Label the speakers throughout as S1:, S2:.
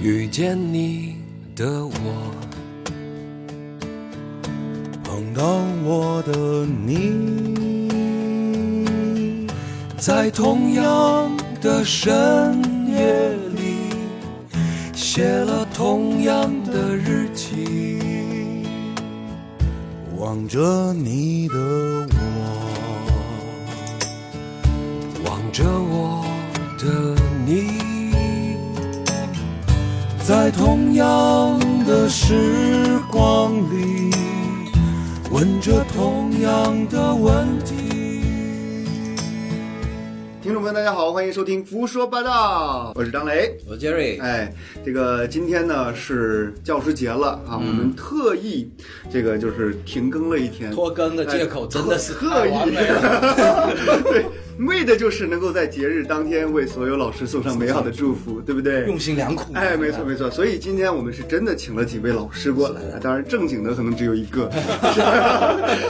S1: 遇见你的我，
S2: 碰到我的你，
S1: 在同样的深夜里，写了同样的日记。
S2: 望着你的我，
S1: 望着我的你，在同样的时光里，问着同样的问题。
S3: 听众朋友，大家好，欢迎收听《胡说八道》，我是张雷。
S4: 我 Jerry，
S3: 哎，这个今天呢是教师节了
S4: 嗯
S3: 啊，我们特意这个就是停更了一天，
S4: 拖更的借口真的是
S3: 特
S4: 太
S3: 意
S4: 完美了。
S3: 对，为的就是能够在节日当天为所有老师送上美好的祝福，对不对？
S4: 用心良苦。
S3: 哎，没错没错，所以今天我们是真的请了几位老师 过来，当然正经的可能只有一个。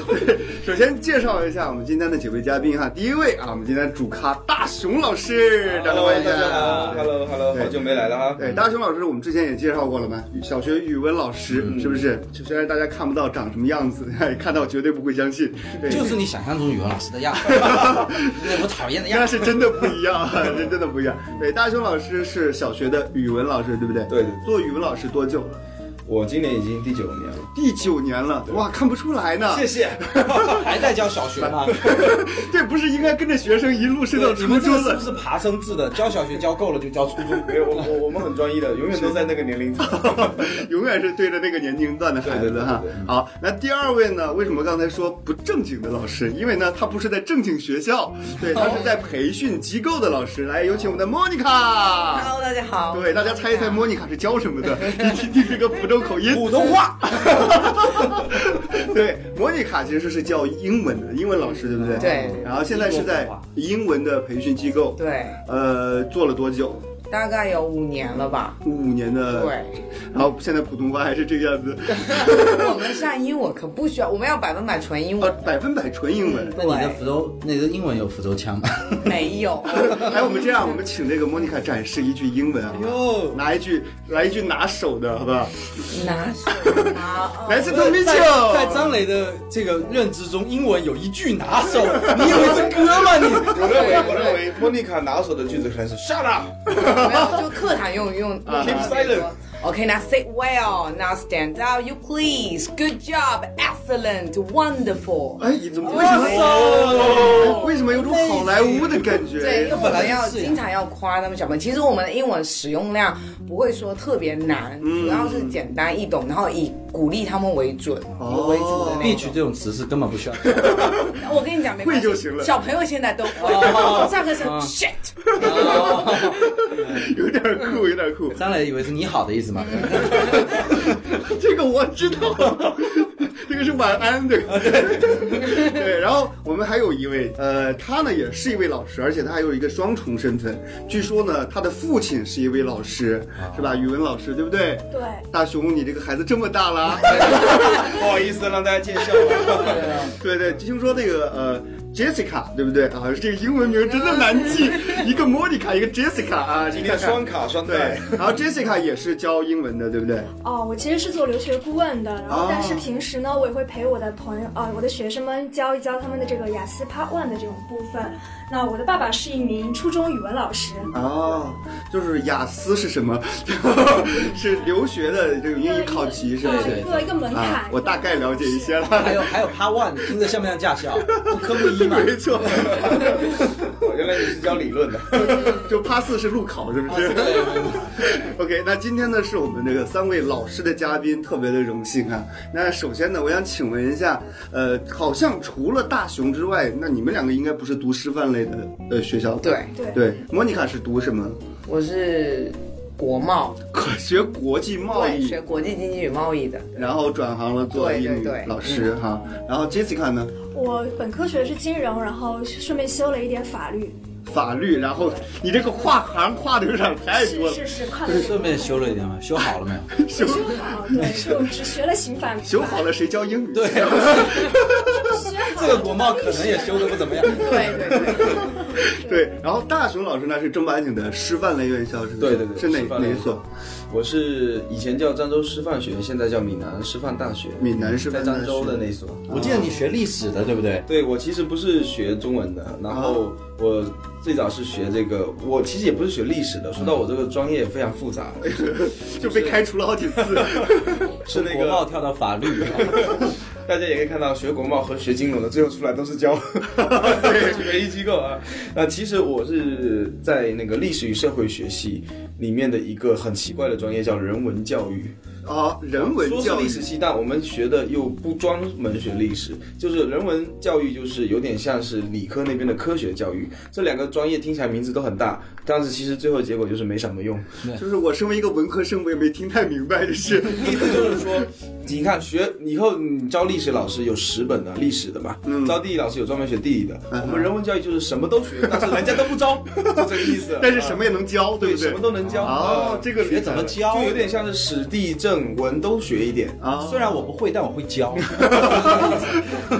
S3: 对，首先介绍一下我们今天的几位嘉宾哈，第一位啊，我们今天主咖大熊老师，掌声欢迎大家好。
S5: Hello Hello，
S3: 对
S5: 好久没来了啊！
S3: 对，哎大熊老师，我们之前也介绍过了嘛，小学语文老师、
S4: 嗯
S3: 是不是？虽然大家看不到长什么样子， 哎看到绝对不会相信，对，
S4: 就是你想象中语文老师的 样子，那我讨厌的样
S3: 那
S4: 子。
S3: 是真的不一样， 这真的不一样。对，大熊老师是小学的语文老师，对不对？
S5: 对对
S3: 做语文老师多久了？
S5: 我今年已经第九年了，
S3: 第九年了，哇，看不出来呢。
S5: 谢。
S4: 还在教小学吗？
S3: 这不是应该跟着学生一路升到
S4: 对你
S3: 初
S4: 们这
S3: 中
S4: 个是
S3: 了
S4: 不？是爬升制的？教小学教够了就教初中。
S5: 没有，我我我们很专一的，永远都在那个年龄层。
S3: 永远是对着那个年龄段的孩子的哈
S5: 对对对。
S3: 好，那第二位呢？为什么刚才说不正经的老师？因为呢，他不是在正经学校，对他是在培训机构的老师。来，有请我们的莫妮卡。
S6: Hello，大家好。
S3: 对，大家猜一猜莫妮卡是教什么 的？你听听这个福州口音，
S4: 普通话，
S3: 对，莫妮卡其实是教英文的，英文老师对不对？
S6: 对
S3: 然后现在是在英文的培训机构，，
S6: 对，
S3: 呃，做了多久？
S6: 大概有五年了吧。
S3: 五年的，
S6: 对。，
S3: 然后现在普通话还是这个样子，
S6: 我们上英文可不需要，我们要百分百纯英
S3: 呃
S6: 文。，
S3: 百分百纯英 文。
S4: 那你的福州，那个英文有福州腔吗？
S6: 没 有，
S3: 哎，我们这样，我们请这个莫妮卡展示一句英文啊，
S4: 哟
S3: 拿一句，来一句拿手的，好不好？
S6: 拿手拿。
S3: 来自 to meet
S4: 在
S3: you。
S4: 张磊的这个认知中，英文有一句拿 手，你以为是歌吗？你
S5: 我认为我认为莫妮卡拿手的句子可能是 Shut up。
S6: 没有，就课堂用用。
S5: Keep
S6: 啊
S5: silent
S6: OK, now sit well, now stand out, you please. Good job, excellent, wonderful.
S3: 哎，你怎么为什么？为什么有种好莱坞的感
S6: 对，因为
S3: 觉？
S6: 我们要经常要夸他们小朋友。其实我们的英文使用量不会说特别难，嗯主要是简单易懂，然后以鼓励他们为准、为主的那
S4: 必
S6: 种。
S4: 取这种词是根本不需要。
S6: 我跟你讲，没关系
S3: 会就行了哦嗯
S6: 小朋友现在都 会，上课是 shit，
S3: 有点酷，有点酷。
S4: 张磊以为是你好的意思吗？
S3: 这个我知道， 这个是晚安的。啊对 对，然后我们还有一位，呃，他呢也是一位老师，而且他还有一个双重身份。据说呢，他的父亲是一位老师，是吧？语文老师，对不对？
S7: 对，
S3: 大熊，你这个孩子这么大了 啊？
S5: 不好意思让大家见笑了。
S3: 对对，听说那个呃，Jessica 对不对啊？这个英文名真的难 记，一个 Monica，一个 Jessica 啊，
S5: 今
S3: 你
S5: 天
S3: 看看
S5: 双卡双
S3: 对
S5: 待。，
S3: 然后 Jessica 也是教英文的，对不对？
S7: 哦，我其实是做留学顾问的，然
S3: 哦
S7: 后但是平时呢，我也会陪我的朋友啊、我的学生们教一教他们的这个雅思 Part One 的这种部分。那我的爸爸是一名初中语文老师，
S3: 哦，就是雅思是什么？ 是留学的这种英语考级，是不
S7: 啊
S3: 是
S7: 一？个一个门槛
S3: 啊，。我大概了解一些了。
S4: 还有还有 Part One，你听着像不像驾校？科目一嘛。
S3: 没 错，
S5: 原来你是教理论的，
S3: 就 p a 是路考，是不是 ？OK，那今天呢是我们这个三位老师的嘉宾，特别的荣幸啊。那首先呢，我想请问一下，呃，好像除了大熊之外，那你们两个应该不是读师范类的呃学校吧？
S6: 对
S7: 对
S3: 对，莫妮卡是读什么？
S6: 我是国贸，
S3: 可学国际贸
S6: 对，
S3: 易
S6: 学，国际经济与贸易的，
S3: 然后转行了做
S6: 对对
S3: 英语
S6: 对
S3: 老师哈。然后 Jessica 呢，
S7: 我本科学的是金融，然后顺便修了一点法律。
S3: 法律，然后你这个跨行跨的有点太多
S7: 是
S3: 了。
S7: 是是，快乐
S4: 顺便修了一点嘛，修好了没有？
S7: 修好，对，就只学了刑法。
S3: 修 好了谁教英语？
S4: 对，
S7: 学好了
S4: 这个国贸可能也修的不怎么样。
S6: 对对 对，
S3: 对，然后大熊老师那是正八经的师范类院校，是不是？
S5: 对对对
S3: 是哪
S5: 师范类
S3: 哪一所？
S5: 我是以前叫漳州师范学院，现在叫闽南师范大学，
S3: 闽南师范大
S5: 在
S3: 学
S5: 漳州的那所。
S4: 我记得你学历史的，对不对？
S5: 对我其实不是学中文的，然后我最早是学这个，我其实也不是学历史的。说到我这个专业非常复杂，
S3: 就被开除了好几 次。
S5: 是那
S4: 国贸
S5: 个
S4: 跳到法律，
S5: 大家也可以看到，学国贸和学金融的最后出来都是教 对学医机构啊。那其实我是在那个历史与社会学系里面的一个很奇怪的专业，叫人文教育。
S3: 啊，人文
S5: 说
S3: 教
S5: 是
S3: 育
S5: 历史系，但我们学的又不专门学历史，就是人文教育，就是有点像是理科那边的科学教育。这两个专业听起来名字都很大，但是其实最后结果就是没什么用。
S3: 就是我身为一个文科生，我也没听太明白，就是。
S5: 意思就是说，你看学以后你招历史老师有十本的历史的嘛，招地理老师有专门学地理的。我们人文教育就是什么都学，但是人家都不招，就这个意思
S3: 但是什么也能教，
S5: 对
S3: 不对？
S5: 什么都能教嗯
S3: 哦，这个理解
S4: 学怎么
S3: 了
S4: 教
S5: 就？有点像是史地政文都学一点。
S3: 啊？
S4: 虽然我不会，但我会教。
S3: 嗯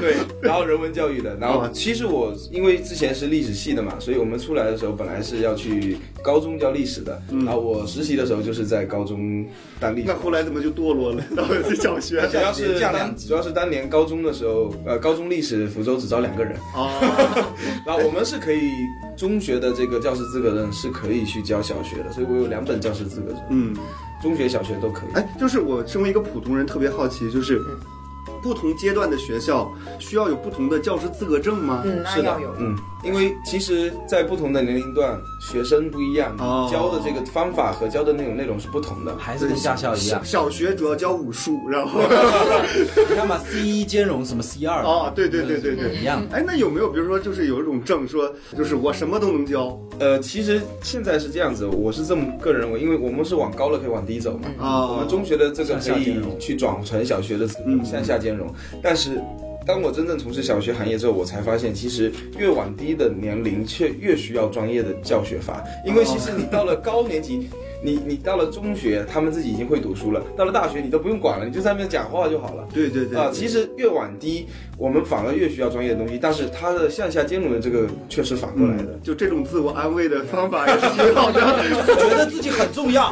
S5: 对，然后人文教
S3: 哦
S5: 育的，然后其实我因为之前是历史系的嘛，所以我们出来的时候本来是要去高中教历史的，然后我实习的时候就是在高中当历史
S3: 嗯那。后来怎么就堕落了？到了小学
S5: 主要是
S4: 降
S5: 当
S4: 两
S5: 主要是当年高中的时候，呃，高中历史福州只招两个人，
S3: 哦，
S5: 然后我们是可以中学的这个教师资格证是可以去教小学的，所以我有两本教师资格证，
S3: 嗯，
S5: 中学、小学都可以。
S3: 哎，就是我身为一个普通人，特别好奇，就是
S6: 嗯
S3: 不同阶段的学校需要有不同的教师资格证吗？
S6: 嗯，那
S5: 是的
S6: 要有，，
S5: 嗯，因为其实，在不同的年龄段，学生不一样，
S3: 哦
S5: 教的这个方法和教的那种内容是不同的。
S4: 还是跟驾校一样，
S3: 小学主要教武术，然 后
S4: 你看嘛，C 一兼容什么 C 二
S3: 哦，对对对对对
S4: 一。样。
S3: 哎，那有没有比如说，就是有一种证说，就是我什么都能教
S5: 呃，其实现在是这样子，我是这么个人认为，因为我们是往高了可以往低走嘛。
S3: 啊？
S5: 我们中学的这个
S4: 向
S5: 可
S4: 下兼
S5: 以
S4: 容
S5: 去转成小学的
S3: 嗯
S5: 向下兼容，但是当我真正从事小学行业之后，我才发现，其实越往低的年龄，却越需要专业的教学法，因为其实你到了高年级。你你到了中学，他们自己已经会读书了。到了大学，你都不用管了，你就在那边讲话就好了。
S3: 对对对
S5: 啊、
S3: 对
S5: 其实越往低，我们反而越需要专业的东西，但是它的向下兼容的这个却是反过来的。
S3: 就这种自我安慰的方法也是挺好 的。
S4: 觉得自己很重 要。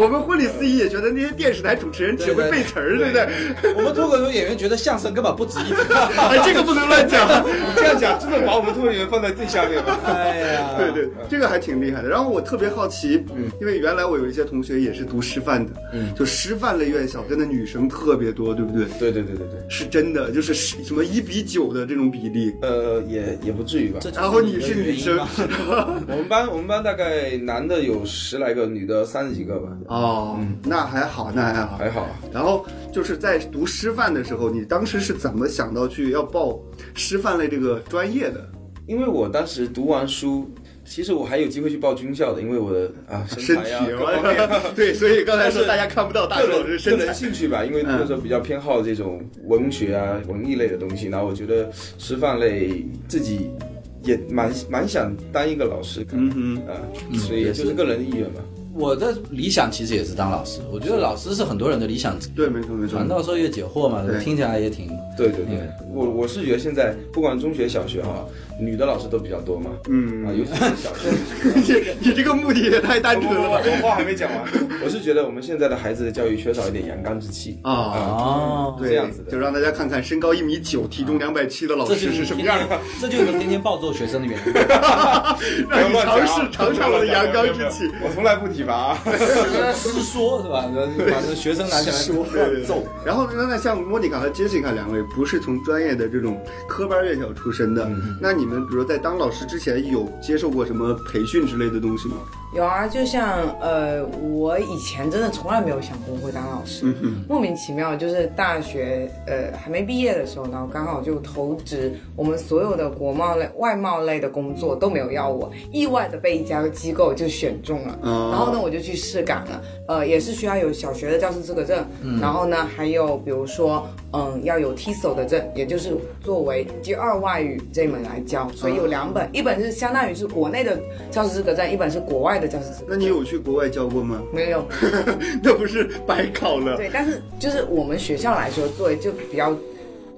S3: 我们婚礼司仪也觉得那些电视台主持人只会背词儿，对不 对？
S4: 我们脱口秀演员觉得相声根本不值一提。
S3: 哎，这个不能乱讲。
S5: 你这样讲，真的把我们脱口秀放在最下面吗？
S4: 哎呀，
S5: 啊
S3: 对对，
S5: 嗯
S3: 这个还挺厉害的。然后我特别好奇，因为原来我有一些同学也是读师范的，
S5: 嗯
S3: 就师范类院校真的女生特别多，对不对？
S5: 对对对对对，
S3: 是真的，就是十什么一比九的这种比例。
S5: 呃，也也不至于吧。
S4: 这就是
S3: 然后你
S4: 的
S3: 是女
S4: 原因
S3: 生
S4: 嘛
S5: 我们班我们班大概男的有十来个，女的三十几个吧，
S3: 哦，
S5: 嗯
S3: 那还好，那还好。
S5: 还好。啊
S3: 然后就是在读师范的时候，你当时是怎么想到去要报师范类这个专业的？
S5: 因为我当时读完书，其实我还有机会去报军校的，因为我的啊
S3: 身
S5: 身
S3: 体
S5: 材啊，哎各方面
S3: 我 对，所以刚才说
S5: 但是
S3: 大家看不到大
S5: 个
S3: 壮老师
S5: 人个
S3: 身材
S5: 人，兴趣吧，因为
S3: 嗯
S5: 那个时候比较偏好这种文学啊、文艺类的东西，然后我觉得师范类自己也蛮蛮想当一个老师，可能
S3: 嗯
S5: 啊，所以就是个人意愿吧。
S4: 我的理想其实也是当老师，我觉得老师是很多人的理想，
S3: 对，没错没错
S4: 传。道授业解惑嘛
S3: 对，
S4: 听起来也挺。
S5: 对对对，
S3: 嗯
S5: 我我是觉得现在不管中学、小学哈、女的老师都比较多嘛，
S3: 嗯
S5: 啊，尤其是小学。
S3: 你这个目的也太单
S5: 不
S3: 纯
S5: 不不，
S3: 了吧？
S5: 我话还没讲完。我是觉得我们现在的孩子的教育缺少一点阳刚之气
S3: 啊，
S4: 哦，
S3: 对，
S5: 这样子的啊
S3: 就让大家看看身高一米九、体重两百七的老
S4: 这
S3: 师
S4: 就是
S3: 什么
S4: 你
S3: 样
S4: 天
S3: 的，
S4: 天， 这就是你天天暴揍学生的原因。
S3: 让你尝试
S5: 不
S3: 尝
S5: 要乱讲啊
S3: 尝我的阳刚之气。
S5: 我从来不体罚啊。
S4: 师说是吧？把这学生拿起来
S3: 对
S4: 揍。
S3: 然后呢，那像莫妮卡和 Jessica 两位不是从专业的这种科班院校出身
S5: 嗯
S3: 的，那你们比如说在当老师之前有接受过什么培训之类的东西吗？
S6: 有啊，就像呃，我以前真的从来没有想过会当老师，
S3: 嗯
S6: 莫名其妙就是大学呃还没毕业的时候，然后刚好就投职，我们所有的国贸类、外贸类的工作都没有要我，意外的被一家机构就选中了，
S3: 哦
S6: 然后呢我就去试岗了，呃也是需要有小学的教师资格证，
S3: 嗯
S6: 然后呢还有比如说嗯要有 TESOL 的证，也就是作为第二外语这一门来教，所以有两本，
S3: 嗯
S6: 一本是相当于是国内的教师资格证，一本是国外的教师资格证。
S3: 那你有去国外教过吗？
S6: 没有？
S3: 那不是白考了？
S6: 对，但是就是我们学校来说，对，就比较。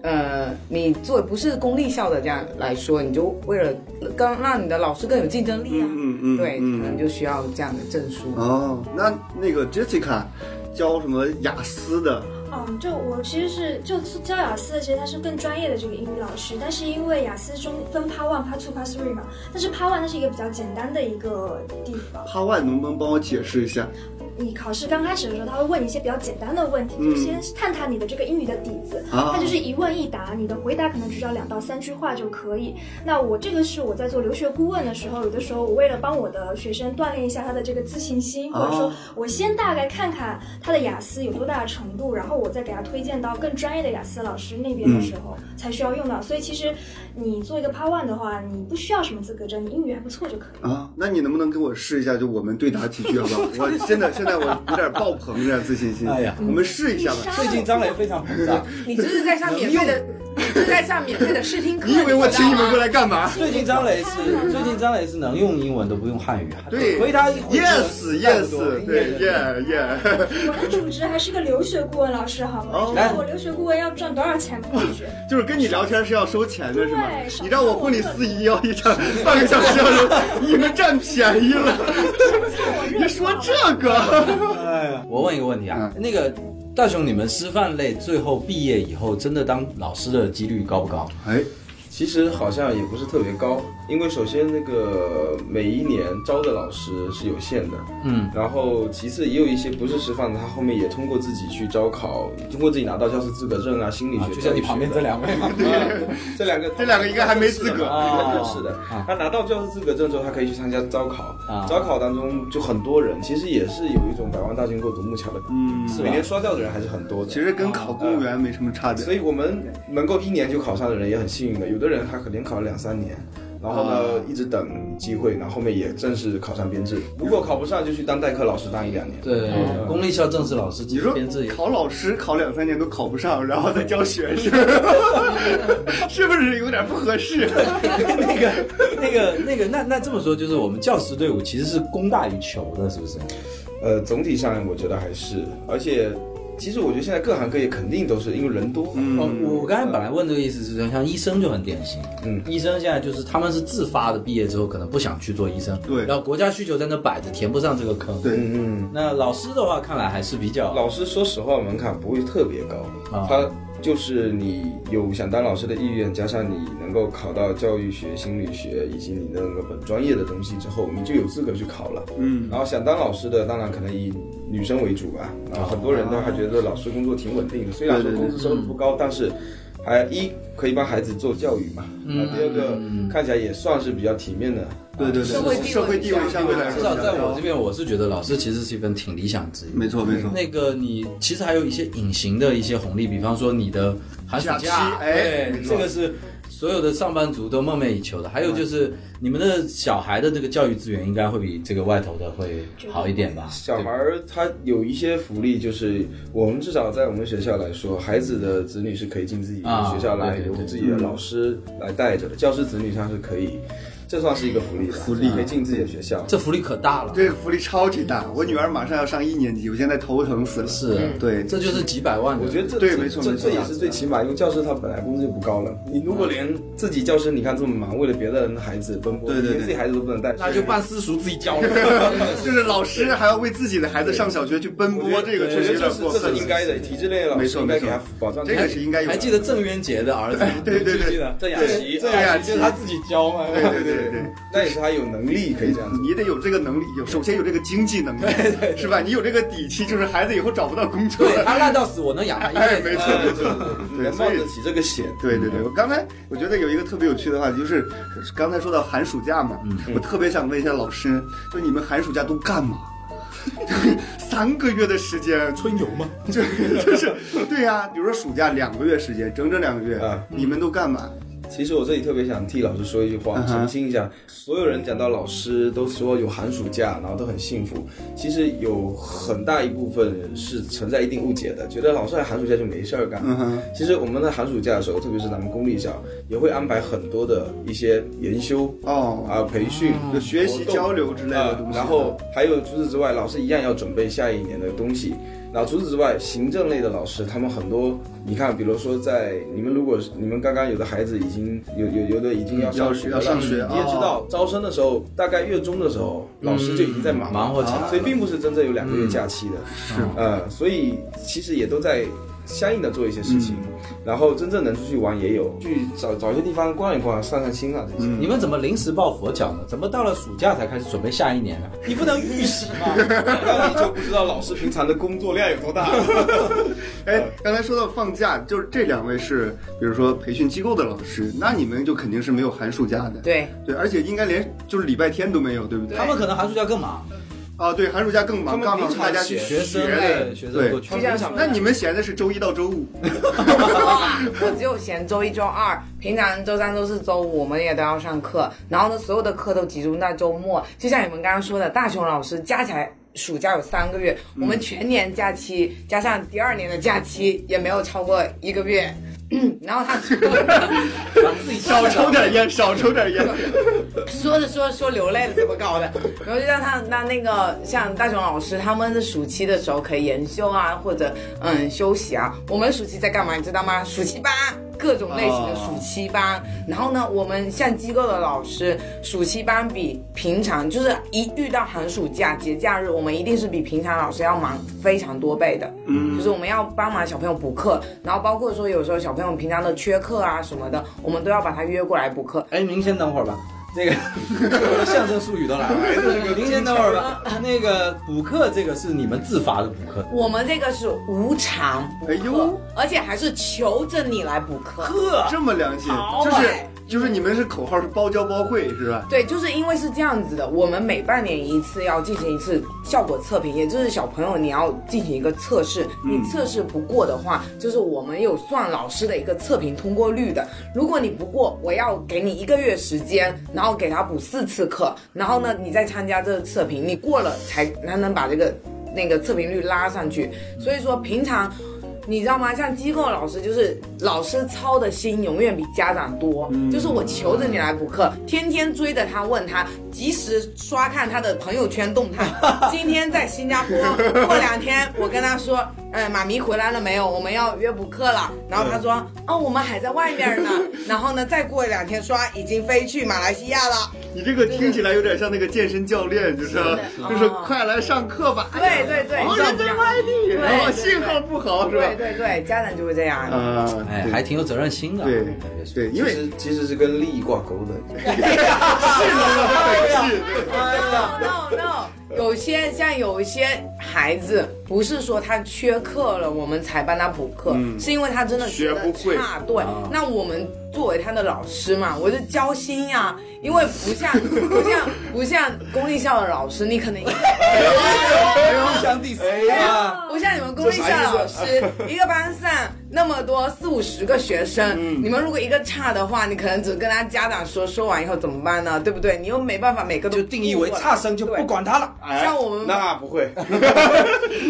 S6: 呃，你作为不是公立校的这样来说，你就为了刚让你的老师更有竞争力啊，
S3: 嗯嗯嗯
S6: 对，
S3: 嗯
S6: 可能就需要这样的证书。
S3: 哦，那那个 Jessica 教什么雅思的？
S7: 嗯，就我其实是就教雅思的，其实他是更专业的这个英语老师，但是因为雅思中分 Part One、Part Two、Part Three 嘛，但是 Part One 它是一个比较简单的一个地方。
S3: 帕万能不能帮我解释一下？
S7: 你考试刚开始的时候，他会问你一些比较简单的问题，
S3: 嗯
S7: 就先探探你的这个英语的底子。
S3: 啊
S7: 他就是一问一答，你的回答可能只需要两到三句话就可以。那我这个是我在做留学顾问的时候，有的时候我为了帮我的学生锻炼一下他的这个自信心，
S3: 啊
S7: 或者说我先大概看看他的雅思有多大的程度，然后我再给他推荐到更专业的雅思老师那边的时候、
S3: 嗯
S7: 才需要用到。所以其实你做一个 Part One 的话，你不需要什么资格证，你英语还不错就可以。
S3: 啊，那你能不能给我试一下？就我们对答题句 好不好？我现在现在我有点爆棚，有点自信心。
S4: 哎呀
S3: 我们试一下
S7: 你
S3: 吧。
S7: 杀
S4: 最近张磊非常膨胀，
S6: 你就是在上免费的，你就是在上免费的试听 课。
S3: 你以为我请你们过
S6: 来？
S3: 来干嘛
S4: 最近张磊是最近张磊是能用英文都不用汉语，
S3: 对
S4: 回答一回
S3: ？Yes,
S4: 差不
S3: yes，
S4: 多
S3: 对，Yeah, yeah，
S7: 我的主职还是个留学顾问老师，好吗？
S3: 哦
S7: 你知道我留学顾问要赚多少钱吗？同学
S3: 就是跟你聊天是要收钱的，是吗
S7: 对？
S3: 你让我婚礼司仪要一场半个小时要收，你们占便宜了。你说这 个，
S4: 我问一个问题
S3: 嗯
S4: 啊，那个大雄，你们师范类最后毕业以后，真的当老师的几率高不高？
S3: 哎，
S5: 其实好像也不是特别高，因为首先那个每一年招的老师是有限的，
S4: 嗯，
S5: 然后其次也有一些不是师范的，他后面也通过自己去招考，通过自己拿到教师资格证啊，心理学、
S4: 就像你旁边这两位嘛，
S5: 这两个，
S3: 这两个应该还没资格
S5: 啊，是的
S4: 啊。
S5: 他拿到教师资格证之后，他可以去参加招考
S4: 啊，
S5: 招考当中就很多人，其实也是有一种百万大军过独木桥的，
S3: 嗯，
S5: 每年刷掉的人还是很多的。
S3: 其实跟考公务员没什么差别。
S5: 所以我们能够一年就考上的人也很幸运的，有的人他可能考了两三年，然后呢、一直等机会，然后后面也正式考上编制。如果考不上，就去当代课老师当一两年。
S4: 对，公立校正式老师
S3: 你
S4: 其实
S3: 说
S4: 编制也
S3: 考老师考两三年都考不上，然后再教学生，是不是有点不合适？
S4: 那个那个那个那那这么说，就是我们教师队伍其实是供大于求的，是不是？
S5: 呃，总体上我觉得还是，而且其实我觉得现在各行各业肯定都是因为人多，嗯
S4: 哦，我刚才本来问这个意思是说，像医生就很典型，
S5: 嗯
S4: 医生现在就是他们是自发的，毕业之后可能不想去做医生，
S3: 对
S4: 然后国家需求在那摆着，填不上这个坑，
S3: 对
S5: 嗯。
S4: 那老师的话，看来还是比较
S5: 老师说实话门槛不会特别高，
S4: 啊
S5: 他就是你有想当老师的意愿，加上你能够考到教育学、心理学以及你那个本专业的东西之后，你就有资格去考了。嗯，然后想当老师的，当然可能以女生为主吧。然后很多人都还觉得老师工作挺稳定的，虽然说
S3: 啊对对对
S5: 工资收入不高，但是。还一可以帮孩子做教育嘛，那、第二个、看起来也算是比较体面的，
S3: 嗯
S5: 啊
S3: 对对
S6: 社会地
S3: 对，
S6: 位
S3: 社会地位相对来说
S4: 至
S3: 比
S4: 少
S3: 较
S4: 在我
S3: 高
S4: 这，边，我是觉得老师其实是一份挺理想职业。
S3: 没错没错。
S4: 那个你其实还有一些隐形的一些红利，比方说你的寒暑
S3: 假期哎没
S4: 对，
S3: 错
S4: 这个是所有的上班族都梦寐以求的。还有就是你们的小孩的这个教育资源应该会比这个外头的会好一点吧？
S5: 小孩儿他有一些福利，就是我们至少在我们学校来说，孩子的子女是可以进自己的
S4: 啊
S5: 学校来，
S4: 对对
S5: 由
S4: 对
S5: 自己
S3: 嗯
S5: 的老师来带着的，教师子女他是可以，这算是一个福利吧，福利可以进自己的学校。
S4: 这福利可大了，
S3: 这个福利超级大，我女儿马上要上一年级，我现在头疼死了。
S4: 是，
S3: 嗯
S4: 啊
S3: 对
S4: 这就是几百万的。
S5: 我觉得这
S3: 对
S5: 这
S3: 没错
S5: 这
S3: 没错啊
S5: 这也是最起码，因为教师他本来工资就不高了，你如果连自己教师你看这么忙，为了别的人的孩子奔波，
S3: 对对对
S5: 连自己孩子都不能带，
S4: 那就办私塾自己教了。
S3: 就是老师还要为自己的孩子上小学去奔波，这个确实有点
S5: 是
S3: 过
S5: 这
S3: 分
S5: 是
S3: 了。
S5: 应该的，体制内的老
S3: 没
S5: 师
S3: 错
S5: 应
S3: 没
S5: 该
S3: 错
S5: 给他保障，
S3: 这个是应该有的。
S4: 还记得郑渊洁的儿子吗？
S3: 哎对对对
S4: 记得郑雅琪，啊
S5: 郑
S3: 郑雅琪
S4: 就是他自己教嘛。
S3: 对对对对，
S5: 那也是他有能力可以这样子。
S3: 你得有这个能力，有首先有这个经济能力，是吧？你有这个底气，就是孩子以后找不到工作。
S4: 对他烂到死，我能养他一
S3: 哎，
S4: 辈
S3: 没
S4: 子。
S3: 错没错，对，
S5: 能
S3: 所
S5: 冒
S3: 以
S5: 得起这个险，
S3: 对对对，我刚才我觉得有一个特别有趣的话题，就是刚才说到寒暑假嘛，我特别想问一下老师，就你们寒暑假都干嘛？ 三个月的时间，
S2: 春游吗？
S3: 就就是对呀、比如说暑假两个月时间，整整两个月
S5: 啊，
S3: 你们都干嘛？
S5: 其实我这里特别想替老师说一句话，
S3: 嗯哼
S5: 澄清一下，所有人讲到老师都说有寒暑假，然后都很幸福，其实有很大一部分是存在一定误解的，觉得老师寒暑假就没事儿干。
S3: 嗯哼，
S5: 其实我们在寒暑假的时候，特别是咱们公立校，也会安排很多的一些研修
S3: 哦，
S5: 啊、培训、
S3: 就学习
S5: 活动啊
S3: 交流之类的东西。
S5: 然后还有除此之外，老师一样要准备下一年的东西。然后除此之外，行政类的老师，他们很多，你看，比如说在你们如果是你们刚刚有的孩子已经有有有的已经要上学
S3: 要
S5: 了，
S3: 上学啊
S5: 你也知道，招生的时候大概月中的时候，老师就已经在忙
S4: 忙活
S3: 嗯
S4: 起来
S5: 了
S4: 了
S5: 所以并不是真正有两个月假期的。
S3: 是
S5: 呃，所以其实也都在相应的做一些事情，
S3: 嗯
S5: 然后真正能出去玩也有，去找找一些地方逛一逛、散散心啊这
S3: 嗯
S5: 些。
S4: 你们怎么临时抱佛脚呢？怎么到了暑假才开始准备下一年啊呢？你不能预习吗？
S5: 那你就不知道老师平常的工作量有多大。
S3: 哎，刚才说到放假，就是这两位是，比如说培训机构的老师，那你们就肯定是没有寒暑假的。
S6: 对，
S3: 对，而且应该连就是礼拜天都没有，对不对？
S4: 他们可能寒暑假更忙，
S3: 啊，对，寒暑假更忙，
S5: 他
S3: 刚
S5: 们
S3: 好
S5: 平
S3: 大
S5: 常
S3: 家去
S4: 学生
S3: 嘞
S4: 类学生过去
S6: 就。像
S3: 那你们闲的是周一到周五，
S6: 我只有闲周一、周二，平常周三、周四、周五我们也都要上课，然后呢，所有的课都集中在周末。就像你们刚刚说的，大熊老师加起来暑假有三个月，我
S3: 嗯
S6: 们全年假期加上第二年的假期也没有超过一个月。嗯然后他
S4: 自 己
S3: 少抽点烟，少抽点烟。
S6: 说着说着说流泪了，怎么搞的？然后就让他那那个像大熊老师他们的暑期的时候可以研修啊，或者嗯休息啊。我们暑期在干嘛？你知道吗？暑期班。各种类型的暑期班，然后呢，我们像机构的老师，暑期班比平常就是一遇到寒暑假、节假日，我们一定是比平常老师要忙非常多倍的。嗯，就是我们要帮忙小朋友补课，然后包括说有时候小朋友平常的缺课啊什么的，我们都要把他约过来补课。
S4: 哎，您先等会儿吧。这个我的象声术语都来了，您先等会儿吧。那个补课这个是你们自发的补课，
S6: 我们这个是无偿补课，
S3: 哎呦
S6: 而且还是求着你来补课。
S3: 这么良心，
S6: 好
S3: 就是
S6: 哎
S3: 就是你们是口号是包教包会是吧？
S6: 对，就是因为是这样子的，我们每半年一次要进行一次效果测评，也就是小朋友你要进行一个测试，
S3: 嗯
S6: 你测试不过的话，就是我们有算老师的一个测评通过率的。如果你不过，我要给你一个月时间，然后给他补四次课，然后呢，你再参加这个测评，你过了才才能把这个那个测评率拉上去。所以说，平常。你知道吗？像机构老师，就是老师操的心永远比家长多。就是我求着你来补课，天天追着他问他，及时刷看他的朋友圈动 态。今天在新加坡，过两天我跟他说，哎，妈咪回来了没有？我们要约补课了。然后他说，哦，我们还在外面 呢。然后呢，再过两天说已经飞去马来西亚了。
S3: 你这个听起来有点像那个健身教练，就是就是哦快来上课吧。哎呀
S6: 对对对
S3: 我人在外地，
S6: 对
S3: 然后
S6: 对对
S3: 信号不好是吧
S6: 对？对对，家长就会这样。
S3: 啊，
S4: 哎，
S3: 对
S4: 还挺有责任心的。哎
S3: 对
S4: 特别是
S3: 对，因
S5: 其
S3: 为
S5: 实其实是跟利益挂钩的，
S4: 哎
S6: no no no，有些像有一些孩子，不是说他缺课了，我们才帮他补课，
S4: 嗯
S6: 是因为他真的
S3: 学
S6: 得
S3: 不会
S6: 差。对，
S4: 啊
S6: 那我们作为他的老师嘛，我是交心呀、因为不 像不像不像公立校的老师，你可能。
S4: 互相 diss 啊，
S6: 不像你们公立校老师，一个班上那么多四五十个学生，
S4: 嗯
S6: 你们如果一个差的话，你可能只跟他家长说，说完以后怎么办呢？对不对？你又没办法每个都
S4: 就定义为差生，就不管他了。
S6: 对。像我们
S3: 啊
S5: 那不会，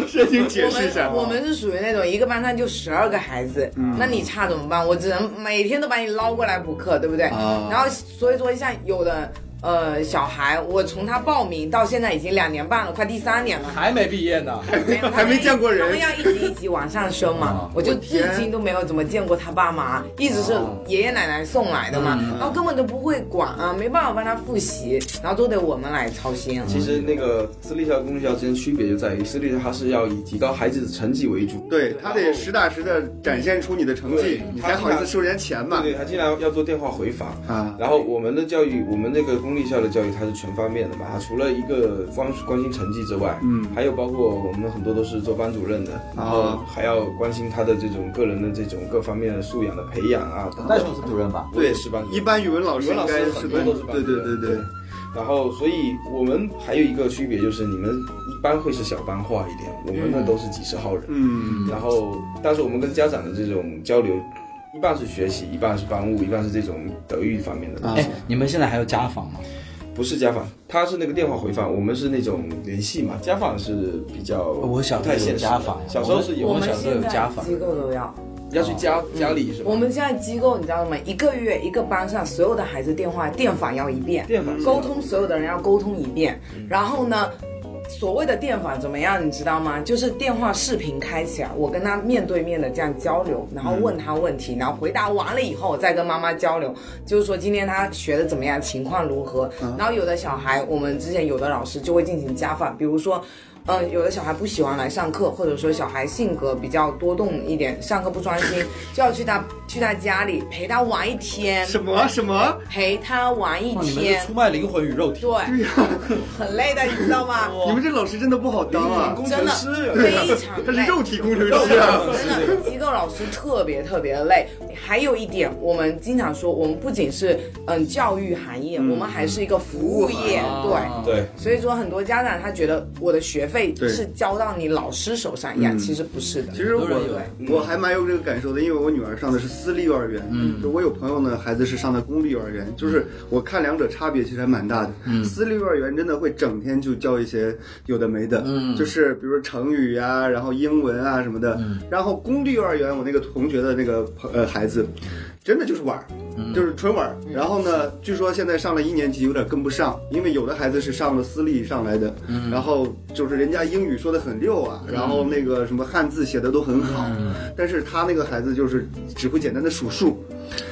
S3: 先请解
S6: 我
S3: 释一下啊
S6: 们，我们是属于那种一个班上就十二个孩子，那你差怎么办？我只能每天都把你捞过来补课，对不对？
S3: 啊
S6: 然后所以说像有的呃小孩，我从他报名到现在已经两年半了，快第三 年了。
S4: 还没毕业呢，
S6: 有
S3: 还没见过人
S6: 他们要一级一级往上升嘛
S4: 啊，
S6: 我就至今都没有怎么见过他爸妈，一直是爷爷奶奶送来的嘛，然后根本都不会管啊，没办法帮他复习，然后都得我们来操心。啊
S5: 其实那个私立校和公立校之间区别就在于，私立校它是要以提高孩子的成绩为主，
S3: 对他得实打实的展现出你的成绩
S5: 对，
S3: 你才好意思收人家钱嘛。
S5: 对，他经常要做电话回访
S3: 啊
S5: 然后我们的教育，我们这个公立校的教育，它是全方面的嘛，它除了一个光关心成绩之外，嗯，还有包括我们很多都是做班主任的，
S3: 啊
S5: 然后还要关心他的这种个人的这种各方面的素养的培养啊，等
S4: 那
S5: 等。
S4: 熊是主任吧？
S5: 我也是班主任，
S3: 一般语文老师
S5: 语文
S3: 应
S5: 老
S3: 该
S5: 师
S3: 是
S5: 很
S3: 班
S5: 多都是班
S3: 对
S5: 主
S3: 对
S5: 任
S3: 对对，
S5: 然后，所以我们还有一个区别就是，你们一般会是小班化一点，我们那都是几十号人。
S3: 嗯，
S5: 然后，但是我们跟家长的这种交流一半是学习，一半是班务，一半是这种德育方面的东西。
S4: 哎，你们现在还有家访吗？
S5: 不是家访，他是那个电话回访，我们是那种联系嘛。家访是比较
S4: 我小
S5: 不
S4: 时候
S5: 太
S4: 有
S5: 现实的
S4: 家访呀
S5: 小时候是有
S4: 我
S6: 我
S4: 们
S6: 们
S4: 小时候有
S6: 现在
S4: 家访
S6: 机构都要。
S5: 要去家家里是吧？
S6: 我们现在机构你知道吗？一个月一个班上所有的孩子电话电访要一遍，
S5: 电访是吧嗯
S6: 沟通所有的人要沟通一遍。然后呢，所谓的电访怎么样，你知道吗？就是电话视频开起来，我跟他面对面的这样交流，然后问他问题，然后回答完了以后，我再跟妈妈交流，就是说今天他学的怎么样，情况如何。然后有的小孩，我们之前有的老师就会进行家访，比如说。呃，有的小孩不喜欢来上课，或者说小孩性格比较多动一点，上课不专心，就要去他去他家里陪他玩一天，
S3: 什么什么？
S6: 陪他玩一
S4: 哇你们
S6: 天
S4: 是，出卖灵魂与肉体。
S6: 对， 很累的，你知道吗？
S3: 你们这老师真的不好当啊！
S6: 真的非常
S3: 他
S6: 累
S3: 是。肉体工程
S6: 真
S3: 师啊！
S6: 的，机构老师特别特别的累。还有一点，我们经常说，我们不仅是嗯教育行业，我们还是一个服务业，对。
S5: 对，
S6: 所以说，很多家长他觉得我的学费
S3: 对
S6: 是交到你老师手上一样，其实不是的。
S3: 其实
S4: 很多人有
S3: 我我还蛮有这个感受的，因为我女儿上的是私立幼儿园，嗯，就我有朋友呢，孩子是上的公立幼儿园，就是我看两者差别其实还蛮大的。嗯，私立幼儿园真的会整天就教一些有的没的，嗯，就是比如说成语啊，然后英文啊什么的。然后公立幼儿园，我那个同学的那个朋呃孩子，真的就是玩儿，就是纯玩儿。然后呢，据说现在上了一年级有点跟不上，因为有的孩子是上了私立上来的，然后就是人家英语说的很溜啊，然后那个什么汉字写的都很好，但是他那个孩子就是只会简单的数数，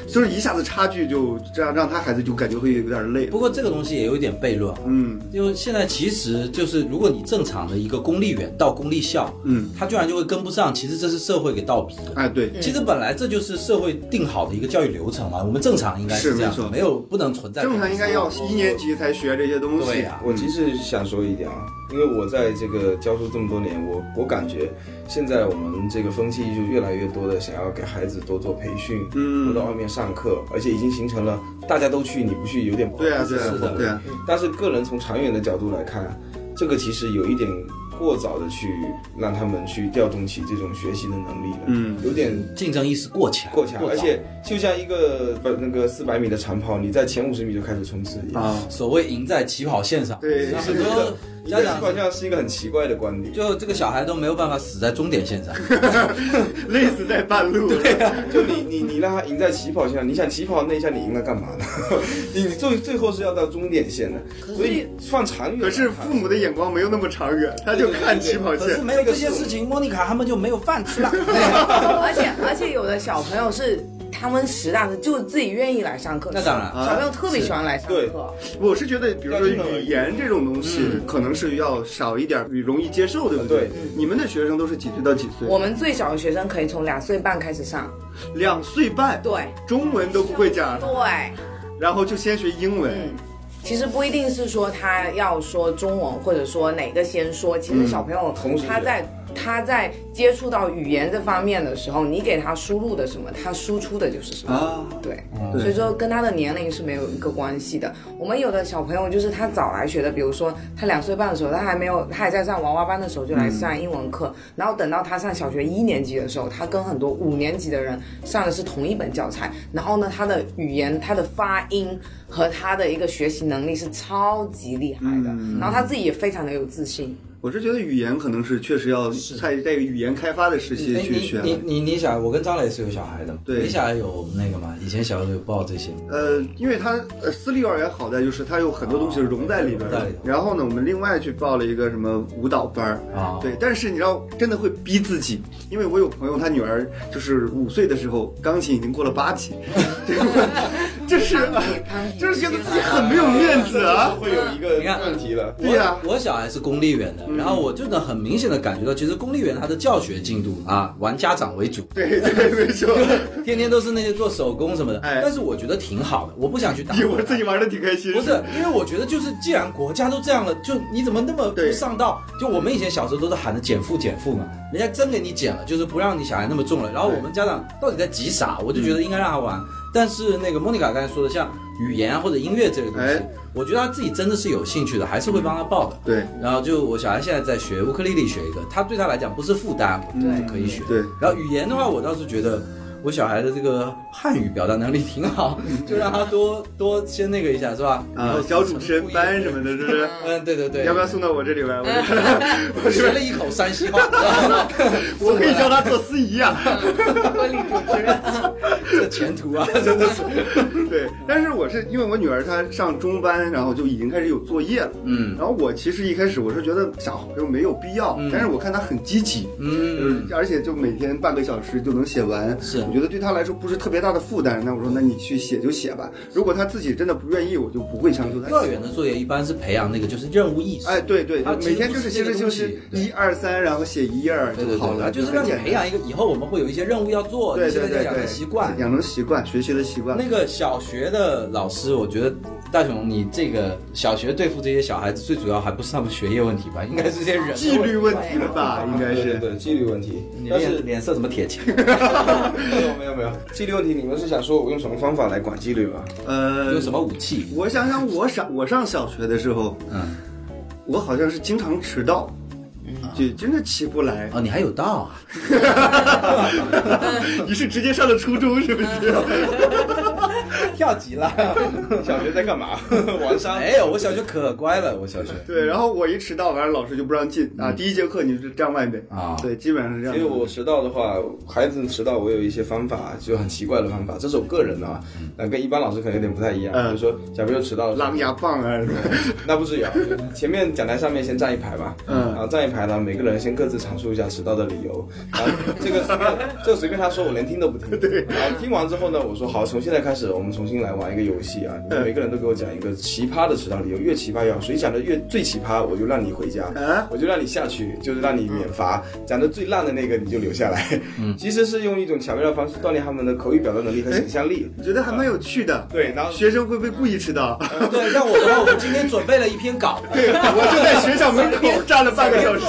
S3: 就是一下子差距就这样让他孩子就感觉会有点累
S4: 不。过这个东西也有一点悖论啊，
S3: 嗯
S4: 因为现在其实就是，如果你正常的一个公立园到公立校，
S3: 嗯，
S4: 他居然就会跟不上，其实这是社会给倒逼的。
S3: 哎对，
S4: 其实本来这就是社会定好的一个教育流程嘛，我们正常应该
S3: 是
S4: 这样
S3: 没错
S4: 的，没有不能存在。
S3: 正常应该要一年级才学这些东西。啊
S4: 对呀
S5: 我其实想说一点啊，因为我在这个教书这么多年，我我感觉现在我们这个风气就越来越多的想要给孩子多做培训，嗯，多到外面上课，而且已经形成了大家都去，你不去有点不好
S3: 对
S5: 意
S3: 啊
S5: 思
S3: 对啊
S5: 的氛围
S3: 对啊，
S5: 但是个人从长远的角度来看啊，这个其实有一点过早的去让他们去调动起这种学习的能力了，
S3: 嗯，
S5: 有点
S4: 竞争意识过强，
S5: 过强，
S4: 早
S5: 而且就像一个呃那个四百米的长跑，你在前五十米就开始冲刺一样。
S3: 啊，
S4: 所谓赢在起跑线上，
S3: 对
S4: 那
S5: 是这
S4: 很多
S5: 个
S4: 家
S5: 家
S4: 长
S5: 长好像是一个很奇怪的观点，
S4: 就这个小孩都没有办法死在终点线 上。
S3: 累死在半路。
S5: 就你你你让他赢在起跑线上，你想起跑那一下你赢了干嘛呢？ 你你最最后是要到终点线的，所以算长远来看。
S3: 可是父母的眼光没有那么长远，他就看起跑
S4: 可是
S3: 线。
S4: 没有这些事情，莫妮卡他们就没有饭吃了。
S3: 哦
S6: 而且而且有的小朋友是他们实打实就自己愿意来上课，
S4: 那当然
S6: 小朋友特别喜欢来上
S5: 对
S6: 课。
S3: 我是觉得，比如说语言这种东西，可能是要少一点，容易接受，对不
S5: 对
S3: 你们的学生都是几岁到几岁？
S6: 我们最小的学生可以从两岁半开始上，
S3: 两岁半，
S6: 对
S3: 中文都不会讲，
S6: 对。
S3: 然后就先学英文。
S6: 嗯其实不一定是说他要说中文，或者说哪个先说。其实小朋友
S5: 嗯同时
S6: 他在他在接触到语言这方面的时候，你给他输入的什么，他输出的就是什么。
S3: 啊
S6: 对，所以说跟他的年龄是没有一个关系的。我们有的小朋友就是他早来学的，比如说他两岁半的时候，他还没有他还在上娃娃班的时候就来上英文课，然后等到他上小学一年级的时候，他跟很多五年级的人上的是同一本教材，然后呢，他的语言、他的发音和他的一个学习能力是超级厉害的，然后他自己也非常的有自信。
S3: 我是觉得语言可能是确实要在在语言开发的时期
S4: 哎
S3: 去学
S4: 你你你你小孩，我跟张磊是有小孩的嘛？
S3: 对
S4: 你小孩有那个吗？以前小时候有报这些吗？
S3: 呃，因为它呃私立幼儿园好在就是它有很多东西融在里边儿
S4: 哦
S3: 的
S4: 对对。对
S3: 然后呢，我们另外去报了一个什么舞蹈班儿
S4: 哦
S3: 对。但是你知道，真的会逼自己，因为我有朋友，他女儿就是五岁的时候，钢琴已经过了八级， 对吧这是这是觉得自己很没有面子啊。嗯
S5: 会有一个
S4: 你看
S5: 问题了。
S3: 对呀、
S4: 我小孩是公立园
S3: 嗯
S4: 的，然后我就能很明显的感觉到，其实公立园它的教学进度啊，玩家长为主，
S3: 对对，没错。
S4: 天天都是那些做手工什么的。
S3: 哎
S4: 但是我觉得挺好的，我不想去打。
S3: 哎 我自己玩的挺开心。
S4: 不是，因为我觉得就是，既然国家都这样了，就你怎么那么不
S3: 对
S4: 上道？就我们以前小时候都是喊着减负减负嘛，人家真给你减了，就是不让你小孩那么重了。然后我们家长到底在急啥？我就觉得应该让他玩。
S3: 嗯
S4: 但是那个莫妮卡刚才说的，像语言啊或者音乐这个东西
S3: 哎，
S4: 我觉得他自己真的是有兴趣的，还是会帮他报的。
S3: 对啊
S4: 然后就我小孩现在在学乌克丽丽，学一个，他对他来讲不是负担，
S6: 对
S4: 就可以学。
S3: 对，
S4: 然后语言的话，我倒是觉得。我小孩的这个汉语表达能力挺好，就让他多多先那个一下，是吧？然
S3: 嗯啊
S4: 后，
S3: 小主持人班什么的，是不是？
S4: 嗯，对 对对，
S3: 要不要送到我这里来？我这
S4: 我学了一口山西 话，
S3: 我可以教他做司仪啊。
S6: 婚礼主持人，
S4: 这前途啊，真的是，
S3: 对，但是我是因为我女儿她上中班，然后就已经开始有作业了。
S4: 嗯
S3: 然后我其实一开始我是觉得小朋友没有必要，
S4: 嗯
S3: 但是我看她很积极，
S4: 嗯，
S3: 而且就每天半个小时就能写完，
S4: 是
S3: 我觉得对她来说不是特别大的负担。那我说那你去写就写吧，如果她自己真的不愿意，我就不会强求她
S4: 幼儿
S3: 写。
S4: 园的作业一般是培养那个就是任务意识，
S3: 哎，对对，
S4: 啊
S3: 每天就是其
S4: 其实
S3: 实
S4: 不
S3: 就是
S4: 这个
S3: 是
S4: 东西
S3: 一二三，然后写一页
S4: 对
S3: 就
S4: 对
S3: 好
S4: 对
S3: 了，
S4: 对，就是
S3: 很
S4: 让你
S3: 简单
S4: 培养一个以后我们会有一些任务要做，
S3: 对
S4: 你现
S3: 对
S4: 在在
S3: 对
S4: 养
S3: 对
S4: 成习惯，
S3: 养成习惯，学习的习惯。
S4: 那个小学的老师，我觉得大雄，你这个小学对付这些小孩子，最主要还不是他们学业问题吧，应该 是这些人的
S3: 纪律问题了
S6: 了
S3: 吧，啊应该
S5: 对对
S3: 是。
S5: 对，纪律问题。
S4: 你
S5: 但是
S4: 脸脸色怎么铁 青？
S5: 没有没有没有，纪律问题，你们是想说我用什么方法来管纪 律吗？
S3: 呃，
S4: 用什么武器？
S3: 我想想，我上我上小学的时候，
S4: 嗯，
S3: 我好像是经常迟到，就真的起不来。
S4: 哦，你还有道啊！
S3: 你是直接上了初中是不是？
S4: 跳级 了？
S5: 小学在干 嘛？玩沙
S4: 没有，我小学可乖了，我小学
S3: 对，然后我一迟到，完了老师就不让进啊。第一节课你就站外面
S4: 啊
S3: 对，基本上是这样
S5: 所以
S3: 的。
S5: 我迟到的话，孩子迟到，我有一些方法，就很奇怪的方法。这是我个人啊，
S4: 嗯
S5: 那跟一般老师可能有点不太一样。
S3: 嗯
S5: 比如说小朋友迟到的时候，
S3: 狼牙棒啊什么的，
S5: 那不至于啊。前面讲台上面先站一排吧，
S3: 嗯
S5: 然后站一排呢，每个人先各自阐述一下迟到的理由。然后这个这个随便他说，我连听都不听。对，然后听完之后呢，我说好，从现在开始我们重新来玩一个游戏啊，你们每个人都给我讲一个奇葩的迟到理由，越奇葩越好，谁讲的越最奇葩，我就让你回家。
S3: 啊
S5: 我就让你下去，就是让你免罚。讲的最烂的那个你就留下来。其实是用一种巧妙的方式锻炼他们的口语表达能力和想象力。
S3: 我觉得还蛮有趣的。
S5: 对然后
S3: 学生会不会故意迟到？
S4: 对，像我的话，我今天准备了一篇稿，
S3: 我就在学校门口站了半个小时。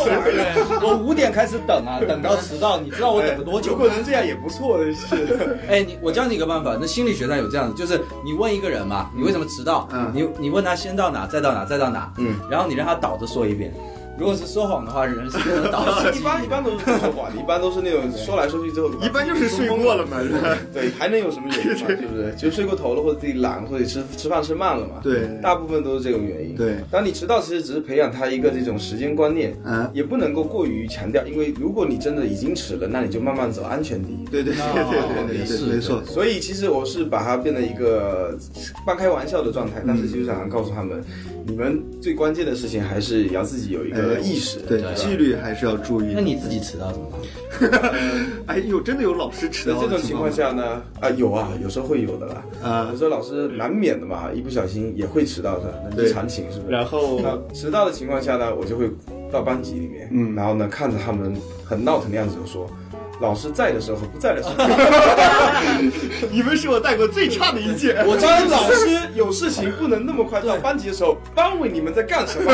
S4: 我五点开始等啊，等到迟到，你知道我等了多久
S5: 如
S4: 吗？
S5: 果能这样也不错的是，
S4: 哎，你我教你一个办法，那心理学上有这样的，就是你问一个人嘛，你为什么迟到？
S3: 嗯
S4: 你你问他先到哪，再到哪，再到哪，
S5: 嗯，
S4: 然后你让他倒着说一遍。如果是说谎的话，人是不能倒 着
S5: 一
S4: 记忆
S5: 般一
S4: 的。
S5: 般都是不说话的，一般都是那种说来说去之后，
S3: 一般就是睡过了嘛，是吧？
S5: 对，还能有什么原因 嘛？对不对？就睡过头了，或者自己懒，或者吃吃饭吃慢了嘛。
S3: 对
S5: 大部分都是这种原因。
S3: 对
S5: 当你迟到，其实只是培养他一个这种时间观念，
S3: 嗯
S5: 也不能够过于强调，因为如果你真的已经迟了，那你就慢慢走，安全第一。
S3: 对对对对对对对，没错。
S5: 所以其实我是把它变得一个半开玩笑的状态，但是就是想告诉他们，你们最关键的事情还是要自己有一
S3: 哎
S5: 个意识，
S3: 对
S5: 吧，
S3: 纪律还是要注意。
S4: 那你自己迟到怎么办？
S3: 哎有真的有老师迟
S5: 在
S3: 到
S5: 这
S3: 的
S5: 种情况
S3: 吗
S5: 下呢，啊有啊，有时候会有的啦。
S3: 啊
S5: 有时候老师难免的嘛，一不小心也会迟到的，那
S3: 对
S5: 是常情，是不是？
S3: 然后
S5: 那迟到的情况下呢，我就会到班级里面，
S3: 嗯
S5: 然后呢看着他们很闹腾的样子，我说。老师在的时候和不在的时候，
S3: 啊你们是我带过最差的一届。
S5: 我教老师有事情不能那么快到班级的时候，班委你们在干什么？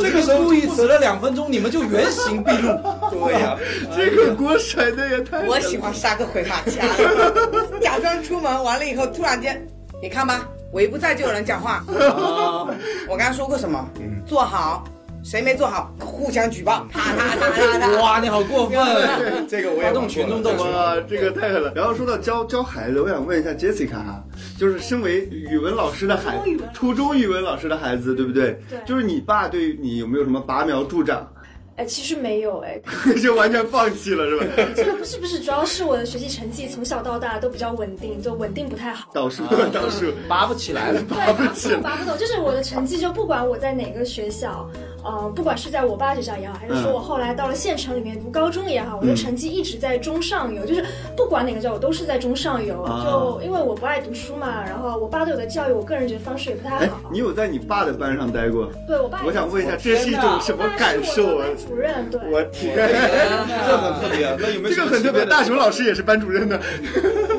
S5: 这个时候
S4: 故意迟了两分钟，你们就原形毕 露。
S5: 对呀、
S3: 这个锅甩的也太……
S6: 我喜欢杀个回马枪，假装出门完了以后，突然间，你看吧，我一不在就有人讲话。我刚刚说过什么？做好，谁没做好，互相举报，啪啪啪啪啪。
S4: 哇，你 好过分！
S5: 这个我也
S4: 发动群众斗
S5: 志。
S3: 哇，这个太狠了。然后说到教教孩子，我想问一下 Jessica，啊就是身为语文老师的孩
S7: 初中语文
S3: 初中语文老师的孩子，对不对？
S7: 对
S3: 就是你爸对你有没有什么拔苗助长？
S7: 哎，其实没有哎，
S3: 就完全放弃了，是 吧？
S7: 这个不是不是，主要是我的学习成绩从小到大都比较稳定，就稳定不太好。
S3: 倒数，倒数。
S4: 拔不起来了。
S7: 对，拔不动，拔不动，就是我的成绩，就不管我在哪个学校，呃，不管是在我爸学校也好，还是说我后来到了县城里面读高中也好，我的成绩一直在中上游，就是不管哪个校我都是在中上游。
S3: 啊
S7: 就因为我不爱读书嘛，然后我爸对我的教育，我个人觉得方式也不太
S3: 哎
S7: 好，。
S3: 你有在你爸的班上待过？
S7: 对我爸，
S3: 我想问一下，，这是一
S4: 天哪
S3: 种什么感受啊
S7: 哦我爸是我的？班主任，对，
S3: 我天，
S5: 这很特别啊！那有没有
S3: 这个很特别。大熊老师也是班主任的，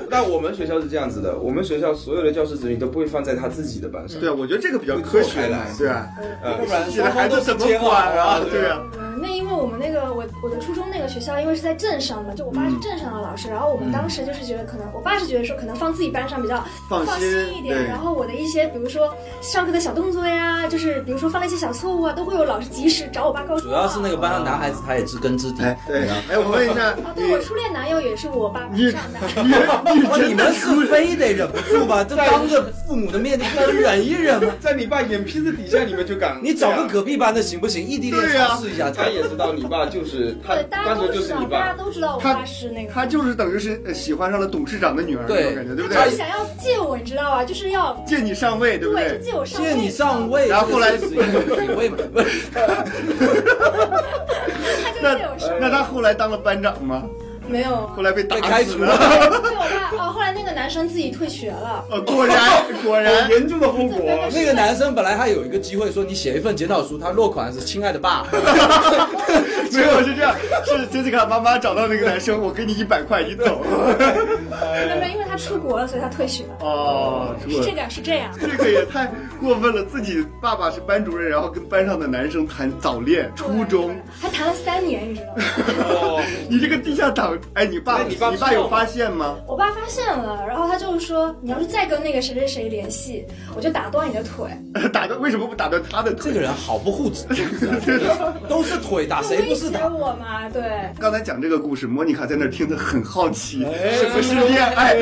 S5: 那我们学校是这样子的，我们学校所有的教师子女都不会放在他自己的班上。
S3: 对啊，我觉得这个比较科学
S5: 会错开来
S3: 对啊，
S5: 呃
S4: 不然
S3: 你的孩子怎么管啊？对啊，
S7: 嗯，面因为我们那个我我的初中那个学校，因为是在镇上的，就我
S3: 嗯
S7: 爸是镇上的老师，然后我们当时就是觉得可能我爸是觉得说可能放自己班上比较
S3: 放
S7: 放
S3: 心
S7: 心一
S3: 对
S7: 点，然后我的一些比如说上课的小动作呀，就是比如说犯了一些小错误啊，都会有老师及时找我爸告状。
S4: 主要是那个班上男孩子他也知根知底，
S3: 哎，对，哎，我问一下，
S7: 啊，对我
S3: 你
S7: 初恋男友也是我爸
S3: 你
S7: 上的。
S4: 哇哦你们是非得忍不住吧？这当着父母的面你不能忍一忍吗？
S5: 在你爸眼皮子底下，你们就敢？
S4: 你找
S5: 对
S4: 个
S5: 啊
S4: 隔壁班的行不行？异地恋
S3: 对呀啊
S4: 尝试一下，
S5: 他也知道你爸就是他
S7: 对，，大家
S5: 当
S7: 都
S5: 时就
S7: 知
S5: 是
S7: 道
S5: 你，
S7: 大家
S5: 爸。
S7: 都知道我
S3: 他
S7: 爸是那个。
S3: 他就是等于是呃喜欢上了董事长的女儿那种
S4: 对
S3: 感觉，对不
S7: 他就
S3: 对？
S7: 是想要借我，你知道吧？就是要
S3: 借你上位，对不
S7: 对，就
S3: 对？
S7: 借我上位。
S4: 借你上位，
S3: 然后后来
S4: 这是一种体位嘛？不是
S7: 他就
S3: 那
S7: 借我上位。
S3: 那他后来当了班长吗？
S7: 没有，
S3: 后来被打
S4: 被开
S3: 死
S4: 除
S3: 了。
S7: 对我爸哦，后来那个男生自己退学了。
S3: 呃，果然果然，
S5: 严重的后果，
S4: 那个男生本来他有一个机会说你写一份检讨书，他落款是“亲爱的爸
S3: 没有是这样，是杰西卡妈妈找到那个男生，我给你一百块，你走。
S7: 没有没有，因为他出国了，所以他退学了。
S3: 哦，
S7: 是这个，是这样。
S3: 这个也太过分了！自己爸爸是班主任，然后跟班上的男生谈早恋，初中，
S7: 还谈了三年，你知道吗？
S3: 你这个地下党，哎，你爸，
S5: 那
S3: 你
S5: 你爸知道
S3: 有
S5: 吗
S3: 发现吗？
S7: 我爸发现了，然后他就说：“你要是再跟那个谁谁谁联系，我就打断你的腿。
S3: 打断为什么不打断他的”
S4: 这
S3: 腿？
S4: 个人好不护犊子啊，真的是都是腿打，谁不是
S7: 就威
S4: 打
S7: 胁？我嘛？对，
S3: 刚才讲这个故事，莫妮卡在那儿听得很好奇，
S5: 哎
S3: 什么是恋爱？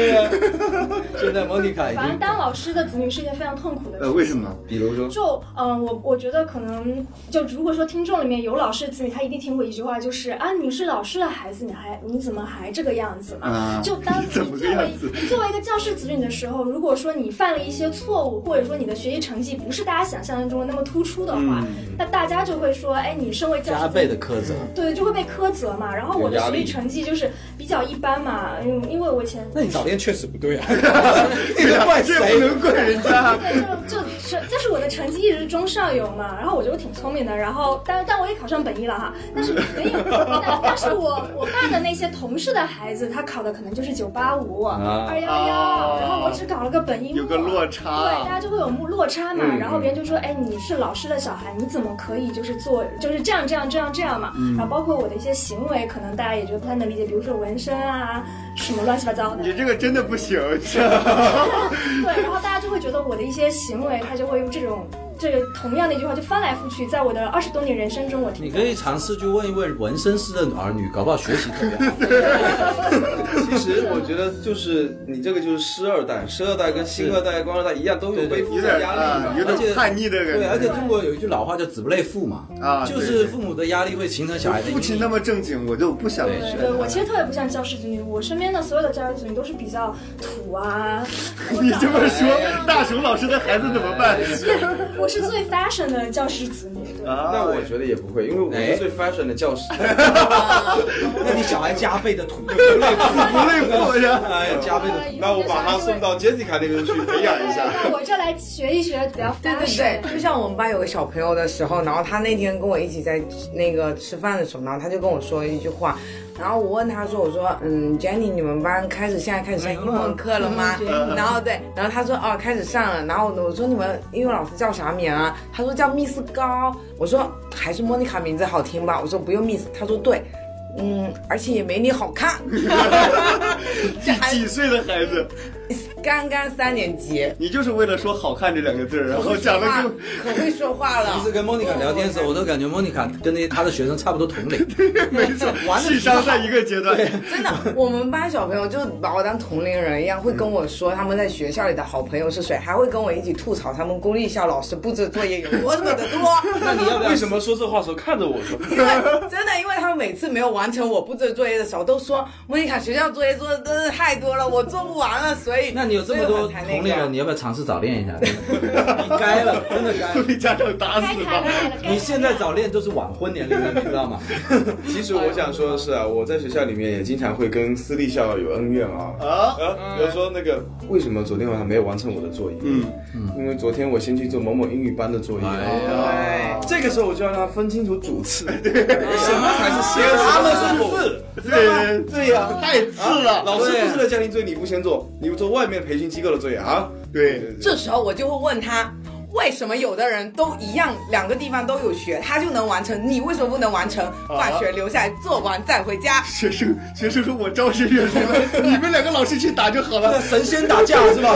S4: 现在莫妮卡已
S7: 反正
S4: 经
S7: 当老师的子女是一件非常痛苦的事
S3: 呃，
S7: 情。
S3: 为什么？
S5: 比如说，
S7: 就嗯、呃我我觉得可能就如果说听众里面有老师的子女，他一定听过一句话，就是啊，你是老师的孩子，你还你怎么还这个样子嘛？
S3: 啊
S7: 就当
S3: 你
S7: 你
S3: 怎
S7: 作
S3: 么
S7: 为
S3: 个样子
S7: 你作为一个教师子女的时候，如果说你犯了一些错误，或者说你的学习成绩不是大家想象中的那么突出的话，那大家就会说，哎，你身为教师
S4: 加倍的苛责。
S7: 对，就会被苛责嘛。然后我的
S5: 有压
S7: 学习
S5: 力
S7: 成绩就是比较一般嘛，嗯，因为我以前
S4: 那你早恋确实 不对啊， 你能怪
S3: 这也不
S4: 谁？
S3: 能怪人家。
S7: 对，就就是，但是我的成绩一直是中上游嘛，然后我觉得我挺聪明的，然后但但我也考上本一了哈，但是没有，但但是我我爸的那些同事的孩子，他考的可能就是九八五、二幺
S3: 啊
S7: 幺，然后我只考了个本一，
S3: 有个落差嗯
S7: 对，大家就会有落差嘛，然后别人就说，哎，你是老师的小孩，你怎么可以就是做就是这样这样这样这样嘛，
S3: 嗯
S7: 然后包括我的一些行为，可能大家也觉得不太能理解，比如说纹身啊，什么乱七八糟的，
S3: 你这个真的不行，
S5: 哎
S3: 这
S7: 对，然后大家就会觉得我的一些行为，他就会用这种这个同样的一句话就翻来覆去，在我的二十多年人生中，我
S4: 你
S7: 听
S4: 可以尝试去问一问纹身师的儿女，搞不好学习特别好。
S5: 其实我觉得就是你这个就是师二代，师二代跟新二代、官二代一样，都有背负
S3: 有
S5: 的
S3: 点
S5: 压力
S3: 啊，
S5: 嘛。
S3: 有
S4: 而
S3: 点
S4: 且
S3: 叛逆的
S4: 对，而
S3: 感
S4: 且
S3: 觉。
S4: 中国有一句老话叫“子不累父”嘛，
S3: 啊
S4: 就
S3: 对对
S4: 是父母的压力会形成小孩的阴
S3: 父
S4: 影。
S3: 亲那么正经，我就不想
S4: 对
S3: 学。
S7: 对我其实特别不像教师子女，我身边的所有的教师子女都是比较土啊，
S3: 你这么说，大熊老师的孩子怎么办？
S7: 我是最 fashion 的教师子女，对。
S5: 那我觉得也不会，因为我
S4: 哎
S5: 是最 fashion 的教师。
S4: 那你小孩加倍的土，
S3: 不累不呀？
S4: 哎，加倍的
S7: 呃
S5: 那我把他送。到 Jessica 那边去培养一下。
S7: 那我这来学一学比较
S6: 对对
S7: fashion，
S6: 对，就像我们班有个小朋友的时候，然后他那天跟我一起在那个吃饭的时候，然后他就跟我说一句话，然后我问他说，我说，嗯，Jenny，你们班开始现在开始上英文课了吗？然后对，然后他说，哦，开始上了。然后我说，你们英文老师叫啥名啊？他说叫 Miss 高。我说，还是莫妮卡名字好听吧？我说不用 Miss。他说对。嗯，而且也没你好看，
S3: 几岁的孩子，
S6: 刚刚三年级，
S3: 你就是为了说“好看”这两个字儿，然后讲的
S6: 哇
S3: 更
S6: 可会说话 了。
S4: 每次跟莫妮卡聊天的时候，我都感觉莫妮卡跟那些她的学生差不多同龄， 玩的
S3: 智商在一个阶段。
S6: 真的， 我们班小朋友就把我当同龄人一样，会跟我说他们在学校里的好朋友是谁，还会跟我一起吐槽他们公立校老师布置作业有多么的多。
S4: 那你要不要
S5: 为什么说这话的时候看着我说？
S6: 因为真的，因为他们每次没有完成我布置的作业的时候，都说莫妮卡学校作业做的真是太多了，我做不完了，所以
S4: 那你有这么
S6: 所以
S4: 多
S6: 我才那
S4: 同
S6: 个
S4: 龄人，你要不要尝试早恋一下？ 你该了，真的该了。
S3: 被家长打
S7: 该
S3: 死
S7: 谈
S3: 吧
S7: 恋！爱了。该
S4: 你现在早恋就是晚婚年龄了，你知道吗？
S5: 其实我想说的是啊，我在学校里面也经常会跟私立校有恩怨啊。
S3: 啊，
S5: 啊，比如说那个，为什么昨天晚上没有完成我的作业？
S3: 嗯，
S5: 因为昨天我先去做某某英语班的作业。
S6: 对。
S5: 这个时候我就要让他分清楚主次，什么才是先，什么是后。
S3: 对
S5: 对呀，
S3: 太次了。
S5: 老师布置的家庭作业你不先做，你做外面培训机构的作业啊？
S3: 对，
S6: 这时候我就会问他，为什么有的人都一样，两个地方都有学，他就能完成，你为什么不能完成？放学留下来做完再回家。
S3: 学生学生说：“我招谁惹谁了？你们两个老师去打就好了，
S4: 神仙打架是吧？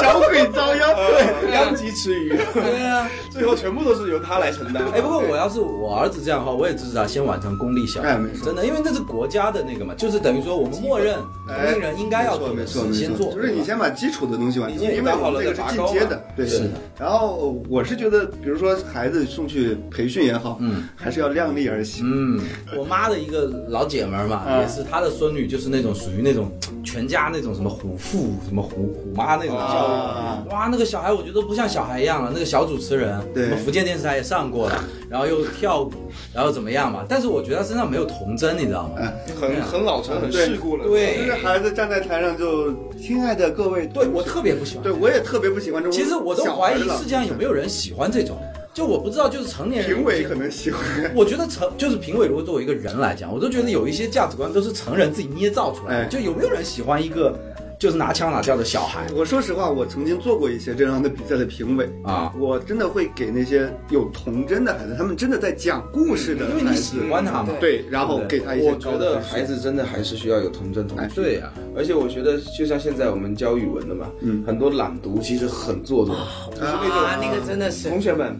S3: 小鬼遭殃。”
S5: 对，殃及池鱼，
S4: 对啊，
S5: 最后全部都是由他来承担。
S4: 哎，不过我要是我儿子这样的话，我也支持他先完成公立小学。
S3: 哎没错
S4: 真的，因为那是国家的那个嘛，就是等于说我们默认同龄人应该要做
S3: 哎没
S4: 的
S3: 错
S4: 事
S3: 没错
S4: 先
S3: 没
S4: 做，
S3: 错，就是你先把基础的东西完
S5: 已
S3: 成，
S5: 经
S3: 因为我们这个是进阶的，对
S4: 是的。
S3: 然后呃我是觉得，比如说孩子送去培训也好，嗯，还是要量力而行。
S4: 嗯，我妈的一个老姐们儿嘛，
S3: 嗯
S4: 也是她的孙女，就是那种属于那种全家那种什么虎父什么虎虎妈那种教育。
S3: 啊
S4: 哇，那个小孩我觉得不像小孩一样了。那个小主持人，
S3: 对
S4: 什么福建电视台也上过了，然后又跳舞，然后怎么样嘛？但是我觉得他身上没有童真，你知道吗？
S3: 嗯
S5: 很很老成，很世故了。
S4: 对
S3: 就是孩子站在台上就，亲爱的各位，
S4: 对我特别不喜欢。
S3: 对我也特别不喜欢这种。
S4: 其实我都怀疑世界上有没有人喜欢这种，就我不知道，就是成年人
S3: 评委可能喜欢，
S4: 我觉得成就是评委，如果作为一个人来讲，我都觉得有一些价值观都是成人自己捏造出来的。
S3: 哎
S4: 就有没有人喜欢一个就是拿腔拿调的小孩？
S3: 我说实话，我曾经做过一些这样的比赛的评委
S4: 啊
S3: 我真的会给那些有童真的孩子，他们真的在讲故事的
S4: 嗯因为
S3: 孩
S4: 你
S3: 子
S4: 喜，欢他嘛？
S3: 对，然后给他一些
S5: 我觉得孩子真的还是需要有童真童趣。
S4: 对呀、
S5: 啊而且我觉得，就像现在我们教语文的嘛，很多朗读其实很做作，就是那种
S6: 啊，那个真的是
S5: 同学们，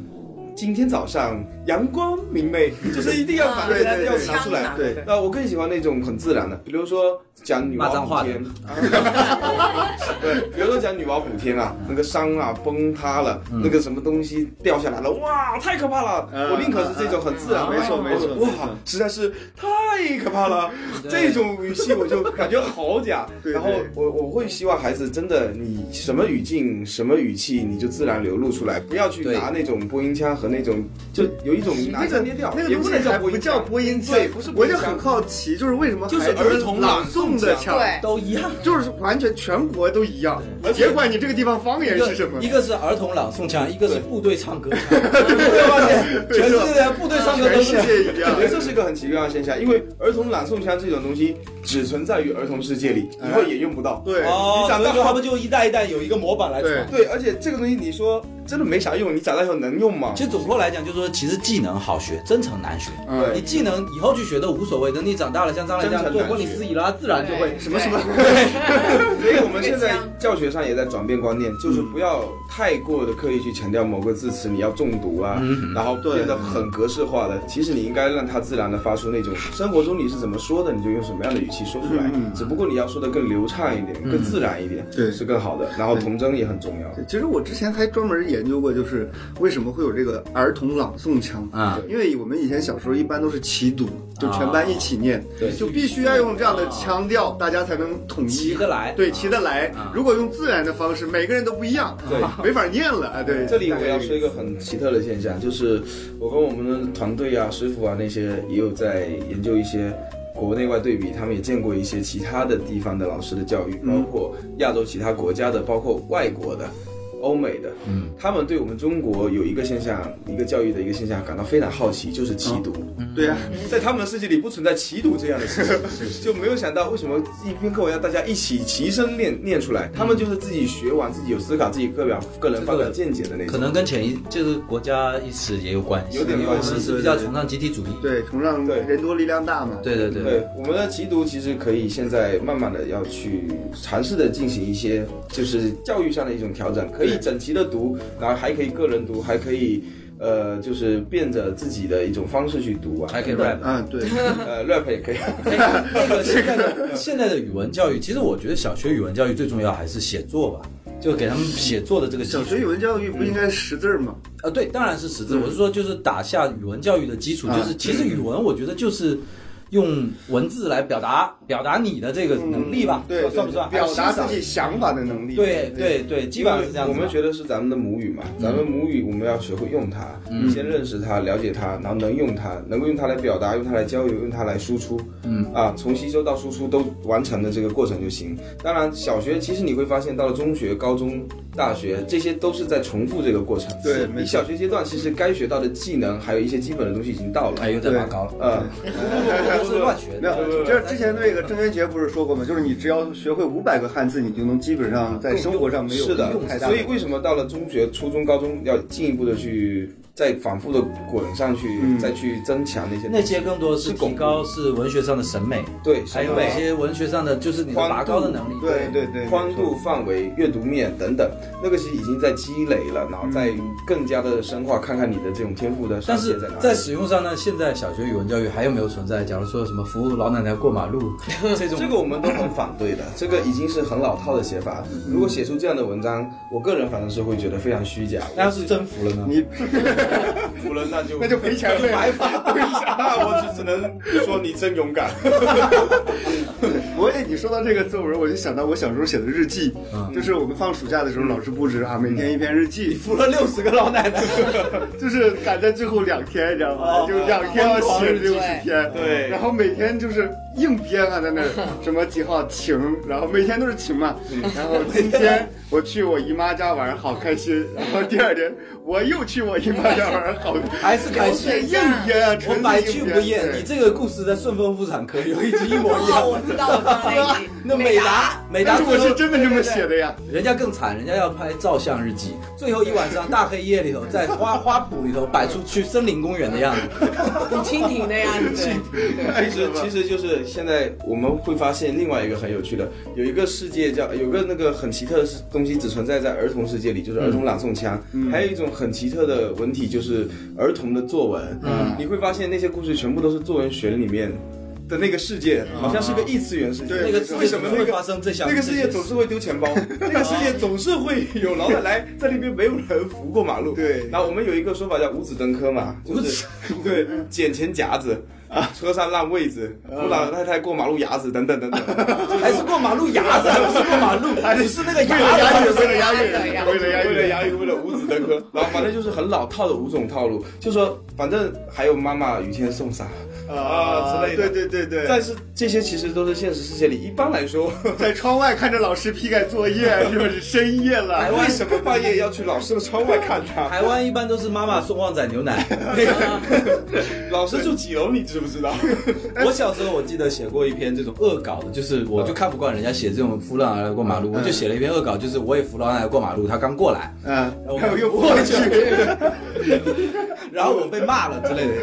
S5: 今天早上阳光明媚，就是一定要啊把
S6: 啊
S5: 那
S3: 对
S5: 个
S3: 对
S5: 调
S3: 对
S5: 拿出来
S6: 腔。
S3: 对
S5: 那我更喜欢那种很自然的，比如说讲女娲
S4: 骂脏话
S5: 补
S4: 的
S5: 天，啊对，比如说讲女娲补天啊，那个山啊崩塌了，那个什么东西掉下来了，哇，太可怕了！
S3: 嗯
S5: 我宁可是这种很自然，
S3: 嗯没错没错
S5: 哇
S3: 没错，
S5: 实在是太可怕了，这种语气我就感觉好假。
S3: 对对
S5: 然后我我会希望孩子真的，你什么语境、什么语气，你就自然流露出来，不要去
S4: 对
S5: 拿那种播音腔和那种，就有一种拿
S3: 那
S5: 着
S3: 个
S5: 捏掉，
S3: 那个
S5: 也
S3: 东
S5: 不
S3: 西
S5: 能
S3: 还
S5: 叫
S3: 不
S5: 播音
S3: 叫
S5: 腔，
S3: 播音腔，
S5: 对，不是播
S3: 我
S5: 音
S3: 就
S5: 腔，
S3: 很好奇，就是为什么
S4: 就是
S3: 孩子
S4: 儿童
S3: 朗
S4: 朗
S3: 诵
S4: 诵
S3: 的强，
S4: 腔
S6: 对
S4: 都一样。
S3: 就是完全全国都一样，别管你这个地方方言
S4: 一
S3: 是什么
S4: 个一。个是儿童朗诵腔，一个是部队唱歌腔。对发现全世界的部队唱歌都
S3: 全
S4: 是
S3: 世界一样
S5: 我觉得这是一个很奇怪的现象，因为儿童朗诵腔这种东西只存在于儿童世界里，以后也用不到。
S3: 对，
S4: 哦
S5: 你，长
S4: 所
S5: 大后
S4: 以说他们就一代一代有一个模板来
S3: 对
S4: 传。
S5: 对，而且这个东西你说真的没啥用，你长大以后能用吗
S4: 其？实总括来讲，就是说，其实技能好学，真诚难学。
S3: 嗯
S4: 你技能以后去学都无所谓，等你长大了，像张兰这样
S5: 真诚
S4: 做
S5: 难
S4: 婚礼
S5: 学
S4: 司仪啦，自然就会
S6: 什么什 么，
S5: 所以我们现在
S6: 这个腔
S5: 教学上也在转变观念，就是不要太过的刻意去强调某个字词你要中毒啊，然后变得很格式化了。其实你应该让它自然的发出那种生活中你是怎么说的，你就用什么样的语气说出来。只不过你要说的更流畅一点，更自然一点，
S3: 对
S5: 是更好的。然后童真也很重要。
S3: 其实我之前还专门研究过，就是为什么会有这个儿童朗诵腔
S4: 啊？
S3: 因为我们以前小时候一般都是齐读，就全班一起念，
S4: 对
S3: 就必须要用这样的腔调，大家才能统一
S4: 齐得来
S3: 对，齐得来
S4: 啊。
S3: 如果用自然的方式，每个人都不一样，
S5: 对，
S3: 没法念了啊。对，
S5: 这里我要说
S3: 说
S5: 一个很奇特的现象，就是我跟我们的团队啊、师傅啊那些也有在研究一些国内外对比，他们也见过一些其他的地方的老师的教育，包括亚洲其他国家的，包括外国的。欧美的，嗯，他们对我们中国有一个现象，一个教育的一个现象感到非常好奇，就是歧读。
S3: 对啊呀，
S5: 在他们的世界里不存在齐读这样的事情，就没有想到为什么一篇课文要大家一起齐声念念出来，他们就是自己学完，自己有思考，自己各表个人发表见解的那种。
S4: 可能跟潜移就是国家意识也有关系，
S5: 有点
S4: 因为我
S5: 关系
S4: 们是
S5: 对
S4: 比较崇尚集体主义。
S3: 对，崇尚
S5: 对
S3: 人多力量大嘛。
S4: 对对对
S5: 对，我们的缉毒其实可以现在慢慢的要去尝试的进行一些，就是教育上的一种调整，可以整齐的读，然后还可以个人读，还可以呃，就是变着自己的一种方式去读啊，
S4: 还可以
S5: 等等
S4: rap
S3: 嗯，对，
S5: 呃，rap 也可以。
S4: 哎那个现在的现在的语文教育，其实我觉得小学语文教育最重要还是写作吧，就给他们写作的这个基础
S3: 小学语文教育不应该识字儿吗？
S4: 呃，对，当然是识字。我是说，就是打下语文教育的基础，
S3: 啊
S4: 就是其实语文我觉得就是用文字来表达表达你的这个能力吧，
S3: 嗯对，对
S4: 算不算？
S3: 表达
S4: 还有欣赏
S3: 自己想法的能力。
S4: 对对对，基本上是这样子嗯
S5: 我
S4: 吧。
S5: 们觉得是咱们的母语嘛，咱们母语我们要学会用它，
S4: 嗯
S5: 先认识它，了解它，然后能用它，能够用它来表达，用它来交流，用它来输出，嗯啊，从吸收到输出都完成的这个过程就行。当然，小学其实你会发现，到了中学、高中，大学，这些都是在重复这个过程。
S3: 对没错
S5: 你小学阶段其实该学到的技能，还有一些基本的东西已经到了。
S4: 哎，又在拔高了，
S5: 呃，
S4: 我都是乱学
S3: 没
S4: 的。
S3: 有，就是之前那个郑渊洁不是说过吗？就是你只要学会五百个汉字，你就能基本上在生活上没有
S5: 是的
S3: 太，大
S5: 所以为什么到了中学、初中、高中要进一步的去再反复的滚上去，
S3: 嗯
S5: 再去增强那些
S4: 那些更多是
S5: 是巩
S4: 提
S5: 固
S4: 高是文学上的审美，
S5: 对
S4: 还有
S5: 审美
S4: 一些文学上的就是你的拔高的能力。
S3: 对对对，
S5: 宽度、范围、阅读面等等，那个其实已经在积累了，然后再更加的深化，看看你的这种天赋的上
S4: 但
S5: 限
S4: 是
S5: 在哪里。
S4: 在使用上呢，现在小学语文教育还有没有存在？假如说什么服务老奶奶过马路这种，
S5: 这个我们都很反对 的，这个已经是很老套的写法。如果写出这样的文章，我个人反正是会觉得非常虚假。
S4: 那要是征服了呢？
S3: 你
S5: 服了 那就
S3: 那就赔钱呗
S5: 白发跪下，我只只能说 你真勇敢。
S3: 我也，你说到这个作文，我就想到我小时候写的日记，
S4: 嗯
S3: 就是我们放暑假的时候，老师布置啊，每天一篇日记，
S5: 服了六十个老奶奶，
S3: 就是赶在最后两天，你知道吗？就两天要写六十篇，
S5: 对
S3: 然后每天就是硬编啊，在那儿什么几号晴，然后每天都是晴嘛。然后今天我去我姨妈家玩，好开心。然后第二天我又去我姨妈家玩，好，
S4: 还是开心
S3: 是硬编啊，
S4: 我
S3: 纯
S4: 百
S3: 是
S4: 去
S3: 硬
S4: 不
S3: 编
S4: 厌，
S3: 对
S4: 你这个故事在顺丰妇产科有一集一模一
S6: 哦，我
S4: 样。
S6: 知道，我知道那一集
S4: 那美达，美
S3: 但
S4: 达
S3: 是
S4: 最
S3: 我
S4: 后
S3: 是真的这么写的呀。
S4: 人家更惨，人家要拍照相日记，最后一晚上大黑夜里头，在花花圃里头摆出去森林公园的样子。
S6: 古蜻蜓那样 子，
S5: 其实其实就是现在我们会发现另外一个很有趣的，有一个世界叫有个那个很奇特的东西只存在在儿童世界里，就是儿童朗诵腔，
S3: 嗯
S5: 还有一种很奇特的文体就是儿童的作文。嗯，你会发现那些故事全部都是作文学里面的那个世界，好像是个异次元世界。
S3: 嗯对
S4: 那个世
S5: 为
S4: 界
S5: 什
S4: 怎
S5: 么
S4: 么
S5: 那
S4: 会
S5: 个
S4: 发生这项？
S5: 那个世界总是会丢 钱包，那个世界总是会有老奶奶在那边没有人扶过马路。
S3: 对
S5: 然后我们有一个说法叫五子登科嘛，就是 对捡钱夹子啊，车上烂位子，扶老太太过马路牙子等等等等。
S4: 还是过马路牙子，不是过马 路，只是那个
S3: 为了
S4: 哎牙
S3: 押
S4: 子。
S3: 韵，为了押韵，为了押韵，
S5: 为了 押韵，为了五子 登科，然后反正就是很老套的五种套路，就说反正还有妈妈雨天送伞啊之类的。
S3: 对对对对，在
S5: 但是这些其实都是现实世界里，一般来 说，
S3: 在窗外看着老师批改作业，就是深夜了。
S5: 为什么半夜要去老师的窗外看他？
S4: 台湾一般都是妈妈送旺仔牛 奶。
S5: 老师住几楼，你知不知道？
S4: 我小时候我记得写过一篇这种恶搞的，就是我就看不惯人家写这种扶老奶奶过马路，我就写了一篇恶搞，就是我也扶老奶奶过马路，她刚过 来，
S3: 嗯，
S4: 然
S3: 然
S4: 后
S3: 后又过去，
S4: 然后我被骂了之类的。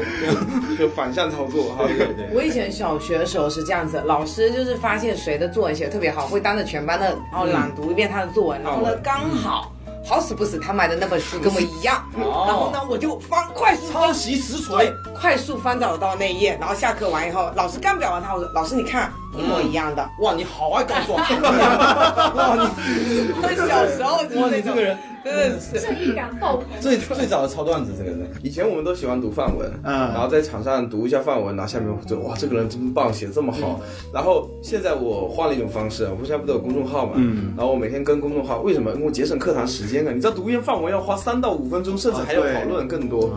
S5: 就反向操作哈。
S6: 我以前小学的时候是这样子，老师就是发现谁的作文写的特别好，会当着全班的，
S4: 嗯
S6: 然后朗读一遍他的作文，然后呢刚好。好死不死，他买的那本书跟我一 样，
S4: 哦
S6: 然后呢，我就翻快速翻
S4: 抄袭实锤
S6: 对，，快速翻找到那一页，然后下课完以后，老师刚表扬他，我说老师你看一模一样的。
S4: 嗯哇，你好爱告 状！ 哇，你
S6: 我小时候就是
S4: 哇，
S6: 那
S4: 你这个
S6: 种，
S4: 人嗯
S6: 真的是
S7: 正义感爆棚。
S4: 最最早的抄段子，这个人
S5: 以前我们都喜欢读范文，
S3: 嗯
S5: 然后在场上读一下范文，然后下面会说哇，这个人真棒，写得这么好。
S3: 嗯
S5: 然后现在我换了一种方式，我现在不都有公众号嘛，嗯，然后我每天跟公众号，为什么？因为我节省课堂时间啊。你知道读一篇范文要花三到五分钟，甚至还要
S3: 啊对
S5: 讨论更多。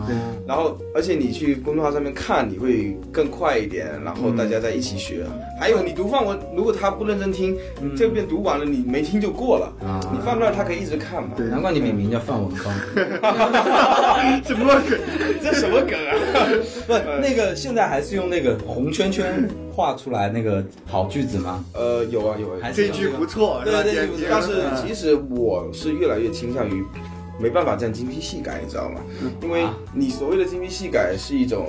S5: 然后而且你去公众号上面看，你会更快一点，然后大家在一起学。
S3: 嗯
S5: 还有你读范文，如果他不认真听，这遍读完了你没听就过了，
S4: 啊
S5: 你放那儿他可以一直看嘛。
S3: 对
S4: 难怪你笔名叫范文芳。
S3: 什么鬼？
S5: 这什么梗啊？
S4: 不，那个现在还是用那个红圈圈画出来那个好句子吗？
S5: 呃，有啊有啊，有啊
S4: 还是
S3: 这句不错，是吧
S5: 对对对，但是其实我是越来越倾向于没办法这样精辟细改，你知道吗？
S3: 嗯
S5: 因为
S3: 啊
S5: 你所谓的精辟细改是一种，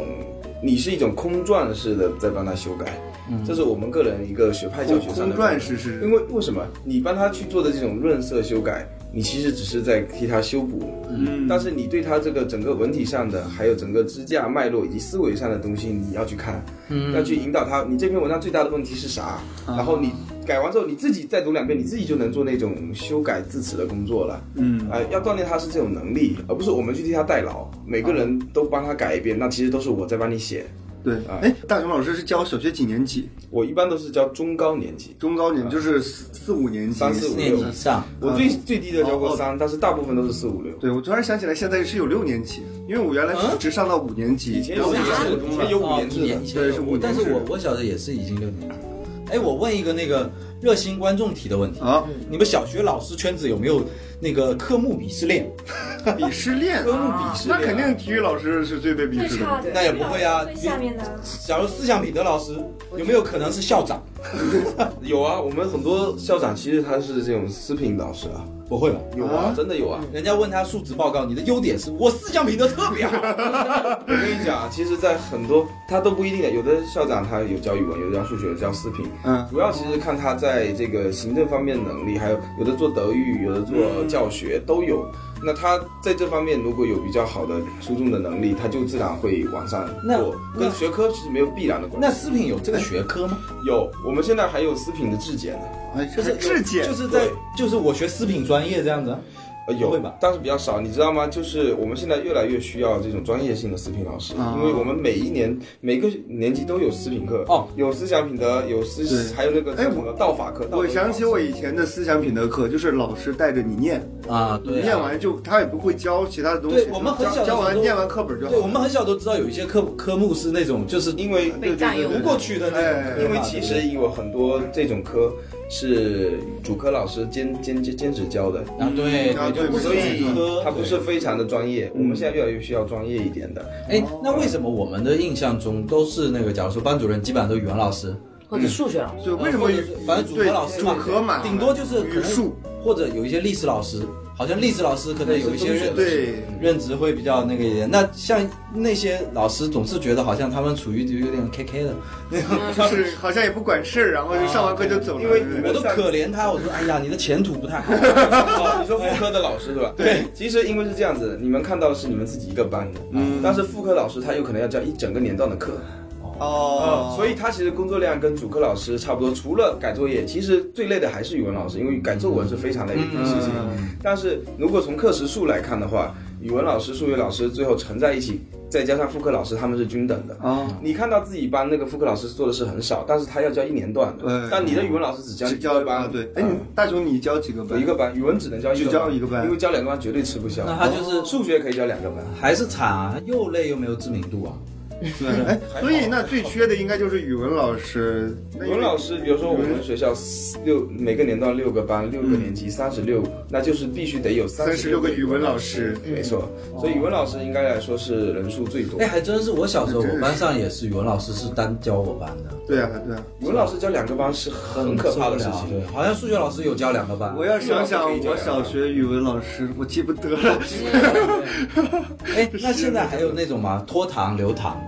S5: 你是一种空转式的在帮他修改，这是我们个人一个学派教学上
S3: 嗯空
S5: 的
S3: 转式是
S5: 因为为什么你帮他去做的这种润色修改，你其实只是在替他修补，嗯，但是你对他这个整个文体上的，还有整个支架脉络以及思维上的东西，你要去看，嗯，啊要去引导他。你这篇文章最大的问题是啥？然后你改完之后，你自己再读两遍，你自己就能做那种修改字词的工作了，嗯，啊、要锻炼他是这种能力，而不是我们去替他代劳，每个人都帮他改一遍，那其实都是我在帮你写。
S3: 对。
S4: 啊
S3: 哎，大熊老师是教小学几年级？
S5: 我一般都是教中高年级，
S3: 中高年就是四四五年级，
S5: 三四五
S4: 念
S5: 六
S4: 以上，
S5: 我最最低的教过三，但是大部分都是四五六。
S3: 对，我突然想起来，现在是有六年级，因为我原来
S4: 嗯
S3: 是只上到五年级，
S5: 以前
S3: 然后
S5: 有
S3: 我就
S5: 年
S3: 上
S5: 制
S3: 五中了
S5: 的，以前。有五年制
S4: 哦
S5: 的
S4: 以，前
S3: 对是
S4: 有
S3: 五年制
S4: 但是我我小时候也是已经六年了。哎，我问一个那个热心观众提的问题，
S3: 啊，
S4: 你们小学老师圈子有没有那个科目鄙视链？
S3: 鄙视 链，
S4: 科目鄙视
S3: 那
S4: 链、
S3: 肯定体育老师是最被鄙
S7: 最
S3: 视
S7: 差
S3: 的。
S7: 的，
S4: 那也不会啊
S7: 最下面的
S4: 假如思想品德老师有没有可能是校长？
S5: 有啊，我们很多校长其实他是这种私评导师啊，
S4: 不会吧？
S5: 有啊，真的有啊。
S4: 人家问他述职报告，你的优点是我思想品德特别好。
S5: 我跟你讲啊，其实，在很多他都不一定的，有的校长他有教语文，有的教数学，有的教私评，
S3: 嗯，
S5: 主要其实看他在这个行政方面能力，还有有的做德育，有的做教学都有。那他在这方面如果有比较好的输中的能力，他就自然会往上
S4: 那
S5: 做，
S4: 那
S5: 跟学科是没有必然的关系。
S4: 那思品有这个学科吗？
S5: 有，我们现在还有私品的质检呢，
S3: 哎，这
S4: 就是
S3: 质
S4: 是
S3: 检，
S4: 就是在就是我学思品专业这样子啊。
S5: 呃有
S4: 会吧
S5: 但是比较少，你知道吗？就是我们现在越来越需要这种专业性的私品老师，
S3: 啊
S5: 因为我们每一年每个年级都有私品课，
S4: 哦，
S5: 有思想品德，有
S3: 对
S5: 思，还有那个
S3: 哎
S5: 叫什么道法课。道
S3: 我
S5: 德
S3: 想起
S5: 法
S3: 我以前的思想品德课，就是老师带着你念，
S4: 啊，对
S3: 念完就他也不会教其他的东西。
S4: 对我们很小
S3: 教
S4: 的时
S3: 教
S4: 候
S3: 完念完课本就
S4: 对，我
S3: 好。
S4: 们很小都知道有一些科科目是那种就是
S5: 因为
S6: 被占用
S4: 不过去的那
S3: 哎
S4: 种科嘛，
S5: 因为其实有很多这种科是主科老师兼兼兼兼职教的，
S4: 啊，对，
S3: 啊
S4: 对，就不是
S5: 所以
S4: 主科，
S5: 他不是非常的专业。我们现在越来越需要专业一点的。
S4: 哎，那为什么我们的印象中都是那个，假如说班主任基本上都是语文老师，
S6: 或者数学老师，
S3: 就为什么
S4: 呃或者是反正主科老师嘛
S3: 对主科嘛，
S4: 顶多就是可
S3: 语
S4: 能
S3: 数，
S4: 或者有一些历史老师，好像历史老师可能有一些认嗯
S3: 对
S4: 认知会比较那个一点。那像那些老师总是觉得好像他们处于有点 K K 的那种，
S3: 就是 好像也不管事儿，然后就上完课就走了。
S5: 因为
S3: 对不对
S4: 我都可怜他，我说哎呀，你的前途不太好。
S5: 哦，你说副科的老师是吧？对，其实因为是这样子的，你们看到的是你们自己一个班的，嗯，但是副科老师他有可能要教一整个年段的课，
S3: 哦，
S5: 呃所以他其实工作量跟主科老师差不多，除了改作业，其实最累的还是语文老师，因为改作文是非常累的一件事情。
S3: 嗯
S5: 但是如果从课时数来看的话，语文老师、数学老师最后乘在一起，再加上副科老师，他们是均等的。
S3: 哦
S5: 你看到自己班那个副科老师做的是很少，但是他要教一年段的，
S3: 对
S5: 但你的语文老师只教
S3: 只
S5: 一
S3: 教
S5: 个
S3: 一班
S5: 班，
S3: 对。哎，
S5: 嗯
S3: 你大雄你教几个
S5: 有
S3: 班？
S5: 一个班，语文只能教一个
S3: 只
S5: 班，
S3: 教一个班哦
S5: 因为教两个班绝对吃不消。
S4: 那他就是
S5: 数学可以教两个班，
S4: 还是惨啊，又累又没有知名度啊。
S3: 对。哎，所以那最缺的应该就是语文老师。
S5: 语文老师，比如说我们学校四六每个年段六个班，六个年级，三十六，那就是必须得有嗯三
S3: 36个语文老师
S5: 没错，所以语文老师应该来说是人数最多
S4: 哎，。还真是，我小时候我班上也是语文老师是单教我班的，
S3: 对啊，对啊。
S5: 语文老师教两个班是很可怕的事
S4: 受不了
S5: 情。
S4: 对，好像数学老师有教两个班。
S3: 我要想想我小学语文老师，我记不得了。
S4: 哎，那现在还有那种吗？拖堂、留堂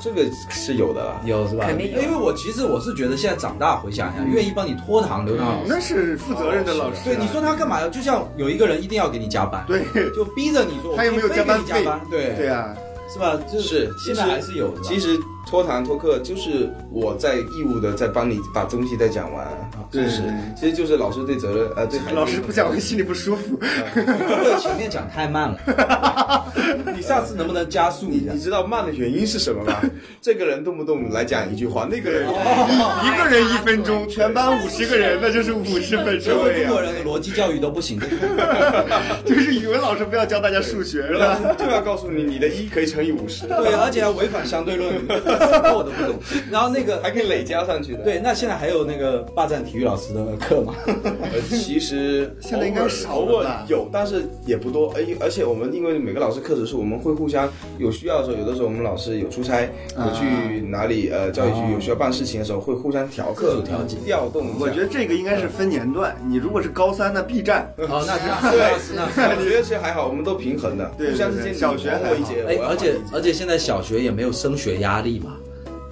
S5: 这个是有的啊啦。
S4: 有是吧？
S6: 肯定有
S4: 因为我其实我是觉得现在长大回想一下，愿意帮你拖堂、留堂老 师，
S3: 嗯那是负责任的老师啊。
S4: 对你说他干嘛呀？就像有一个人一定要给你加班，，
S3: 对，
S4: 就逼着你说，
S3: 他有没有
S4: 我非
S3: 加
S4: 给
S3: 班
S4: 你
S3: 费
S4: 加班？？对，
S3: 对啊，
S4: 是吧？就是
S5: 是
S4: 现在还是有，
S5: 其
S4: 实
S5: 实拖堂拖课就是我在义务的在帮你把东西再讲完，
S3: 对
S5: 是，其实就是老师对责任呃对孩子
S3: 老师不讲我心里不舒服。
S4: 前面讲太慢了，你下次能不能加速一
S5: 你
S4: 下
S5: 你？知道慢的原因是什么吗？ 这个人动不动来讲一句话，那个人
S3: 一个人一分钟，啊全班五十个人，那就是五十分
S4: 所以
S3: 钟
S4: 我。中国人的逻辑教育都不行，
S3: 就是语文老师不要教大家数学，是吧？
S5: 就要告诉你，你的一可以乘以五十，
S4: 对，而且还违反相对论，我都不懂。然后那个
S5: 还可以累加上去的。
S4: 对，那现在还有那个霸占体育老师的课吗？
S5: 呃，其实
S3: 现在应该少了吧
S5: 偶尔有，但是也不多。哎而而且我们因为每个老师课时数，我们会互相有需要的时候，有的时候我们老师有出差，
S3: 啊哦
S5: 有去哪里呃教育局有需要办事情的时候，会互相调
S4: 自
S5: 课
S4: 主调节
S5: 调动一下。
S3: 我 觉得这个应该是分年段，你如果是高三，那 B 站。
S5: 嗯
S4: 哦，那那是那是。
S5: 我觉得其实还好，我们都平衡的，
S3: 对
S5: 互相
S3: 对
S5: 之
S3: 对
S5: 间你
S3: 小学
S5: 还
S3: 还
S5: 我一
S3: 好
S5: 节，
S4: 哎，
S5: 我要
S4: 而
S5: 还
S4: 且
S5: 你一节
S4: 而且现在小学也没有升学压力嘛，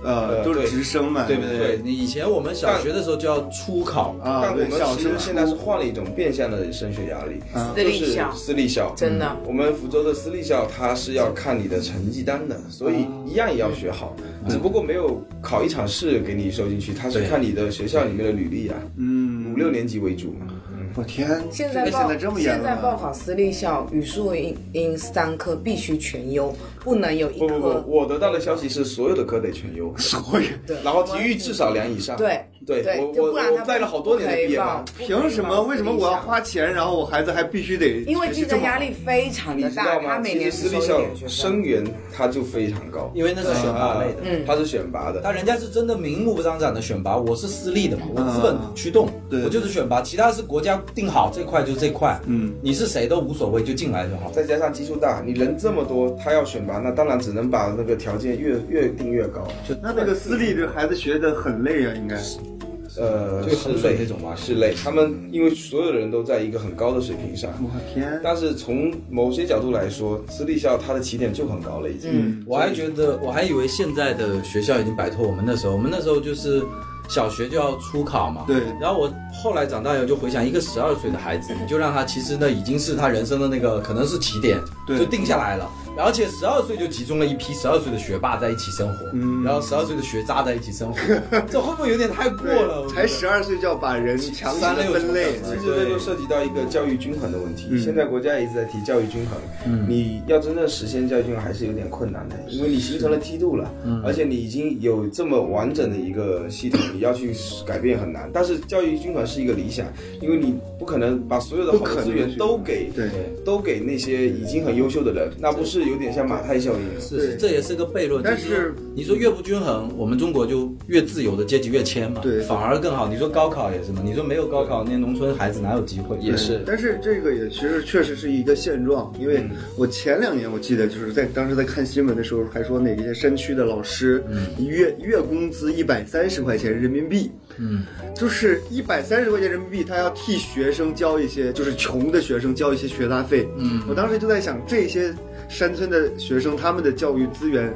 S3: 呃，都是直升嘛，
S4: 对不对？你以前我们小学的时候就要初考，
S3: 啊，
S5: 但我
S3: 对，
S5: 们
S3: 小
S5: 其实
S3: 升
S5: 现在是换了一种变相的升学压力，
S4: 嗯
S6: 私
S5: 就
S6: 立
S5: 是
S6: 校
S5: 私立校，嗯
S6: 真的
S5: 我们福州的私立校，它是要看你的成绩单的，所以
S4: 哦
S5: 一样也要学好，只不过没有考一场试给你收进去，它是
S4: 嗯对
S5: 看你的学校里面的履历啊，
S3: 嗯
S5: 五六年级为主嘛。
S4: 嗯
S5: 嗯
S3: 我天，
S6: 现
S3: 这
S5: 哎
S6: 在
S3: 个现
S6: 报
S3: 在这么严
S6: 现
S3: 了
S6: 在报
S3: 吗，
S6: 考私立校，语数英英三科必须全优，不能有一
S5: 不不不，
S6: 科
S5: 我得到的消息是所有的科得全优，
S3: 所以
S5: 然后体育至少两以上。
S6: 对
S5: 对
S6: 对
S5: 我
S6: 就
S5: 我
S6: 不然
S5: 我
S6: 他
S5: 带了好多年的
S6: 不可以
S5: 毕业班
S6: 报，
S3: 凭什么？为什么我要？花钱，然后我孩子还必须得？
S6: 因为竞争压
S3: 力。
S6: 力非常
S5: 你
S6: 的
S5: 知
S6: 大，
S5: 道
S6: 他
S5: 吗？
S6: 每
S5: 其实
S6: 年
S5: 私
S6: 只
S5: 立
S6: 收一
S5: 校
S6: 点学
S5: 生
S6: 生。嗯
S5: 源它就非常高，啊
S4: 因为那是选拔类的，
S5: 它是选拔的。
S4: 但人家是真的明目张胆的选拔，我是私立的嘛，我资本驱动，
S3: 对
S4: 我就是选拔，其他是国家定好这块就这块，
S3: 嗯，
S4: 你是谁都无所谓，就进来就好。
S5: 再加上基数大，你人这么多，他要选拔，那当然只能把那个条件越越定越高。
S3: 那那个私立的孩子学的很累啊，应该是
S5: 呃，
S4: 就是衡水那种吧，
S5: 是累，他们因为所有的人都在一个很高的水平上，
S3: 我天，
S5: 但是从某些角度来说，私立校它的起点就很高了，已经。
S6: 嗯
S4: 我还觉得，我还以为现在的学校已经摆脱我们那时候，我们那时候就是小学就要初考嘛。
S3: 对
S4: 然后我后来长大以后就回想，一个十二岁的孩子，你就让他其实那已经是他人生的那个可能是起点，
S3: 对
S4: 就定下来了。而且十二岁就集中了一批十二岁的学霸在一起生活，
S3: 嗯
S4: 然后十二岁的学渣在一 起生活，这会不会有点太过了？我觉得
S3: 才十二岁就要把人强行的分类，
S5: 其实这就涉及到一个教育均衡的问
S3: 嗯
S5: 题。现在国家一直在提教育均衡，你要真正实现教育均衡还是有点困难的，因为你形成了梯度了，
S3: 嗯
S5: 而且你已经有这么完整的一个系统，你要去改变很难。但是教育均衡是一个理想，因为你不可能把所有的
S3: 不
S5: 好
S3: 可
S5: 的
S3: 能
S5: 资源
S3: 去
S5: 都给
S3: 对
S5: 都给那些已经很优秀的人，那不是有点像马太效应？
S4: 是是，这也是个悖论。
S3: 但
S4: 就是你说越不均衡，我们中国就越自由的阶级越迁嘛，
S3: 对
S4: 反而更好。你说高考也是嘛，你说没有高考，那农村孩子哪有机会？也
S3: 对但是这个也其实确实是一个现状，因
S4: 嗯
S3: 为我前两年我记得就是在当时在看新闻的时候，还说哪些山区的老师月月工资一百三十块钱人民币，
S4: 嗯，
S3: 就是一百三十块钱人民币，他要替学生交一些就是穷的学生交一些学杂费，嗯，我当时就在想这些。山村的学生，他们的教育资源，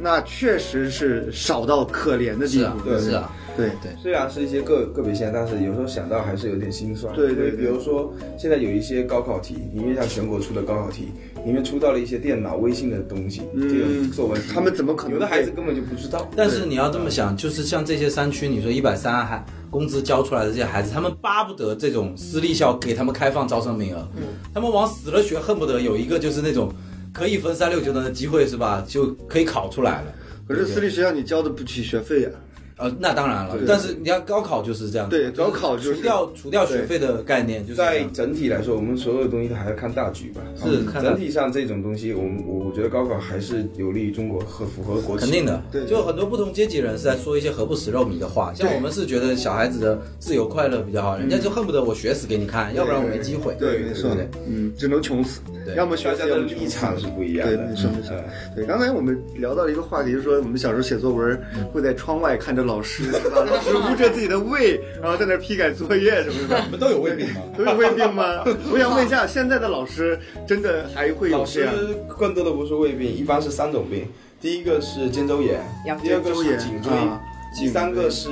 S3: 那确实是少到可怜的地
S4: 嗯是
S3: 步
S4: 啊。，是啊。
S3: 对
S5: 虽然是一些个个别现象，但是有时候想到还是有点心酸。
S3: 对对
S5: 因为比如说现在有一些高考题，里面像全国出的高考题，里面出到了一些电脑、微信的东西，
S3: 嗯
S5: 这个作文题，
S3: 他们怎么可能
S5: 有的孩子根本就不知道。
S4: 但是你要这么想，就是像这些山区，你说一百三还工资交出来的这些孩子，他们巴不得这种私立校给他们开放招生名
S3: 嗯
S4: 额，他们往死了学，恨不得有一个就是那种可以分三六九等的机会是吧？就可以考出来了。
S3: 可是私立学校你交的不起学费呀、啊
S4: 呃，那当然了
S3: 对，
S4: 但是你要高考就是这样，
S3: 对高考就是
S4: 除掉除掉学费的概念，就是这
S5: 在
S4: 样
S5: 整体来说，我们所有东西都还要看大局吧。
S4: 是
S5: 嗯
S4: 看大
S5: 整体上这种东西，我们我我觉得高考还是有利于中国和符合国情。
S4: 肯定的，
S3: 对
S4: 就很多不同阶级人是在说一些何不食肉糜的话，像我们是觉得小孩子的自由快乐比较好，人家就恨不得我学死给你看，要不然我没机会。
S3: 嗯对，没错
S4: 对不对，
S3: 嗯，只能穷死，要么学
S5: 大
S3: 习，
S5: 家
S3: 要
S5: 的
S3: 么穷
S5: 立
S3: 死
S5: 场是不一样
S3: 对，
S5: 的。
S3: 没错没错
S5: 嗯。
S3: 对，刚才我们聊到了一个话题，就是说我们小时候写作文会在窗外看着老师，是吧？老师捂着自己的胃，然后在那儿批改作业什么的。
S4: 你们 都有胃病吗？
S3: 都有胃病吗？我想问一下，现在的老师真的还会有
S5: 老
S3: 这
S5: 师
S3: 样？
S5: 更多的不是胃病，一般是三种病。第一个是肩周炎
S6: 呀，
S5: 第二个是
S3: 肩
S5: 颈
S3: 周
S5: 椎
S3: 炎啊，
S5: 第三个是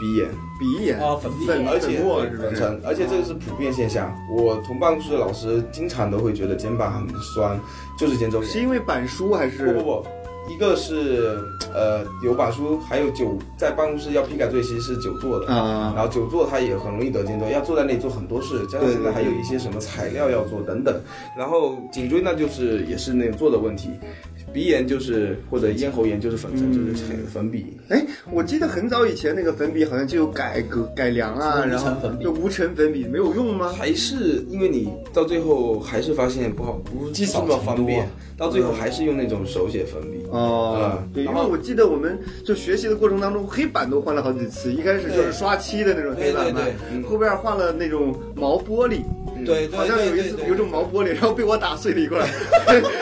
S5: 鼻炎，
S3: 鼻炎
S4: 哦粉鼻
S3: 粉
S5: 而且
S3: 末
S5: 对
S3: 是不
S5: 粉
S3: 是？
S5: 尘，而且这个是普遍现象。我同办公室的老师经常都会觉得肩膀很酸，就是肩周
S3: 是
S5: 炎。
S3: 因为板书还
S5: 不
S3: 是
S5: 不？不。一个是呃有板书，还有久在办公室要批改作业，其实是久坐的
S3: 啊
S5: 然后久坐它也很容易得肩周，炎，要坐在那里做很多事，加上
S3: 对
S5: 现在还
S3: 对
S5: 有一些什么材料要做等等。然后颈椎那就是也是那种坐的问题，鼻炎就是或者咽喉炎就是粉尘，
S3: 嗯
S5: 就是很粉笔。
S3: 哎，我记得很早以前那个粉笔好像就有改革改良啊，
S4: 是无尘
S3: 然后
S4: 粉笔
S3: 就无尘粉笔没有用吗？
S5: 还是因为你到最后还是发现不好，不
S4: 积
S5: 这
S4: 少
S5: 么
S4: 成
S5: 方
S4: 多
S5: 便
S4: 啊，
S5: 到最后还是用那种手写粉笔。
S3: 哦，
S5: 嗯
S3: 对，因
S5: 然
S3: 为
S5: 后
S3: 我记得我们就学习的过程当中，黑板都换了好几次，一开始就是刷漆的那种黑
S4: 对
S3: 板嘛
S4: 对对，
S5: 嗯
S3: 后边换了那种毛玻璃，
S4: 对，对
S3: 好像有一次有种毛，玻璃，然后被我打碎了一块，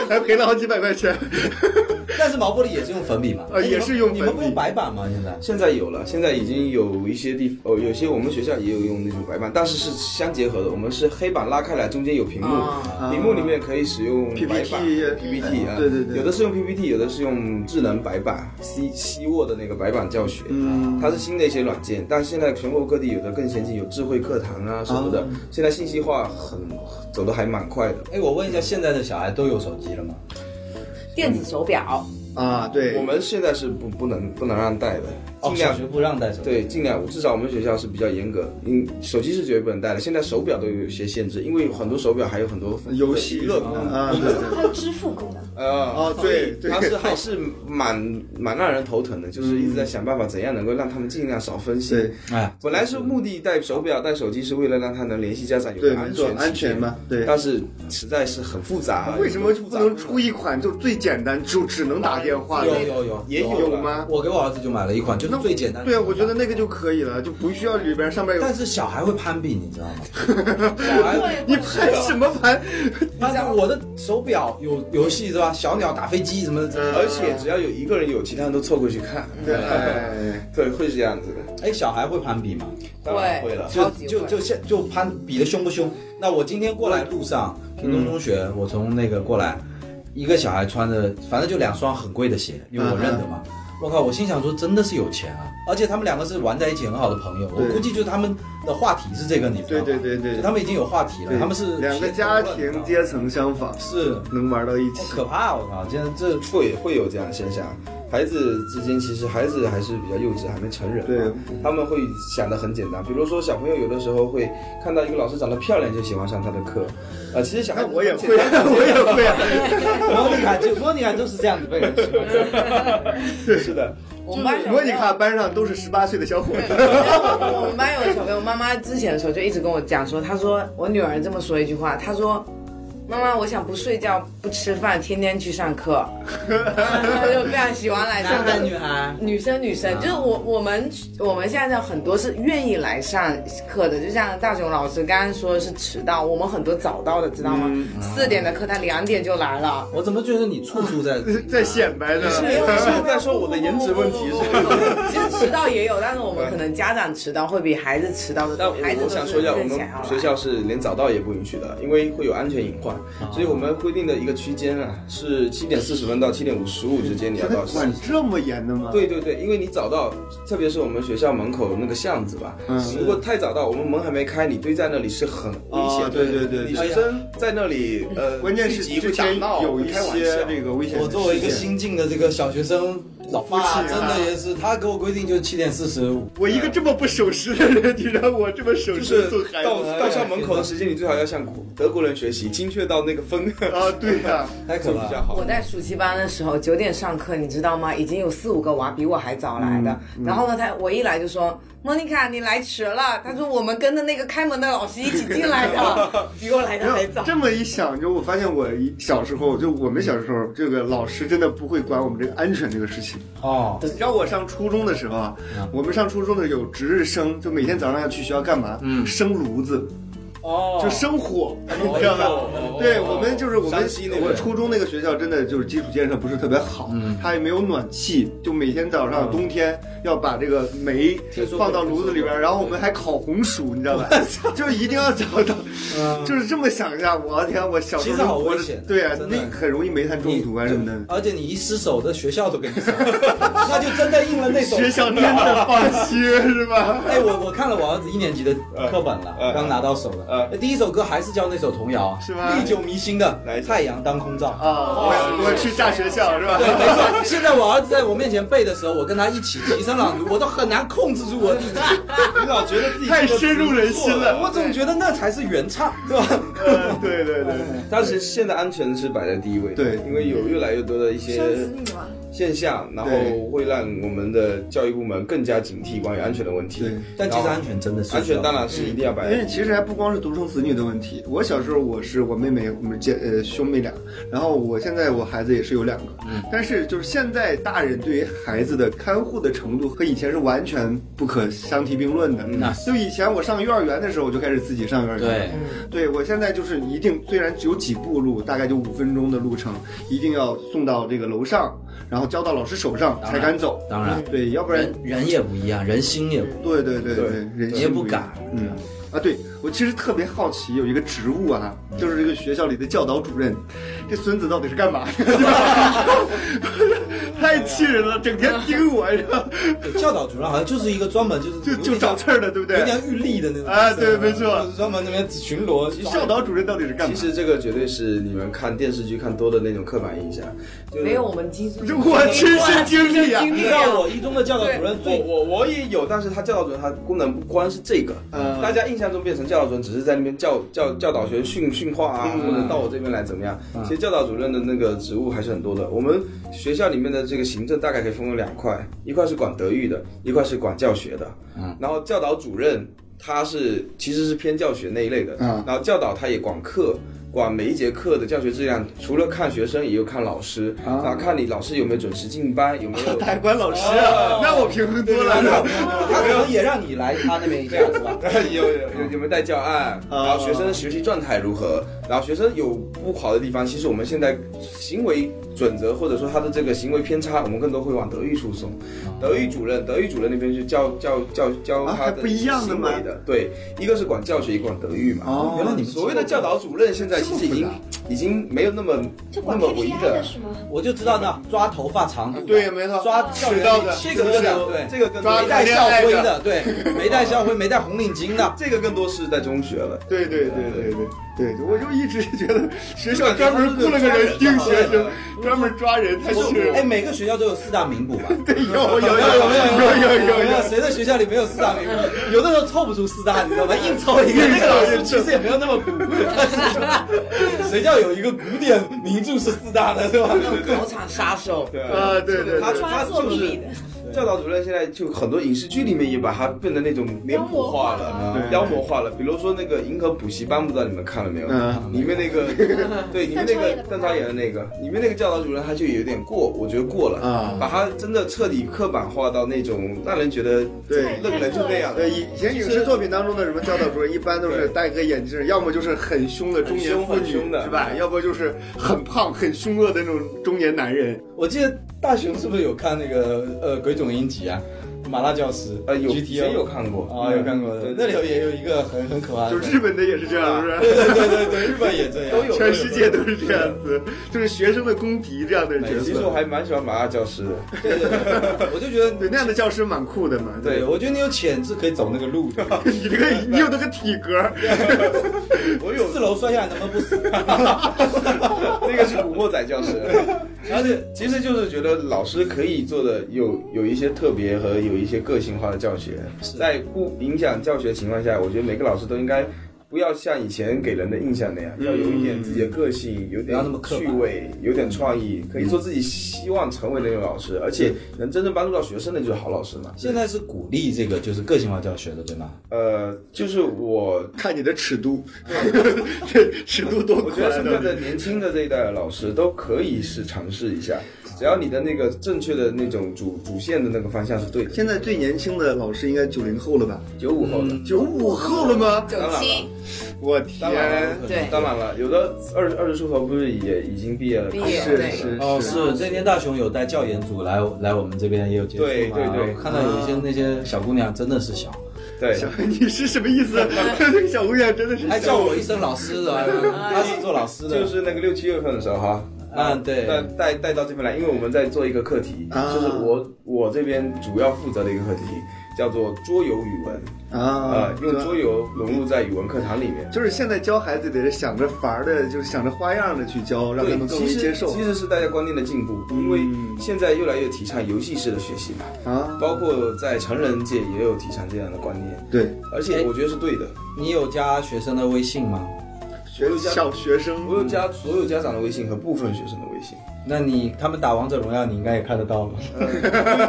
S3: 还赔了好几百块钱。
S4: 对对对但是毛玻璃也是用粉笔嘛，
S3: 呃也是用粉笔
S4: 你们不用白板吗？现在
S5: 现在有了，现在已经有一些地哦，有些我们学校也有用那种白板，但是是相结合的。我们是黑板拉开来，中间有屏幕，
S6: 啊
S5: 屏幕里面可以使用白板
S3: PPT 呃
S5: PPT 啊，
S3: 对对对
S5: 有的是用 PPT，有的是用智能白板 C C Word 的那个白板教学，
S3: 嗯
S5: 它是新的一些软件，但是现在全国各地有的更先进，有智慧课堂啊什么的，
S3: 啊
S5: 现在信息化很走的还蛮快的。
S4: 哎，我问一下，现在的小孩都有手机了吗？
S6: 电子手表，
S3: 啊，对，
S5: 我们现在是不不能不能让带的，
S3: 哦
S5: 尽
S4: 哦小
S5: 量
S4: 学不让带手机，
S5: 对，尽量，至少我们学校是比较严格，嗯，手机是绝对不能带的。现在手表都有一些限制，因为很多手表还有很多
S3: 游戏
S5: 娱乐功能。
S3: 啊， 对对
S7: 还有支付功能。
S5: 呃，
S3: 哦对对嗯
S5: 当时还是蛮蛮让人头疼的，就是一直在想办法怎样能够让他们尽量少分心。
S3: 对
S4: 哎，
S5: 本来是目的带手表、带手机是为了让他能联系家长，有
S3: 对，
S5: 个
S3: 没
S5: 安
S3: 错
S5: 全，
S3: 安
S5: 起
S3: 全
S5: 见
S3: 嘛，对。
S5: 但是实在是很复杂。
S3: 为什么
S5: 复
S3: 不
S5: 杂
S3: 能出一款就最简单，就只能打电话
S4: 有
S3: 的？
S4: 有有
S5: 也有
S3: 有吗？
S4: 我给我儿子就买了一款，就是最简单的。
S3: 对啊，我觉得那个就可以了，就不需要里边上面有
S4: 但。是小孩会攀比，你知道 吗？小孩会
S3: 你拍什么 拍？
S4: 攀比，我的手表有游戏是吧？小鸟打飞机什么
S3: 嗯
S4: 的。
S5: 而且只要有一个人有，其他人都凑过去看。
S3: 对，哎
S5: 对，会是这样子的。
S4: 哎，小孩会攀比吗？
S5: 当然
S3: 啊
S5: 会了。
S6: 会
S4: 就
S6: 超级
S4: 就就现就攀比的凶不凶？那我今天过来路上，平东中学，
S3: 嗯
S4: 我从那个过来，一个小孩穿着，反正就两双很贵的鞋，因为我认得嘛。
S3: 嗯
S4: 我靠！我心想说，真的是有钱啊！而且他们两个是玩在一起很好的朋友，我
S3: 对
S4: 估计就是他们的话题是这个，你知道
S3: 对
S4: 吗？
S3: 对对对
S4: 就，他们已经有话题了，
S3: 对
S4: 他们是
S3: 两个
S4: 协同
S3: 家
S4: 论的
S5: 啊
S3: 庭阶层相仿，
S4: 是
S3: 能玩到一起
S4: 好。
S5: 哦
S4: 可怕！哦我靠，现在这
S5: 会会有这样的现象。孩子之间，其实孩子还是比较幼稚，还没成人嘛，他们会想的很简单。比如说，小朋友有的时候会看到一个老师长得漂亮就喜欢上他的课，
S4: 啊
S5: 呃，其实小孩
S3: 那
S5: 子
S3: 我也会，啊，我也会啊。
S4: 莫妮卡就莫妮卡就是这样子被人喜欢
S5: 是的，
S6: 我们班有
S3: 莫妮卡班上都是十八岁的小伙子。
S6: 我们班有个小朋友，妈妈之前的时候就一直跟我讲说，她说我女儿这么说一句话，她说。妈妈，我想不睡觉不吃饭，天天去上课， 她就非常喜欢来上课。
S4: 孩，啊
S6: 女生女生，就是我我们我们现在的很多是愿意来上课的，就像大雄老师刚刚说的是迟到，我们很多早到的，知道吗？
S4: 嗯
S6: 四点的课他两点就来了。
S4: 我怎么觉得你处处在
S3: 在显摆呢，
S5: 是在说我的颜值问题是吧？
S6: 其实迟到也有，但是我们可能家长迟到会比孩子迟到的
S5: 但
S6: 多
S5: 我，
S6: 孩子
S5: 我
S6: 都
S5: 想
S6: 是
S5: 说一下，我
S6: 更
S5: 们
S6: 想要来
S5: 学校是连早到也不允许的，因为会有安全隐患，
S3: 啊
S5: 所以我们规定的一个区间啊是七点四十分到七点五十五之间你要到。
S3: 管这么严的吗？
S5: 对对对，因为你早到，特别是我们学校门口那个巷子吧，
S3: 嗯
S5: 如果太早到，我们门还没开，你堆在那里是很危险的。
S3: 哦对对对
S5: 你学生在那里，呃，
S3: 关键是
S5: 聚集
S3: 之
S5: 会打
S3: 前
S5: 闹，
S3: 有一
S5: 开玩
S3: 些
S5: 笑。
S3: 这个危险。
S4: 我作为一个，新进的这个小学生老爸、
S3: 啊
S4: 真的也是，他给我规定就是七点四十五。
S3: 我一个这么不守时的人，你让我这么守
S5: 就 是
S3: 时送孩
S5: 到
S3: 子
S5: 到校门口的时间，你最好要向德国人学习，精确到那个分，
S3: 啊？对呀，
S4: 太可
S5: 会
S4: 怕
S5: 比较
S4: 了！
S5: 好。
S6: 我在暑期班的时候九点上课，你知道吗？已经有四五个娃比我还早来的。然后呢，他我一来就说：“莫妮卡，你来迟了。”他说：“我们跟着那个开门的老师一起进来的，比我来的还早。
S3: 这么一想，就我发现我一小时候，就我们小时候，这个老师真的不会管我们这个安全这个事情。
S4: 哦，
S3: 你知道我上初中的时候啊，我们上初中的时候有值日生，就每天早上要去学校干嘛？嗯，生炉子，
S4: 哦
S3: 就生火， 你知道吧？对我们就是我们
S5: 山西那边
S3: 我初中那个学校真的就是基础建设不是特别好，
S4: 嗯
S3: 它也没有暖气，就每天早上冬天要把这个煤
S4: 嗯听说过
S3: 放到炉子里边，然后我们还烤红薯，你知道 吧？就是一定要找到，就是这么想一下，我天，我小时
S4: 嗯其实好
S3: 候我
S4: 危险
S3: 对啊
S4: 真，的
S3: 那很容易煤炭中毒啊什么的。
S4: 而且你一失手，这学校都给你上， 那就真的应了那首
S3: 学校真的放学是吧？
S4: 哎，我我看了我儿子一年级的
S3: 哎
S4: 课本了，
S5: 呃
S4: 刚拿到手的。
S5: 呃
S4: 第一首歌还是叫那首童谣啊，
S3: 是吗
S4: 历久弥新的
S5: 哪一
S4: 《
S5: 首
S4: 太阳当空照》
S3: 啊，我我去炸学校是吧？
S4: 对，没错。现在我儿子在我面前背的时候，我跟他一起齐声朗读，我都很难控制住我自己。
S5: 你老觉得自己
S3: 太深入人心了。
S4: 我总觉得那才是原唱，对吧？
S3: 呃， 对对对，
S5: 当时现在安全是摆在第一位的，
S3: 对
S5: 因为有越来越多的一些
S7: 生子女嘛，
S5: 现象，然后会让我们的教育部门更加警惕关于安全的问题。
S3: 对
S4: 但其实安全真的是
S5: 安全当然是一定要摆
S3: 因
S5: 在
S3: 为其实还不光是独生子女的问题。我小时候我是我妹妹，我们姐呃兄妹俩，然后我现在我孩子也是有两个，嗯，但是就是现在大人对于孩子的看护的程度和以前是完全不可相提并论的。
S4: 嗯那
S3: 就以前我上幼儿园的时候，我就开始自己上幼儿园，
S4: 对，
S3: 对我现在就是一定，虽然只有几步路，大概就五分钟的路程，一定要送到这个楼上，然后交到老师手上才敢走。
S4: 当然
S3: 对，要不然
S4: 人人也不一样，人心也不一样
S3: 对对对对，人
S4: 你
S3: 心
S4: 也不
S3: 一样
S4: 敢
S3: 嗯啊，对我其实特别好奇，有一个职务啊，就是这个学校里的教导主任，这孙子到底是干嘛的？他 太气人了，整天盯我，是吧？
S4: 对教导主任好像就是一个专门就是
S3: 就就找刺儿的，对不
S4: 有
S3: 对？
S4: 点像狱吏的那种。
S3: 哎对没错
S4: 就是专门那边巡逻。
S3: 教导主任到底是干嘛
S5: 其？实这个绝对是你们看电视剧看多的那种刻板印象。就
S6: 没有我们亲身
S3: 就我亲身经历啊
S6: 经
S4: 你
S6: 历
S4: 知
S6: 啊
S4: 道我一中的教导主任
S5: 我
S4: 最
S5: 我我也有，但是他教导主任他功能不光是这个，
S3: 嗯
S5: 大家印象中变成教导主任只是在那边教教教导学生训训话啊，或者到我这边来怎么样？其实教导主任的那个职务还是很多的。我们学校里面的这个行政大概可以分为两块，一块是管德育的，一块是管教学的。嗯，然后教导主任他是其实是偏教学那一类的，
S3: 嗯
S5: 然后教导他也管课。管每一节课的教学质量，除了看学生，也有看老师，然后看你老师有没有准时进班，有没有
S3: 海关老师
S4: 哦
S3: 啊，那我平衡多了。
S4: 他可能也让你来他那边一下是吧？
S5: 有有有有没有带教案？
S3: 啊
S5: 然后学生的学习状态如何？然后学生有不好的地方，其实我们现在行为准则或者说他的这个行为偏差，我们更多会往德育处送。德育主任，德育主任那边去教教教教
S3: 啊
S5: 他
S3: 还
S5: 的
S3: 不一样的
S5: 行
S3: 吗
S5: 为的，对，一个是管教学，一个管德育嘛。
S3: 哦原来你们
S5: 所谓的教导主任，现在其实已
S3: 这
S5: 经
S3: 么
S5: 已经没有那么
S7: 就
S5: 那
S7: 管
S5: 么唯一
S7: KPI 的
S5: 的。
S7: 是吗？
S4: 我就知道那抓头发长度 的，
S3: 对，没错，
S4: 抓校园
S3: 迟到的，
S4: 这个更多
S5: 对
S4: 对，
S5: 这个更多
S3: 抓
S4: 没戴
S3: 恋
S4: 校
S3: 爱
S4: 徽
S3: 的
S4: 的，对，没戴校徽，没戴红领巾的，
S5: 这个更多是在中学了。
S3: 对 对对对对对，我就一直觉得学校专门雇了个人盯学生，专门抓人， 太气人
S4: 哎，
S3: 了。
S4: 每个学校都有四大名捕吧？
S3: 对，有有有有有有
S4: 有没有
S3: 有。
S4: 谁的学校里没有四大名 捕？有的时候凑不出四大，你知道吗？硬凑一个。那个老师其实也没有那么古，但是 谁叫有一个古典名著是四大的，对吧？
S6: 考场杀手，
S5: 对啊
S3: 啊，对对，
S5: 他
S3: 对
S5: 他
S7: 抓
S5: 就
S7: 作
S5: 是
S7: 弊的，
S5: 教导主任现在就很多影视剧里面也把它变得那种脸谱化了、
S3: 妖
S5: 妖
S3: 魔
S5: 魔化了。比如说那个《银河补习班》，不知道你们看了没有？
S3: 嗯
S5: 里面那 个对，里面那个邓超演的那个，里面那个教导主任他就有点过，我觉得过了，
S3: 啊
S5: 把他真的彻底刻板化到那种让人觉得
S3: 对
S5: 愣人就那样。
S3: 呃，以以前影视作品当中的什么教导主任，一般都是戴个眼镜，要么就是很凶的中年妇
S5: 很
S3: 女
S5: 凶的
S3: 是吧？要不就是很胖、很凶恶的那种中年男人。
S4: 我记得大雄是不是有看那个呃《鬼冢英吉》啊，《麻辣教师》
S5: 呃，有以前
S4: GTO
S5: 有看过嗯
S4: 啊，有看过的
S5: 对，
S4: 那里头也有一个很很可爱的，
S3: 就日本的也是这
S5: 啊
S3: 样，是不
S4: 对
S3: 是？
S4: 对对对对，日 本也这样，
S5: 都有
S3: 全世界都是这样子，就是学生的公敌这样的角
S5: 其实我
S3: 色。
S5: 还蛮喜欢《麻辣教师》的，
S4: 对对对，我就觉得
S3: 对，那样的教师蛮酷的嘛。
S4: 对，我觉得你有潜质可以走那个路，
S3: 你这个你有那个体格，
S5: 我 有
S4: 四楼摔下来能不能不死？
S5: 那个是古惑仔教师，而且其实就是觉得老师可以做的有有一些特别和有一些个性化的教学，在不影响教学情况下，我觉得每个老师都应该不要像以前给人的印象那样，要有一点自己的个性，有
S4: 不
S5: 点
S4: 要嗯那么刻板嗯
S5: 趣味，有点创意，可以做自己希望成为的那种老师，而且能真正帮助到学生的就是好老师嘛。
S4: 现在是鼓励这个就是个性化教学的，对吗？
S5: 呃，就是我
S3: 看你的尺度， 这尺度多
S5: 我觉
S3: 宽
S5: 得现在
S3: 啊！
S5: 的年轻的这一代的老师都可以是尝试一下，只要你的那个正确的那种主主线的那个方向是对的。
S3: 现在最年轻的老师应该九零后了吧？
S5: 九五后的，
S3: 九五后了吗？
S6: 九七，
S3: 我
S5: 当然
S3: 天！
S5: 了，
S6: 对
S5: 当然了，有的二十二十出头不是也已经毕业了，
S6: 毕业
S5: 开始
S3: 是
S6: 对
S3: 是
S4: 哦，是这天大雄有带教研组来来我们这边也有接触嘛，
S5: 对对对
S4: 我看到有一些那些小姑娘真的是小，
S5: 对，
S3: 小， 你是什么意思？这个小姑娘真的是
S4: 还叫我一声老师的，哎 她是做老师的，
S5: 哎就是那个六七月份的时候哈。
S3: 嗯
S4: 啊对
S5: 带带带到这边来，因为我们在做一个课题，
S3: 啊
S5: 就是我我这边主要负责的一个课题，叫做桌游语文，
S3: 啊
S5: 呃，，用桌游融入在语文课堂里面。
S3: 就是现在教孩子得想着法儿的，就是想着花样的去教，让
S5: 对，
S3: 他们更容
S5: 其
S3: 易
S5: 实
S3: 接受嗯
S5: 其实是大家观念的进步，因为现在越来越提倡游戏式的学习嘛，
S3: 啊。
S5: 包括在成人界也有提倡这样的观念，
S3: 对，
S5: 而且我觉得是对的。
S4: 你有加学生的微信吗？
S3: 学小学生，
S5: 我有加所有家长的微信和部分学生的微信，
S4: 那你他们打王者荣耀，你应该也看得到吧？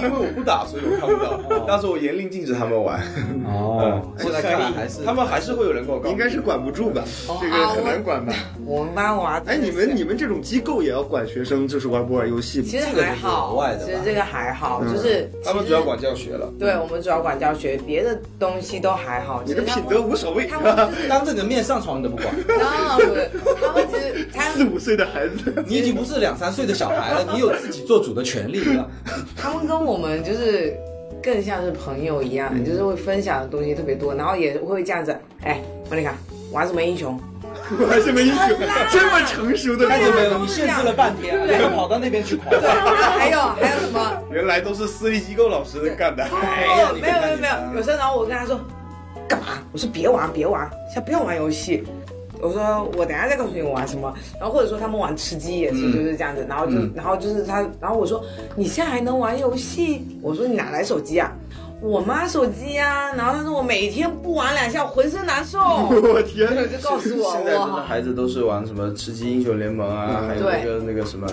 S5: 因为我不打，所以我看 不到。但是我严令禁止他们玩。
S4: 哦，
S5: 哎
S4: 现在看来还是
S5: 他们还是会有人给我告。
S3: 应该是管不住吧？这个很难管吧？
S6: 我们班娃子。
S3: 哎，你们你们这种机构也要管学生，就是玩不玩游戏吗？
S6: 其实还
S4: 这个就是额
S6: 好
S4: 外的，吧
S6: 其实这个还好，就是
S5: 他们主要管教学了。
S6: 对我们主要管教学，别的东西都还好。
S3: 你
S6: 其
S3: 的
S6: 实他
S3: 品
S6: 们
S3: 德无啊所谓，
S6: 他 们就是
S4: 当着你的面上床你都不管，
S6: 啊，不他们其实他
S3: 四五岁的孩子，
S4: 你已经不是两三岁的小孩了，你有自己做主的权利了。
S6: 他们跟我们就是更像是朋友一样，就是会分享的东西特别多，然后也会这样子，哎，莫妮卡玩什么英雄？
S3: 我还是没英雄，这么成熟的
S4: 看
S3: 人
S4: 见没有？你限制了半天，然后跑到那边去狂
S6: 对，还有还有什么？
S5: 原来都是私立机构老师干的。哎
S6: 哦没
S5: 呀
S6: 有没有没有没有，有时候然后我跟他说，干嘛？我说别玩别玩，先不要玩游戏。我说我等一下再告诉你我玩什么，然后或者说他们玩吃鸡也是就是这样子，然后就、然后就是他，然后我说你现在还能玩游戏？我说你哪来手机啊？我妈手机啊，然后他说我每天不玩两下浑身难受，
S3: 我天，
S6: 然后就告诉我
S5: 现在真的
S6: 哇
S5: 孩子都是玩什么吃鸡英雄联盟
S4: 嗯
S5: 啊，还有那个那个什么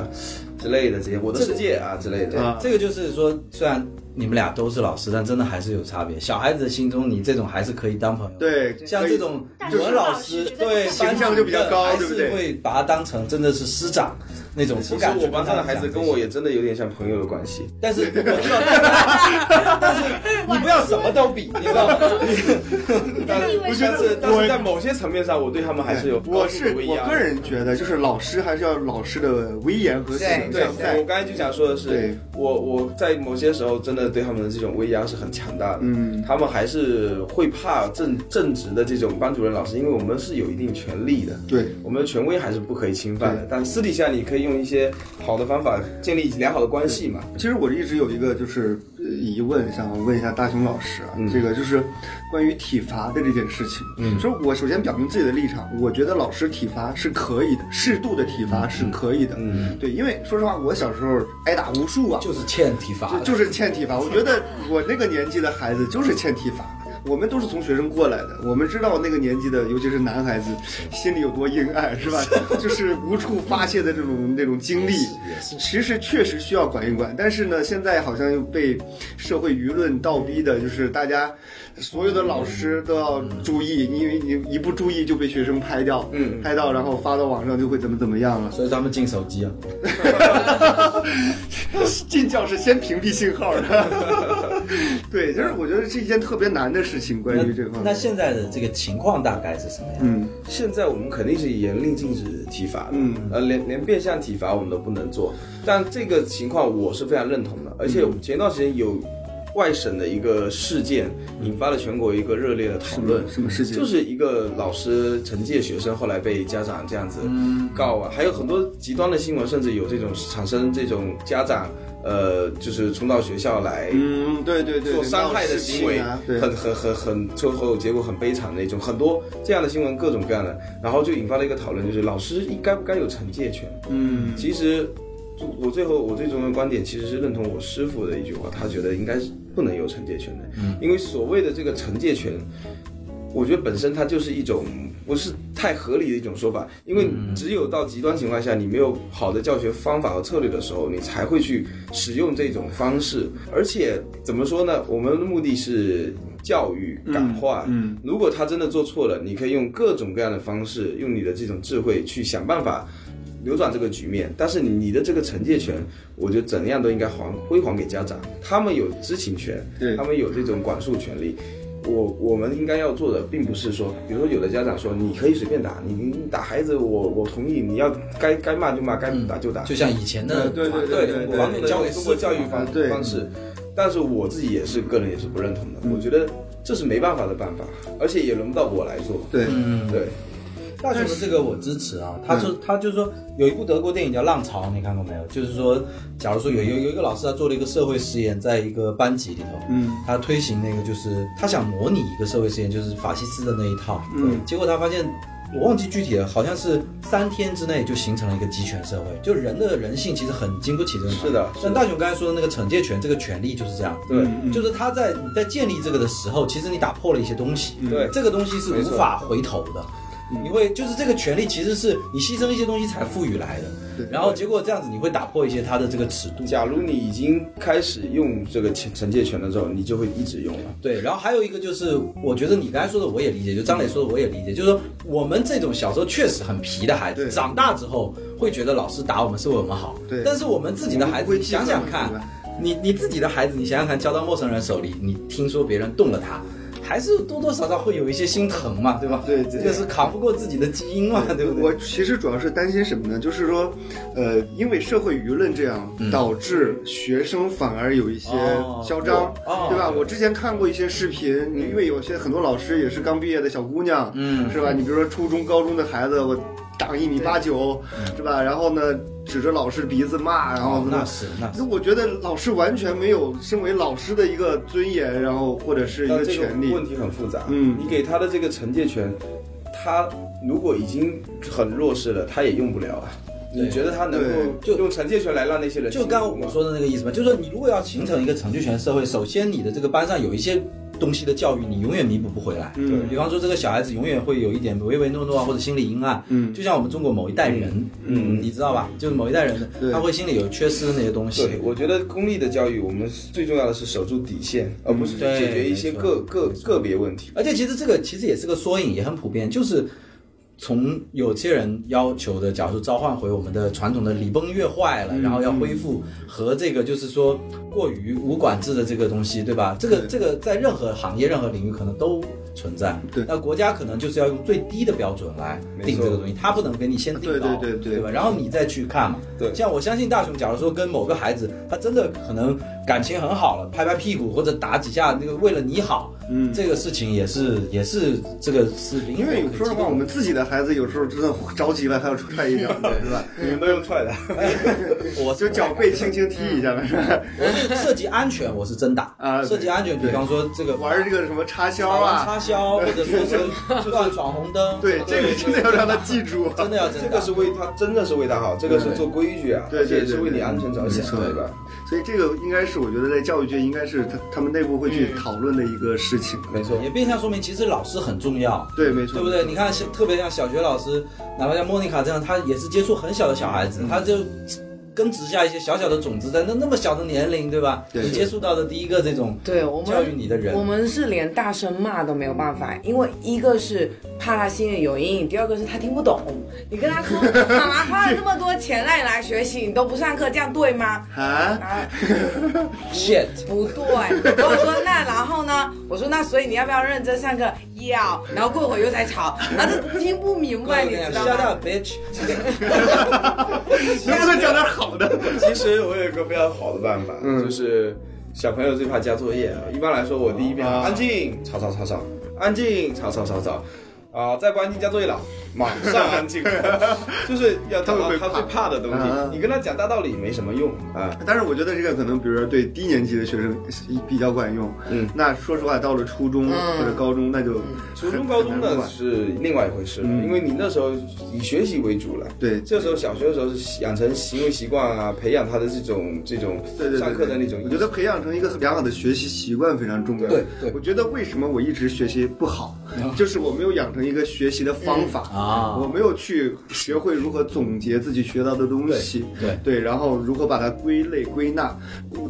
S5: 之类的这些，我的世界啊之类的。
S3: 啊
S4: 这个就是说，虽然你们俩都是老师，但真的还是有差别。小孩子的心中，你这种还是可以当朋友。，
S3: 对，
S4: 像这种语文老师，
S7: 就是
S4: 对
S7: 形
S4: 班
S3: 象就比较高
S4: 还
S3: 对不
S4: 是
S3: 对
S4: 会把他当成真的是师长那种。
S5: 其
S4: 不
S5: 实
S4: 敢去
S5: 我班上的孩子跟我
S4: 也，
S5: 也真的有点像朋友的关系。
S4: 但是我知道，但是你不要什么都比，你知道吗？
S7: 你的地位
S5: 但
S7: 是
S5: 是但是在某些层面上，我对他们还是有
S3: 我
S5: 高度
S3: 是
S5: 不一
S3: 我
S5: 样
S3: 个。人觉得，就是老师还是要有老师的威严和形
S5: 对
S3: 象，在
S5: 我。刚才就想说的是
S3: 对，
S5: 我我在某些时候真的对他们的这种威压是很强大的。
S3: 嗯
S5: 他们还是会怕正正直的这种班主任老师，因为我们是有一定权利的。
S3: 对，
S5: 我们的权威还是不可以侵犯的，但私底下你可以用一些好的方法建立良好的关系嘛。
S3: 其实我一直有一个就是呃疑问，想问一下大雄老师啊，
S5: 嗯
S3: 这个就是关于体罚的这件事情。嗯，就是我首先表明自己的立场，我觉得老师体罚是可以的，适度的体罚是可以的。
S5: 嗯，
S3: 对，因为说实话，我小时候挨打无数啊，
S4: 就是欠体罚
S3: 就就是欠体罚。我觉得我那个年纪的孩子就是欠体罚。我们都是从学生过来的，我们知道那个年纪的，尤其是男孩子，心里有多阴暗，是吧？ 就是无处发泄的这种那种经历。其实确实需要管一管，但是呢，现在好像又被社会舆论倒逼的，就是大家所有的老师都要注意，因为你一不注意就被学生拍掉，
S5: 嗯
S3: 拍到然后发到网上就会怎么怎么样了。
S4: 所以他们禁手机啊。
S3: 进教室先屏蔽信号的。 对，就是我觉得是一件特别难的事情，关于这方
S4: 那
S3: 面。
S4: 现在的这个情况大概是什么样？
S3: 嗯，
S5: 现在我们肯定是严令禁止体罚的，
S3: 嗯
S5: 呃，连连变相体罚我们都不能做。但这个情况我是非常认同的，而
S3: 嗯
S5: 且我前段时间有外省的一个事件，引发了全国一个热烈的讨论。
S3: 什么事情？
S5: 就是一个老师惩戒学生，后来被家长这样子
S3: 嗯
S5: 告啊，还有很多极端的新闻，甚至有这种产生这种家长呃，就是冲到学校来
S3: 嗯，对对对，
S5: 做伤害的行为，
S3: 啊，对，
S5: 很很很很最后结果很悲惨的一种，很多这样的新闻各种各样的，然后就引发了一个讨论，就是老师应该不该有惩戒权？
S3: 嗯，
S5: 其实。我最后我最终的观点其实是认同我师傅的一句话，他觉得应该是不能有惩戒权的，
S3: 嗯
S5: 因为所谓的这个惩戒权，我觉得本身它就是一种不是太合理的一种说法，因为
S3: 嗯
S5: 只有到极端情况下，你没有好的教学方法和策略的时候，你才会去使用这种方式。而且怎么说呢？我们的目的是教育感化。
S3: 嗯
S5: 如果他真的做错了，你可以用各种各样的方式，用你的这种智慧去想办法。扭转这个局面，但是你的这个惩戒权，我觉得怎样都应该还归还给家长，他们有知情权，
S3: 对
S5: 他们有这种管束权利。我我们应该要做的，并不是说，比如说有的家长说，你可以随便打，你你打孩子，我我同意，你要该该骂就骂，该打就打，
S4: 就像以前的
S3: 对嗯对
S5: 对
S3: 对
S5: 对
S3: 对，
S5: 完美教育
S4: 通
S5: 通
S4: 过
S5: 过
S4: 教
S5: 教
S4: 育
S5: 育
S4: 方
S5: 方
S3: 对
S5: 方式，但是我自己也是个人也是不认同的，
S3: 嗯
S5: 我觉得这是没办法的办法，而且也轮不到我来做。
S3: 对，
S4: 嗯
S5: 对，
S4: 大雄的这个我支持啊，他
S5: 嗯
S4: 说他就是说有一部德国电影叫《浪潮》，你看过没有？就是说，假如说有有有一个老师他做了一个社会实验，在一个班级里头，
S3: 嗯，
S4: 他推行那个就是他想模拟一个社会实验，就是法西斯的那一套，嗯，结果他发现。我忘记具体了，好像是三天之内就形成了一个集权社会，就人的人性其实很经不起这种。
S5: 是的
S4: 像大雄刚才说的那个惩戒权，这个权利就是这样。
S5: 对嗯
S4: 就是他在你在建立这个的时候，其实你打破了一些东西。
S5: 嗯对
S4: 这个东西是无法回头的。
S3: 嗯
S4: 你会就是这个权利，其实是你牺牲一些东西才赋予来的，然后结果这样子你会打破一些它的这个尺度。
S5: 假如你已经开始用这个惩惩戒权了之后，你就会一直用了。
S4: 对，然后还有一个就是，我觉得你刚才说的我也理解，就张磊说的我也理解，就是说我们这种小时候确实很皮的孩子，
S3: 对
S4: 长大之后会觉得老师打我们是为我们好，
S3: 对
S4: 但是我们自己的
S3: 我
S4: 孩子，
S3: 们不会
S4: 你想想看
S3: 计算对吧，
S4: 你你自己的孩子，你想想看，交到陌生人手里，你听说别人动了他。还是多多少少会有一些心疼嘛，对吧？
S3: 对对
S4: 这个是扛不过自己的基因嘛，对不对？
S3: 我其实主要是担心什么呢？就是说，呃，因为社会舆论这样，导致学生反而有一些
S4: 嗯哦
S3: 嚣张，
S4: 哦
S3: 对吧？我之前看过一些视频，因为有些很多老师也是刚毕业的小姑娘，
S4: 嗯
S3: 是吧？你比如说初中、高中的孩子，我长一米八九，是吧？然后呢，指着老师鼻子骂，然后
S4: 哦，那是那是
S3: 那。我觉得老师完全没有身为老师的一个尊严，然后或者是一
S5: 但
S3: 个
S5: 这
S3: 权
S5: 个
S3: 利。
S5: 问题很复杂。
S3: 嗯
S5: 你给他的这个惩戒权，他如果已经很弱势了，他也用不了啊。
S4: 对
S5: 你觉得他能够
S4: 对就
S5: 用惩戒权来让那些人
S4: 就刚
S5: 幸福吗
S4: 我说的那个意思嘛，就是说你如果要形成一个成就权社会，首先你的这个班上有一些东西的教育，你永远弥补不回来。
S3: 嗯
S4: 比方说这个小孩子永远会有一点唯唯诺诺啊，或者心理阴暗。
S3: 嗯
S4: 就像我们中国某一代人，
S5: 嗯
S4: 你知道吧？就是某一代人
S3: 对
S4: 他会心里有缺失的那些东西。
S5: 对，我觉得公立的教育，我们最重要的是守住底线，而不是去
S4: 嗯对
S5: 解决一些
S4: 没错
S5: 个个个别问题。
S4: 而且其实这个其实也是个缩影，也很普遍，就是从有些人要求的，假如说召唤回我们的传统的礼崩乐坏
S3: 嗯
S4: 了，然后要恢复和这个就是说过于无管制的这个东西，对吧？这个这个在任何行业、任何领域可能都存在。
S3: 对
S4: 那国家可能就是要用最低的标准来定这个东西，他不能给你先定
S3: 对
S4: 高，
S3: 对对对
S4: 吧？然后你再去看嘛。
S5: 对
S4: 像我相信大雄，假如说跟某个孩子，他真的可能感情很好了，拍拍屁股或者打几下，那个为了你好，
S3: 嗯
S4: 这个事情也是也是这个是灵活
S3: 因为有时候的话，我们自己的孩子有时候真的着急了，还要踹一脚，是吧？
S5: 你们都用踹的，
S4: 我
S3: 就脚背轻轻踢一下呗，是吧？
S4: 我是涉及安全，我是真打
S3: 啊对
S4: 涉及安全，比
S3: 对
S4: 方说这个
S3: 玩这个什么插销
S4: 打完
S3: 啊，
S4: 插销，或者 说是乱闯红灯，
S3: 对，这个真的要让他记住。啊
S4: 真的要真
S5: 这
S4: 打
S5: 个。是为他真的是为他好，这个是
S3: 对
S5: 做规矩啊，
S3: 对对
S5: 而且也
S3: 对
S5: 是
S3: 对
S5: 为你安全着
S3: 没
S5: 想，
S3: 错
S5: 对吧？
S3: 所以这个应该是我觉得在教育界应该是他他们内部会去讨论的一个事情。
S5: 没错，
S4: 也变相说明，其实老师很重要，
S3: 对，没错，
S4: 对不对？你看，像特别像小学老师，哪怕像莫妮卡这样，她也是接触很小的小孩子，
S3: 嗯
S4: 她就根植下一些小小的种子，在那那么小的年龄，对吧？
S3: 对
S4: 你接触到的第一个这种
S6: 对我们
S4: 教育你的人
S6: 我们是连大声骂都没有办法，因为一个是怕他心里有阴影，第二个是他听不懂。你跟他说，妈妈花了那么多钱让你来学习，你都不上课，这样对吗？
S3: 啊，
S6: 啊，
S4: shit，
S6: 不对。然后我说那然后呢？我说那所以你要不要认真上课？要。然后过一会儿又在吵，然后就听不明白，你知道
S4: 呃 Shut
S6: 吗？
S4: up, bitch！
S3: 能不能讲点好的？
S5: 其实我有一个非常好的办法，
S3: 嗯
S5: 就是小朋友最怕交作业啊。一般来说，我第一遍
S3: 啊
S5: 安静，吵吵吵吵，安静，吵吵吵吵。啊、再不安静交作业了，马上 安静，就是要找
S3: 他
S5: 到
S3: 会
S5: 他
S3: 怕
S5: 最怕的东西
S3: 啊。
S5: 你跟他讲大道理没什么用啊，
S3: 但是我觉得这个可能，比如说对低年级的学生比较管用。
S5: 嗯，
S3: 那说实话，到了初中
S6: 嗯
S3: 或者高中，那就
S5: 初中高中
S3: 很难
S5: 呢
S3: 管
S5: 是另外一回事了，
S3: 嗯
S5: 因为你那时候以学习为主了。
S3: 对
S5: 这时候小学的时候是养成行为习惯啊，培养他的这种这种
S3: 对对对
S5: 上课的那种意识。
S3: 我觉得培养成一个良好的学习习惯非常重要。
S4: 对对
S3: 我觉得为什么我一直学习不好，
S5: 嗯
S3: 就是我没有养成一个学习的方法
S4: 啊
S3: 我没有去学会如何总结自己学到的东西，
S4: 对
S3: 然后如何把它归类归纳，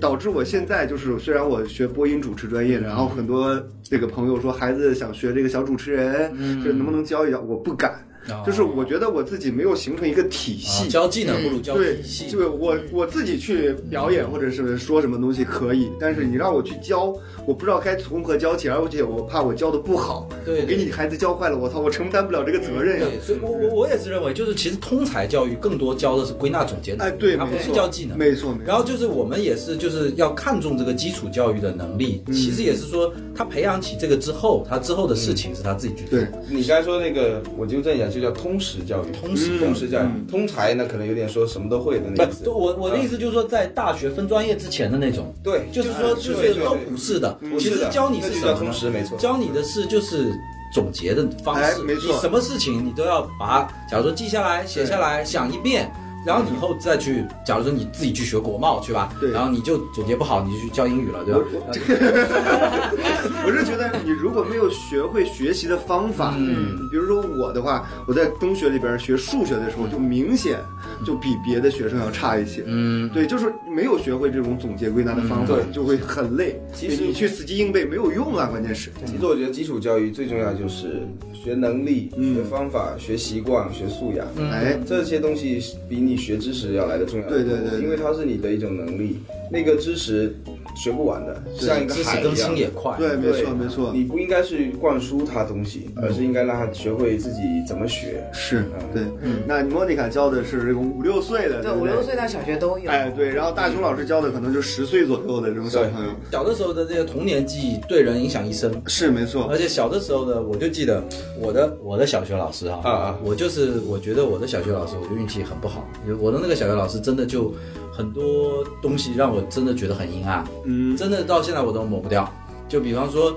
S3: 导致我现在就是虽然我学播音主持专业，
S5: 嗯
S3: 然后很多这个朋友说孩子想学这个小主持人，
S5: 嗯
S3: 就是能不能教一教，我不敢。
S5: 哦
S3: 就是我觉得我自己没有形成一个体
S5: 啊
S3: 系，
S4: 交啊技能不如交
S3: 嗯对
S4: 体，系
S3: 就，是我我自己去表演或者是说什么东西可以，但是你让我去教，我不知道该从何教起，而且我怕我教的不好，
S4: 对
S3: 我给你孩子教坏了，我操，我承担不了这个责任呀、
S4: 对，所以我我我也是认为，就是其实通才教育更多教的是归纳总结能
S3: 哎，
S4: 力，
S3: 对，
S4: 它不
S3: 没
S4: 是
S3: 错，
S4: 教技能。
S3: 没错，没错。
S4: 然后就是我们也是就是要看重这个基础教育的能力，
S5: 嗯
S4: 其实也是说他培养起这个之后，他之后的事情是他自己去做。
S3: 对，
S5: 你刚才说那个，我纠正一下，就叫通识教育。
S4: 通识嗯
S5: 通识教育，通才呢可能有点说什么都会的那意思
S4: 不，。我我的意思就是说，在大学分专业之前的那种，
S5: 对
S4: 就是说
S5: 对
S4: 就
S5: 对
S4: 是
S5: 对嗯
S4: 都不是的，
S5: 是
S4: 其实
S5: 的
S4: 教你是
S5: 那就
S4: 什
S5: 叫
S4: 么
S5: 通
S4: 呢
S5: 识没错
S4: 教你的是就是总结的方
S3: 哎
S4: 式，
S3: 没错
S4: 你什么事情你都要把它，假如说记下来、写下来、想一遍。然后你以后再去，假如说你自己去学国贸去吧，
S3: 对
S4: 然后你就总结不好，你就去教英语了，对吧？
S3: 我是觉得你如果没有学会学习的方法，嗯，比如说我的话，我在中学里边学数学的时候，就明显
S4: 嗯
S3: 就比别的学生要差一些，嗯，对，就是没有学会这种总结归纳的方
S4: 嗯
S3: 法，就会很累。
S5: 其实
S3: 你去死记硬背没有用啊，关键是，
S5: 其实我觉得基础教育最重要就是学能力、
S4: 嗯
S5: 学方法、学习惯、学素养。
S3: 哎，
S5: 这些东西比你学知识要来的重要。
S3: 对对对对
S5: 因为它是你的一种能力。那个知识学不完的，像一个
S4: 呃知
S5: 海
S4: 识
S5: 一
S4: 更
S5: 样
S4: 新。也快，
S3: 对，没错
S5: 对
S3: 没错，
S5: 你不应该去灌输他东西，而是应该让他学会自己怎么学。
S3: 是对。那莫妮卡教的是这种五六岁的，
S6: 嗯对，
S3: 不
S6: 五六。岁到小学都有。
S3: 哎，对，然后大熊老师教的可能就十岁左右的这种小朋友，
S4: 小的时候的这些童年记忆对人影响一生。
S3: 是没错
S4: 而，
S6: 呃
S4: 且小的时候呢，我就记得我的我的小学老师啊，
S5: 啊啊
S4: 我就是我觉得我的小学老师，我就运气很不好，我的那个小学老师真的就很多东西让我真的觉得很阴暗，
S3: 嗯，
S4: 真的到现在我都抹不掉。就比方说，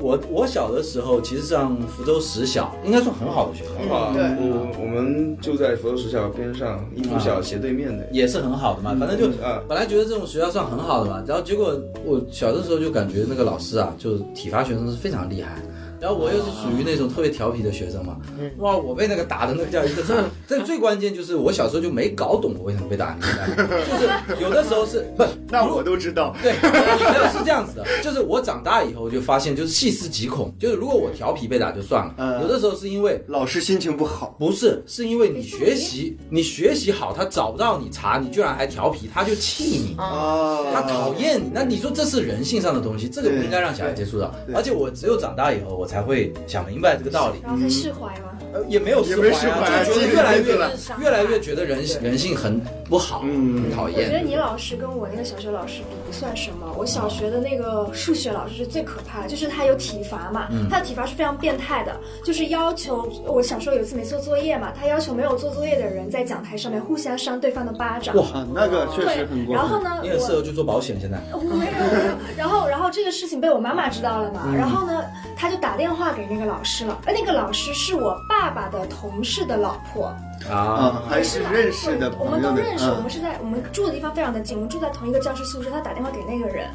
S4: 我我小的时候，其实上福州实小，应该算很好的学校，
S5: 啊，
S6: 对
S5: 我我们就在佛州实校边上，一附小斜对面的。
S4: 也是很好的嘛，反正就
S5: 啊
S4: 本来觉得这种学校算很好的嘛，然后结果我小的时候就感觉那个老师啊，就是体罚学生是非常厉害。然后我又是属于那种特别调皮的学生嘛，哇！我被那个打的那个叫一个 惨。但最关键就是我小时候就没搞懂我为什么被打，你明白吗？就是有的时候是不
S3: 那我都知道，
S4: 对，没有是这样子的，就是我长大以后就发现，就是细思极恐，就是如果我调皮被打就算了，
S3: 嗯
S4: 有的时候是因为
S3: 老师心情不好，
S4: 不是，是因为你学习，你学习好，他找不到你茬，你居然还调皮，他就气你。
S7: 嗯
S6: 哦
S3: 啊
S4: 他讨厌你，那你说这是人性上的东西，这个不应该让小孩接触到。而且我只有长大以后，我才会想明白这个道理，
S7: 然后才释怀嘛。
S4: 呃也没有释
S3: 也没释
S4: 怀
S3: 怀
S4: 啊，就觉得
S3: 这
S4: 越来
S3: 这
S4: 越
S3: 了
S4: 越来越觉得人人性很不好，很讨
S7: 我觉得
S4: 厌。
S7: 你老师跟我那个小学老师比不算什么，我小学的那个数学老师是最可怕的，就是他有体罚嘛，
S3: 嗯
S7: 他的体罚是非常变态的，就是要求我小时候有一次没做作业嘛，他要求没有做作业的人在讲台上面互相扇对方的巴掌，
S4: 哇
S3: 啊，那个确实
S7: 对
S3: 很，过分。
S7: 然后呢，
S4: 你很适
S7: 我
S4: 合去做保险，现在
S7: 我没有没有。然后然后这个事情被我妈妈知道了
S3: 嗯
S7: 嘛，然后呢，她就打电话给那个老师了，而呃那个老师是我爸爸的同事的老婆，
S4: 啊，
S3: 啊，还是认识的
S7: 我
S3: 朋
S7: 们
S3: 友
S7: 都
S3: 的，嗯
S7: 认识，我们是在我们住的地方非常的近，我们住在同一个教师宿舍。他打电话给那个人，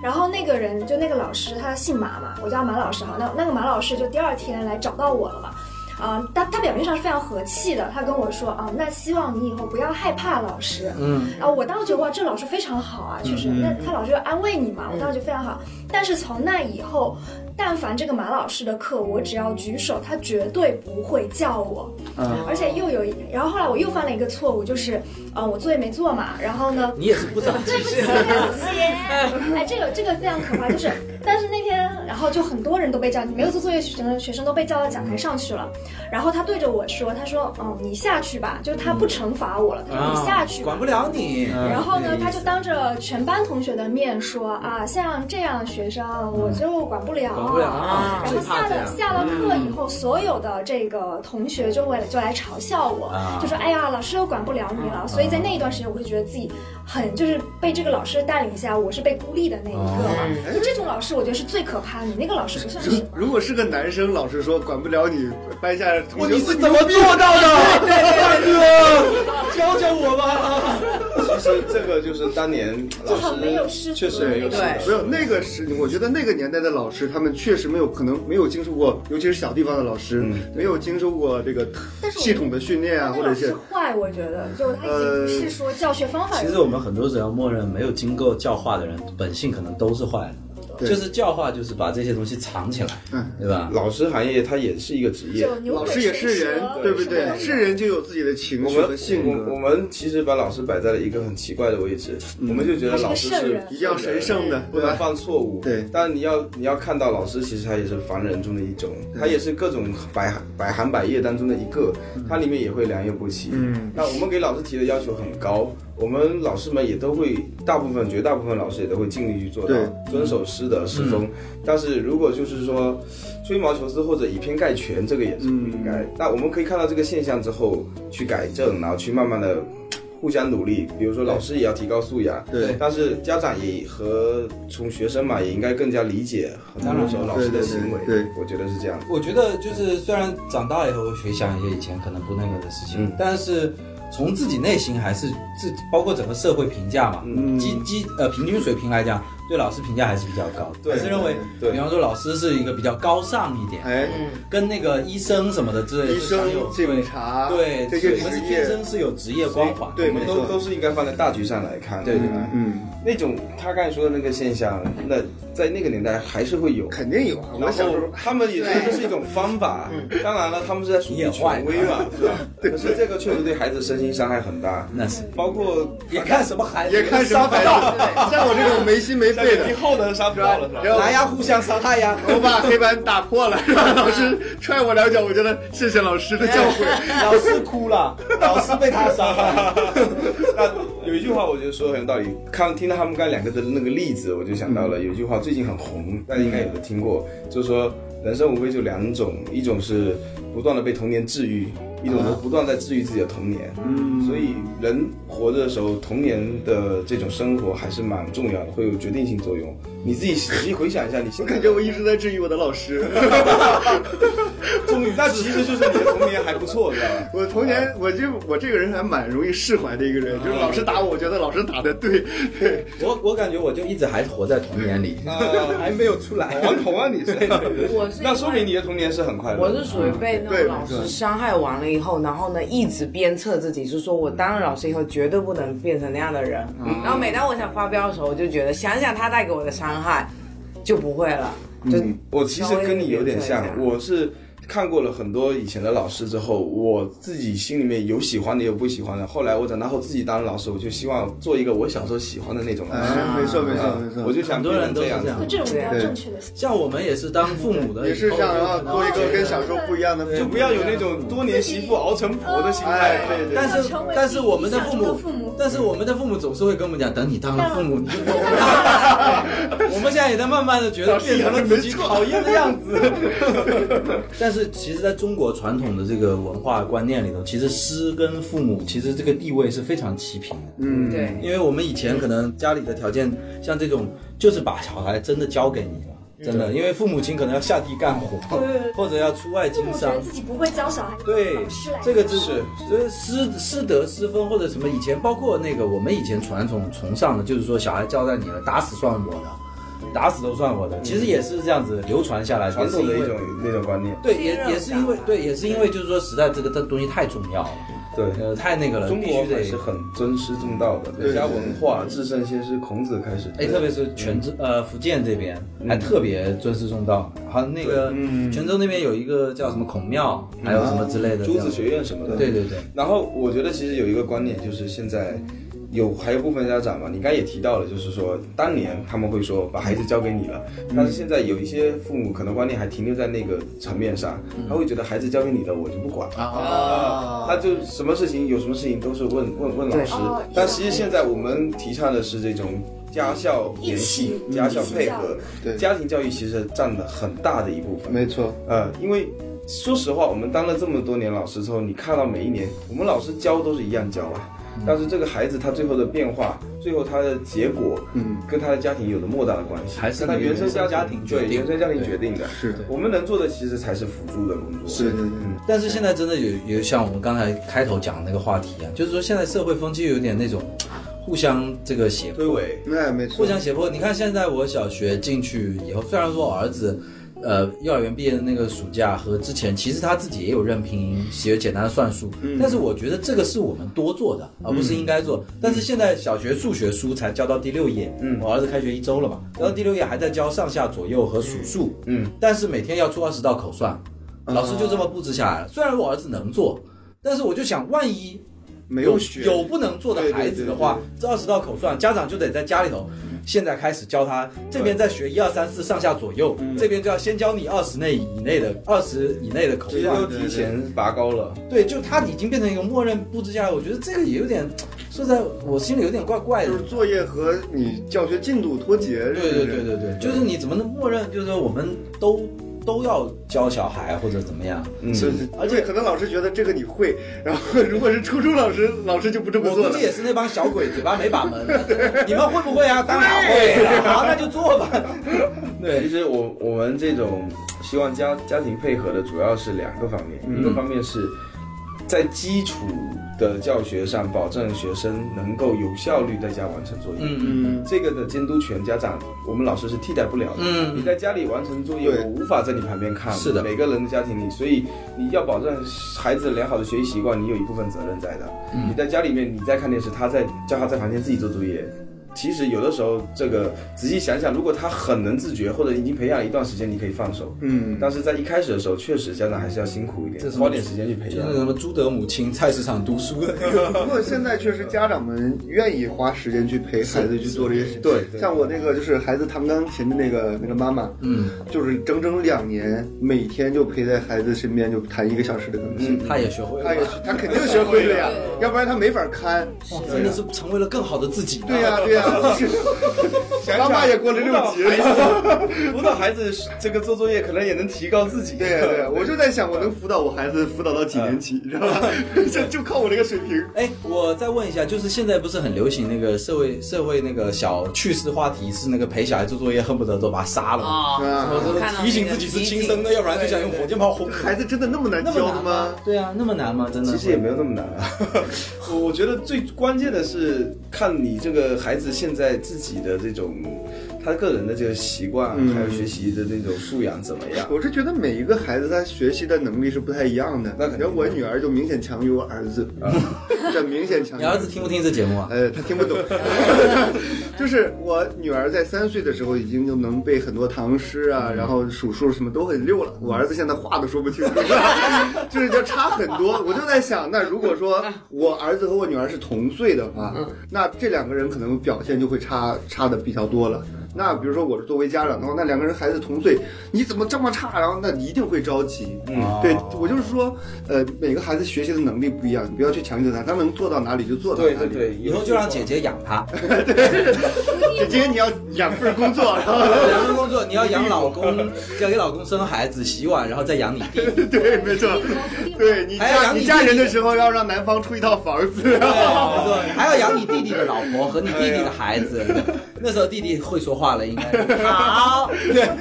S7: 然后那个人就那个老师，他姓马嘛，我叫马老师哈。那那个马老师就第二天来找到我了嘛。啊、他他表面上是非常和气的，他跟我说啊、那希望你以后不要害怕老师。
S4: 嗯，
S7: 然后我当时觉得哇，这老师非常好啊，确实，那他老师就安慰你嘛，我当时觉得非常好。但是从那以后，但凡这个马老师的课，我只要举手，他绝对不会叫我。而且又有一，然后后来我又犯了一个错误，就是，呃，我作业没做嘛，然后呢，
S4: 你也是不长
S7: 对
S4: 记
S7: 不
S4: 性
S7: 起，对。不起，哎，这个这个非常可怕，就是，但是那天，然后就很多人都被叫，没有做作业学生学生都被叫到讲台上去了，然后他对着我说，他说，嗯，你下去吧，就是他不惩罚我了，他说你下去吧
S4: 啊管不了你。
S7: 然后
S4: 那
S7: 呢
S4: 个，意
S7: 他
S4: 思
S7: 就当着全班同学的面说啊，像这样的学生我就管不了，
S4: 管不了啊
S7: 然
S4: 最
S7: 后
S4: 怕
S7: 下
S4: 这
S7: 了
S4: 样
S7: 下了课以后，所有的这个同学就为了就来嘲笑我
S4: 啊，
S7: 就说哎呀，老师又管不了你了。所以在那一段时间，我会觉得自己很就是被这个老师带领下，我是被孤立的那一个
S4: 哦
S7: 嘛。就这种老师，我觉得是最可怕的。你那个老师不算什么
S3: 如。如果是个男生，老师说管不了你，班下同学，
S5: 你是怎么做到的？大哥，教教我吧。其实这个就是当年老
S7: 就很没有
S5: 师
S7: 师
S5: 确实没有师
S6: 对
S3: 没有那个是，我觉得那个年代的老师，他们确实没有可能没有经受过，尤其是小地方的老师，
S5: 嗯
S3: 没有经受过这个
S7: 但是我
S3: 系统的训练啊，
S7: 那
S3: 或
S7: 个老
S3: 者
S7: 师
S3: 是
S7: 坏，我觉得就他已经不是说教学方法
S3: 呃
S4: 其实我们很多时候默认没有经过教化的人，本性可能都是坏的，
S3: 对
S4: 就是教化就是把这些东西藏起来，
S3: 嗯
S4: 对吧？
S5: 老师行业它也是一个职业，
S7: 就牛
S3: 老
S7: 鬼
S3: 师也是
S7: 蛇
S3: 人
S7: 蛇，
S3: 对不
S7: 什么
S3: 对？
S7: 啊的
S3: 是人就有自己的情
S5: 我
S3: 绪和
S5: 们
S3: 性
S5: 我我
S3: 格，嗯
S5: 们其实把老师摆在了一个很奇怪的位置，我们就觉得老师
S7: 他是个圣
S5: 是
S7: 人
S3: 一定要神圣的，
S5: 不
S3: 对
S5: 能
S3: 吧？
S5: 犯错误。
S3: 对
S5: 但你要你要看到老师，其实他也是凡人中的一种，
S3: 嗯
S5: 他也是各种百百行百业当中的一个，
S3: 嗯
S5: 他里面也会良莠不齐。嗯，那我们给老师提的要求很高，我们老师们也都会，大部分绝大部分老师也都会尽力去做到
S3: 对
S5: 遵守师
S3: 嗯
S5: 德师风。但是如果就是说吹毛求疵或者以偏概全，这个也是
S3: 嗯
S5: 不应该。那我们可以看到这个现象之后去改正，然后去慢慢的。互相努力，比如说老师也要提高素养，
S3: 对
S5: 但是家长也和从学生嘛，也应该更加理解很多时候老师的行为。
S3: 对对对
S5: 我觉得是这样。
S4: 我觉得就是虽然长大以后回想一些以前可能不那个的事情，
S5: 嗯
S4: 但是从自己内心还是自包括整个社会评价嘛，
S3: 嗯
S4: 基基呃平均水平来讲，对老师评价还是比较高，
S5: 对
S4: 还是认为
S5: 对对
S4: 比方说老师是一个比较高尚一点，
S3: 哎，
S4: 跟那个医生什么的之类的
S3: 医
S4: 是享有
S3: 生、警察，
S4: 对
S3: 这些
S4: 我
S3: 职
S4: 们是天
S3: 业，
S4: 生是有职业光环，
S3: 对
S5: 我们
S3: 没
S5: 都
S3: 错
S5: 都是应该放在大局上来看，啊
S4: 对对
S5: 吧？
S3: 嗯，
S5: 那种他刚才说的那个现象，那在那个年代还是会有。
S3: 肯定有啊。我
S5: 然
S3: 小时
S5: 后
S3: 候
S5: 他们也说这是一种方法，当然了，他们是在树立权威嘛，是吧？可是这个确实对孩子身心伤害很大，
S4: 那是
S5: 包括
S4: 也看什么孩子，
S3: 也看什么牌子，像我这种没心没肺 的，
S5: 后的杀不到了，是吧
S3: 然后
S4: 来呀，互相伤害呀。
S3: 我把黑板打破了，让老师踹我两脚，我觉得谢谢老师的教 诲。
S4: 老师哭了，老师被他伤害。
S5: 那有一句话，我觉得说的很有道理。看听到他们刚才两个的那个例子，我就想到了、有一句话，最近很红，大家应该有的听过，就是说人生无非就两种，一种是不断的被童年治愈，一种是不断在治愈自己的童年。嗯，所以人活着的时候，童年的这种生活还是蛮重 要的，会有决定性作用。你自己仔细回想一下，你现
S3: 我
S5: 在
S3: 感觉我一直在治愈我的老师。
S5: 终于，那其实就是你的童年还不错，知道吧？
S3: 我童年，我就我这个人还蛮容易释怀的一个
S4: 啊
S3: 人，就是老师打我，我觉得老师打的对。
S4: 我我感觉我就一直还活在童年里，
S3: 啊
S4: 还没有出来。
S5: 顽童啊，你是？
S6: 我 是
S5: 那说明你的童年是很快乐的。
S6: 我是属于被
S3: 嗯
S6: 那
S3: 对
S6: 种老师伤害完了以后，然后呢一直鞭策自己，是说我当了老师以后绝对不能变成那样的人。
S3: 嗯
S6: 然后每当我想发飙的时候，我就觉得想想他带给我的伤害，就不会了。就
S3: 嗯
S5: 我其实跟你有点像
S6: 稍微有点，像
S5: 我是看过了很多以前的老师之后，我自己心里面有喜欢的，有不喜欢的。后来我长大后自己当老师，我就希望做一个我小时候喜欢的那种老师。
S3: 哎，没错没错
S5: 啊
S3: 没错，
S5: 我就想
S4: 很多人
S5: 变成
S4: 都
S5: 这
S4: 是这
S5: 样
S4: 样
S7: 就
S5: 子，
S7: 这种比较
S6: 对
S7: 正确的思
S4: 像我们也是当父母的，
S3: 也是啊想要
S4: 以后
S3: 做一个跟小时候不一样的父母，
S5: 就不要有那种多年媳妇熬成婆的心
S4: 哦
S5: 态。
S3: 哎对对
S4: 但是
S7: 成为
S4: 但是我们的父
S7: 理想中
S4: 母
S7: 的父母，
S4: 但是我们的父母总是会跟我们讲，等你当了父母，你就懂了。 我们现在也在慢慢的觉得变成了自己讨厌的样子。 但是其实，在中国传统的这个文化观念里头，其实师跟父母其实这个地位是非常齐平的。
S3: 嗯，
S6: 对，
S4: 因为我们以前可能家里的条件像这种，就是把小孩真的交给你了。真的，因为父母亲可能要下地干活，或者要出外
S7: 父
S4: 经
S7: 母觉
S4: 商
S7: 得，自己不会教小孩，
S4: 对
S7: 老师来，
S4: 这个
S7: 教
S4: 知识，就是师师德师风或者什么，以前包括那个我们以前传统崇尚的，就是说小孩交代你了，打死算我的，打死都算我的，其实也是这样子流传下来，
S5: 嗯传统的
S4: 也
S5: 一
S4: 是因
S5: 种
S4: 为
S5: 那种观念。
S4: 对，
S6: 信
S4: 也
S6: 任
S4: 也是因为
S6: 感吧
S4: 对，也是因为就是说时代这个这东西太重要了，
S5: 对，
S4: 呃，太那个了，
S5: 中
S4: 必
S5: 国
S4: 须
S5: 还
S4: 得
S5: 是很尊师重道的，
S3: 对
S5: 儒家文化至圣先师孔子开始。
S4: 哎，特别是泉州
S5: 嗯
S4: 呃福建这边还特别尊师重道，还有那个
S5: 嗯
S4: 泉州那边有一个叫什么孔庙，还有什么之类的这
S5: 朱
S4: 样，
S5: 子学院什么的。
S4: 对对对。
S5: 然后我觉得其实有一个观念，就是现在有还有部分家长嘛，你刚才也提到了，就是说当年他们会说把孩子交给你了，但是现在有一些父母可能观念还停留在那个层面上，
S3: 嗯
S5: 他会觉得孩子交给你的我就不管。
S4: 啊
S5: 他就什么事情有什么事情都是问问问老师
S7: 对哦，
S5: 但实际现在我们提倡的是这种家校联系、
S7: 一起
S5: 家校配
S7: 一
S5: 合
S3: 教
S7: 起
S3: 育对，
S5: 家庭教育其实占了很大的一部分。
S3: 没错，
S5: 呃，因为说实话，我们当了这么多年老师之后，你看到每一年我们老师教都是一样教啊，
S4: 嗯
S5: 但是这个孩子他最后的变化，最后他的结果，
S3: 嗯，
S5: 跟他的家庭有着莫大的关系，
S4: 还是
S5: 跟他原生家
S4: 原生家庭决
S5: 对
S4: 定
S5: 原生家庭决定的。
S3: 是的，
S5: 我们能做的其实才是辅助的工作。
S3: 对对对，
S4: 但是现在真的有有像我们刚才开头讲的那个话题啊，就是说现在社会风气有点那种互相这个胁迫，
S5: 推诿，
S3: 那没
S4: 互
S3: 错，
S4: 相胁迫。你看现在我小学进去以后，虽然说我儿子。呃，幼儿园毕业的那个暑假和之前，其实他自己也有认拼音，写简单的算术。
S3: 嗯
S4: 但是我觉得这个是我们多做的，啊而不是应该做。但是现在小学数学书才教到第六页，嗯，我儿子开学一周了嘛，
S3: 嗯
S4: 教到第六页还在教上下左右和数数，嗯，但是每天要出二十道口算，
S3: 啊
S4: 老师就这么布置下来了。虽然我儿子能做，但是我就想，万一
S3: 没
S4: 有
S3: 学
S4: 有不能做的孩子的话，这二十道口算，家长就得在家里头，现在开始教他，这边在学一二三四上下左右，这边就要先教你二十内以内的二十以内的口
S5: 其实
S4: 算。
S5: 都提前拔高了。
S4: 对，就他已经变成一个默认布置下来，我觉得这个也有点，说实在我心里有点怪怪的
S3: 就是。作业和你教学进度脱节，
S4: 对对对对对，就是你怎么能默认，就是说我们都都要教小孩或者怎么样？
S5: 嗯，
S3: 是不是？
S4: 而
S3: 而
S4: 且
S3: 且可能老师觉得这个你会，然后如果是初中老师，老师就不这么
S4: 我
S3: 做
S4: 估
S3: 了
S4: 计。也是那帮小鬼嘴巴没把 门了。你们会不会啊？当然会了，好，那就做吧。
S5: 其实我我们这种希望家家庭配合的主要是两个方面，
S4: 嗯
S5: 一个方面是在基础的教学上保证学生能够有效率在家完成作业。
S4: 嗯嗯
S5: 这个的监督权，家长我们老师是替代不了的。
S4: 嗯
S5: 你在家里完成作业，
S3: 对
S5: 我无法在你旁边看。
S4: 是的
S5: 每个人的家庭里，所以你要保证孩子良好的学习
S4: 嗯
S5: 习惯，你有一部分责任在的。你在家里面，你在看电视，他在叫他在房间自己做作业，其实有的时候，这个仔细想想，如果他很能自觉，或者已经培养了一段时间，你可以放手。
S3: 嗯，
S5: 但是在一开始的时候，确实家长还是要辛苦一
S4: 这
S5: 点，
S4: 是
S5: 花点时间去培
S4: 就是
S5: 养
S4: 那。什么朱德母亲菜市场读书的那 个。
S3: 不过现在确实家长们愿意花时间去陪孩子去做这些事。
S5: 对对
S3: 像我那个就是孩子弹钢琴的那个那个妈妈，
S4: 嗯，
S3: 就是整整两年，每天就陪在孩子身边，就弹一个小时的钢
S5: 嗯
S3: 琴。
S4: 他也学会了
S3: 他也，他肯定学会了呀，要不然他没法看。
S4: 真的是成为了更好的自己。
S3: 对呀，对呀，就是。妈妈也过了六级了。
S5: 辅导 孩子这个做作业，可能也能提高自己。
S3: 对呀，对呀，我就在想，我能辅导我孩子辅导到几年
S5: 嗯
S3: 级，你知道吧？ 就就靠我这个水平。
S4: 哎，我再问一下，就是现在不是很流行那个社会社会那个小趣事话题是那个陪小孩做作业，恨不得都把他杀了嘛。
S6: 啊
S5: 嗯
S3: 啊，
S6: 看到那个
S4: 提醒自己是亲生的，
S6: 提醒
S4: 要不然就想用火箭炮轰。
S3: 孩子真的那么难
S4: 那么
S3: 教的
S4: 难
S3: 吗？？
S4: 对啊，那么难吗？真的？
S5: 其实也没有那么难啊。 我我觉得最关键的是看你这个孩子现在自己的这种他个人的这个习惯，还有学习的那种素养怎么样。
S3: 我是觉得每一个孩子他学习的能力是不太一样的。
S5: 那肯定
S3: 然后我女儿就明显强于我儿子， 这明显强于
S4: 你儿子。听不听这节目啊？
S3: 呃，他听不 懂，就是我女儿在三岁的时候已经就能背很多唐诗啊，
S5: 嗯
S3: 然后数数什么都很溜了。我儿子现在话都说不清， 就是就差很多。我就在想，那如果说
S5: 嗯
S3: 我儿子和我女儿是同岁的话，那这两个人可能表现就会差差的比较多了。那比如说我是作为家长的话，那两个人孩子同岁，你怎么这么差？然后那一定会着急。嗯，对我就是说，呃，每个孩子学习的能力不一样，你不要去强求他，他能做到哪里就做到哪
S5: 对
S3: 里。
S5: 对对，
S4: 以后就让姐姐养他，
S3: 姐姐，你要养份工作， 然后
S4: 两份工作，你要养老公，要给老公生孩子、洗碗，然后再养你弟。
S3: 对，没错，对你
S4: 还要
S3: 嫁
S4: 养你
S3: 哎你嫁人的
S4: 弟弟
S3: 时候要让男方出一套房子，
S4: 对，没错，你还要养你弟弟的老婆和你弟弟的孩子。 那时候弟弟会说话了，应该好。对，
S3: 哎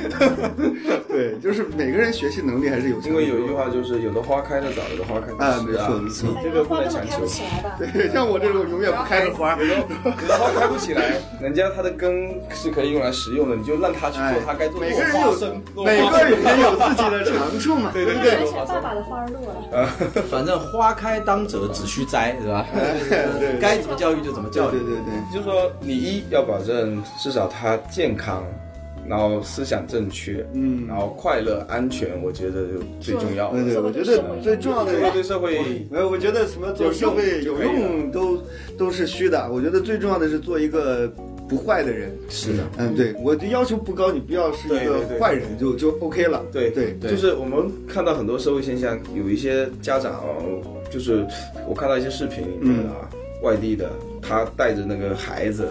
S3: 对，就是每个人学习能力还是有，
S5: 因为有一句。话就是有的花开得早，有的花开得迟
S3: 啊，没错没错，
S7: 哎
S5: 这个不
S7: 花
S5: 能
S7: 根本
S5: 强
S7: 开
S5: 求
S7: 不。起来 吧？
S3: 对， 像我这种永远不开的花，
S5: 有的花开不起来， 人家它的根是可以用来食用的，你就让它去做它该做的。
S3: 哎每个人
S5: 落花
S3: 有
S5: 生落
S3: 每
S5: 花
S3: 个
S5: 生
S3: 人有自己的长处嘛，对
S5: 对
S3: 不
S5: 对
S7: 而且爸爸的花儿落了，
S4: 反正花开当折只需摘，是吧？
S3: 对
S4: 该怎么教育就怎么教
S3: 对
S4: 育
S3: 对。对对，
S5: 就是说，你一要保证至少他健康，然后思想正确，
S3: 嗯
S5: 然后快乐、安全，我觉得最重要
S3: 对对，
S5: 的。
S3: 我觉得最重要的
S5: 对对社会，
S3: 没有，我觉得什么做社会有用都都是虚的。我觉得最重要的是做一个不坏的人。
S5: 是的，
S3: 嗯，对，我的要求不高，你不要是一
S5: 对
S3: 个
S5: 对对
S3: 坏人就就 OK 了。
S5: 对
S3: 对对，
S5: 就是我们看到很多社会现象，有一些家长哦，就是我看到一些视频里
S3: 嗯
S5: 面啊，外地的他带着那个孩子。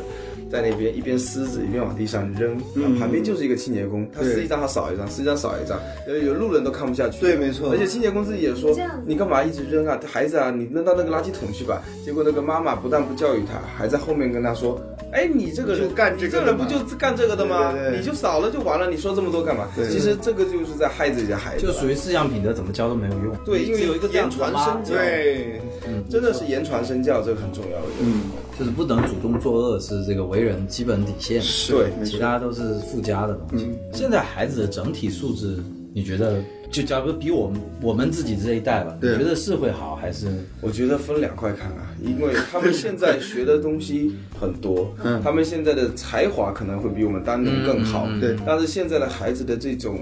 S5: 在那边一边撕纸一边往地上扔，
S3: 嗯
S5: 然后旁边就是一个清洁工，他撕一张他扫一张，撕一张扫一张，有有路人都看不下去。
S3: 对没错
S5: 而且清洁工自己也说
S7: 这样子，
S5: 你干嘛一直扔啊，孩子啊，你扔到那个垃圾桶去吧。结果那个妈妈不但不教育他，还在后面跟他说，哎，你这个
S3: 你
S5: 人
S3: 就干这
S5: 你
S3: 个的
S5: 这个人不
S3: 嘛
S5: 就干这个的吗？
S3: 对对对
S5: 你就少了就完了，你说这么多干嘛？
S3: 对
S5: 其实这个就是在害自己的孩子，
S4: 就属于四样品德，怎么教都没有用。
S5: 对，因为
S4: 只有一个这样
S5: 言
S4: 子的
S5: 传
S4: 妈
S5: 身教，，
S3: 对，
S4: 嗯
S5: 真的是言传身教，这个很重要。我觉得
S3: 嗯，
S4: 就是不能主动作恶，是这个为人基本底线嘛。
S5: 对，
S4: 其他都是附加的东西。现在孩子的整体素质，你觉得就假如比我们我们自己这一代吧，你
S3: 对
S4: 觉得是会好还是？
S5: 我觉得分两块看啊，因为他们现在学的东西很多，
S3: 嗯
S5: 他们现在的才华可能会比我们当年更好，
S4: 嗯嗯嗯
S3: 对
S5: 但是现在的孩子的这种。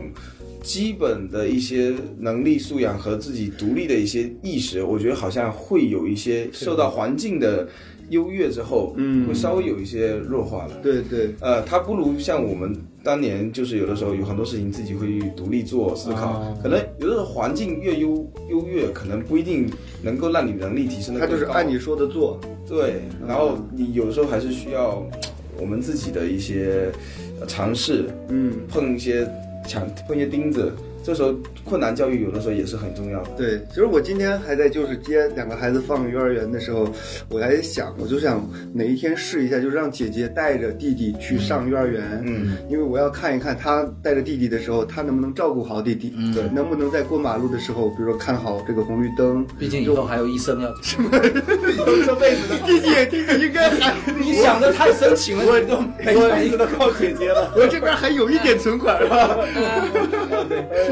S5: 基本的一些能力素养和自己独立的一些意识，我觉得好像会有一些受到环境的优越之后，嗯，会稍微有一些弱化了。
S3: 对对，
S5: 呃，他不如像我们当年，就是有的时候有很多事情自己会独立做思考，
S3: 啊
S5: 可能有的时候环境越优优越，可能不一定能够让你能力提升的
S3: 他就是按你说的做，
S5: 对，然后你有时候还是需要我们自己的一些呃尝试，
S3: 嗯，
S5: 碰一些墙，碰一些钉子，这时候困难教育有的时候也是很重要的。
S3: 对。其实我今天还在就是接两个孩子放幼儿园的时候，我还想，我就想哪一天试一下，就让姐姐带着弟弟去上幼儿园，
S5: 嗯，
S3: 因为我要看一看他带着弟弟的时候，他能不能照顾好弟弟，
S5: 对
S3: 能不能在过马路的时候，比如说看好这个红绿灯，
S4: 毕竟以后还有医生要，
S3: 这辈子弟弟也弟弟应该还。
S4: 你想的太深情了，我都没
S5: 一直都靠姐姐了。
S3: 啊我这边还有一点存款是吧？
S5: 对，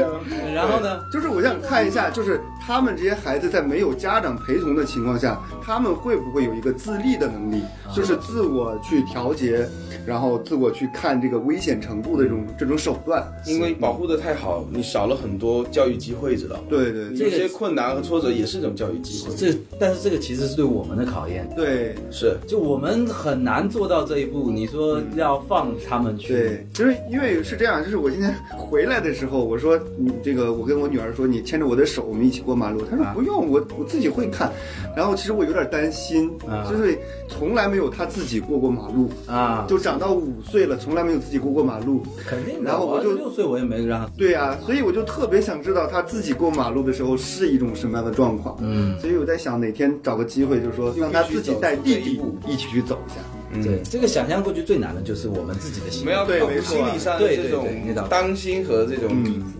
S4: 然后呢，
S3: 就是我想看一下，就是他们这些孩子在没有家长陪同的情况下，他们会不会有一个自立的能力，
S4: 啊
S3: 就是自我去调节，然后自我去看这个危险程度的这种
S4: 嗯
S3: 这种手段。
S5: 因为保护的太好，你少了很多教育机会，知道吗？
S3: 对
S4: 嗯
S3: 对对
S5: 有些困难和挫折也是一种教育机会。
S4: 这但是这个其实是对我们的考验，
S3: 对
S5: 是
S4: 就我们很难做到这一步。你说要放他们去
S3: 对，，就是因为是这样，就是我今天回来的时候，我说你这个，我跟我女儿说，你牵着我的手，我们一起过马路。她说
S4: 啊
S3: 不用，我我自己会看。然后其实我有点担心
S4: 啊，
S3: 就是从来没有她自己过过马路，
S4: 啊，
S3: 就长到五岁了，从来没有自己过过马路。
S4: 肯定的。
S3: 然后我就
S4: 六岁我也没让他，
S3: 对啊，所以我就特别想知道他自己过马路的时候是一种什么样的状况。
S4: 嗯，
S3: 所以我在想哪天找个机会，就是说让他自己带弟弟一起去走一下。
S4: 对，这个想象过去最难的就是我们自己的心
S5: 我们。要
S3: 对
S5: 克
S3: 嗯没
S5: 服
S3: 错
S5: 心理上
S4: 对
S5: 这
S4: 对
S5: 种
S4: 对那倒是
S5: 担心和这种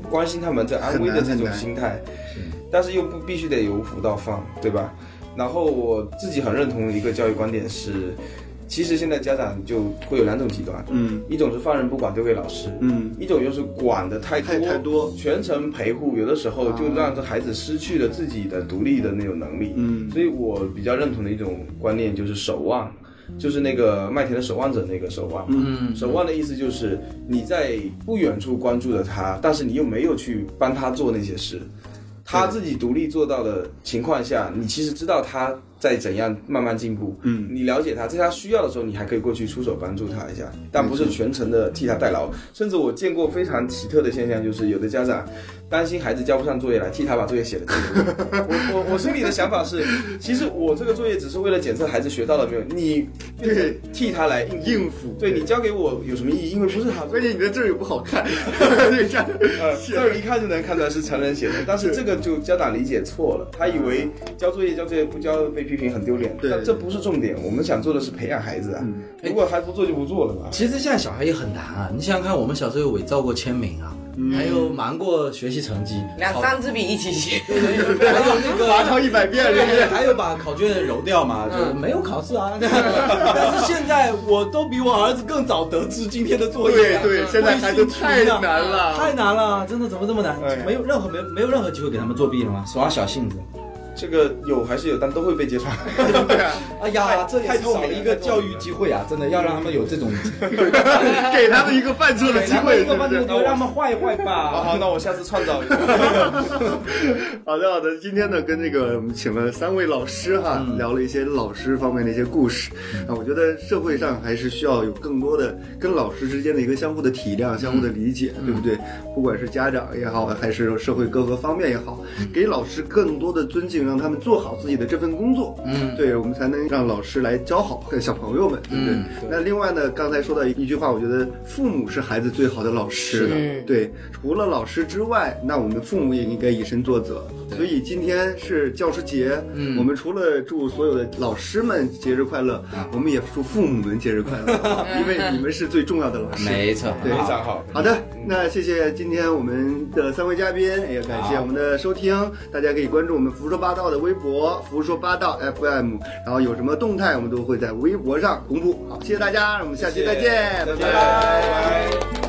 S5: 关心他们这安危
S3: 嗯
S5: 的这
S3: 很难很
S5: 种
S3: 难
S5: 心态，但是又不必须得由辅到放，对吧？然后我自己很认同的一个教育观点是，其实现在家长就会有两种极端，
S3: 嗯
S5: 一种是放任不管丢给老师，
S3: 嗯
S5: 一种又是管的太多，
S3: 太太多啊
S5: 全程陪护，有的时候就让这孩子失去了自己的独立的那种能力。
S3: 嗯
S5: 所以我比较认同的一种观念就是守望，就是那个麦田的守望者那个守望。嗯，守望的意思就是你在不远处关注着他，但是你又没有去帮他做那些事。他自己独立做到的情况下，你其实知道他在怎样慢慢进步，嗯，你了解他，在他需要的时候，你还可以过去出手帮助他一下，但不是全程的替他代劳。甚至我见过非常奇特的现象，就是有的家长担心孩子交不上作业来替他把作业写了进去。 我我我心里的想法是，其实我这个作业只是为了检测孩子学到了没有，你
S3: 对
S5: 替他来应
S3: 应付
S5: 对你交给我有什么意义？因为不是他作
S3: 关
S5: 业。
S3: 键你的字儿也不好 看，对这样
S5: 呃，字儿一看就能看出来是成人写的，但是这个就家长理解错了，他以为交作业交作业不交被批评很丢脸，
S3: 对
S5: 但这不是重点，我们想做的是培养孩子啊，如果还不做就不做了吧。
S4: 其实现在小孩也很难啊，你想想看，我们小时候有伪造过签名啊，
S3: 嗯
S4: 还有瞒过学习成绩，
S6: 两
S4: 考
S6: 三支笔一起写，
S4: 还有那个
S3: 罚抄一百遍，这
S4: 对，
S3: 是
S4: 还有把考卷揉掉嘛，
S3: 嗯
S4: 就是没有考试啊。但是现在我都比我儿子更早得知今天的作业
S3: 对
S4: 啊。
S3: 对，现在孩子太难了。
S4: 太难了，真的怎么这么难
S5: 哎？
S4: 没有任何没有没有任何机会给他们作弊了吗？耍小性子。
S5: 这个有还是有，但都会被揭穿。
S3: 对啊，
S4: 哎呀，这也
S5: 太
S4: 是
S5: 透明
S4: 少
S5: 了
S4: 了一个教育机会啊！真的要让他们有 这种
S3: 给他们一个犯错的
S4: 给
S3: 机
S4: 他们
S3: 会，
S4: 一个
S3: 对不
S4: 班
S3: 对
S4: 级？机会，让他们坏一坏
S5: 好
S4: 吧。
S5: 好，那我下次创造一个。
S3: 好的，好的。今天呢，跟这个我们请了三位老师哈，聊了一些老师方面的一些故事。啊，我觉得社会上还是需要有更多的跟老师之间的一个相互的体谅、相互的理解，对不对？不管是家长也好，还是社会各个方面也好，给老师更多的尊敬，让他们做好自己的这份工作。嗯，对我们才能让老师来教好小朋友们，对不对？那另外呢，刚才说到一句话，我觉得父母是孩子最好的老师。
S6: 嗯
S3: 对，除了老师之外，那我们父母也应该以身作则。所以今天是教师节，我们除了祝所有的老师们节日快乐，我们也祝父母们节日快乐，因为你们是最重要的老师。
S4: 没错，
S3: 对
S5: 非常好。
S3: 好的，那谢谢今天我们的三位嘉宾，也感谢我们的收听，大家可以关注我们“胡说八道”的微博“胡说八道 FM”，然后有什么动态我们都会在微博上公布。好，谢谢大家，让我们下期再见，
S5: 再见
S3: 拜拜
S5: 拜拜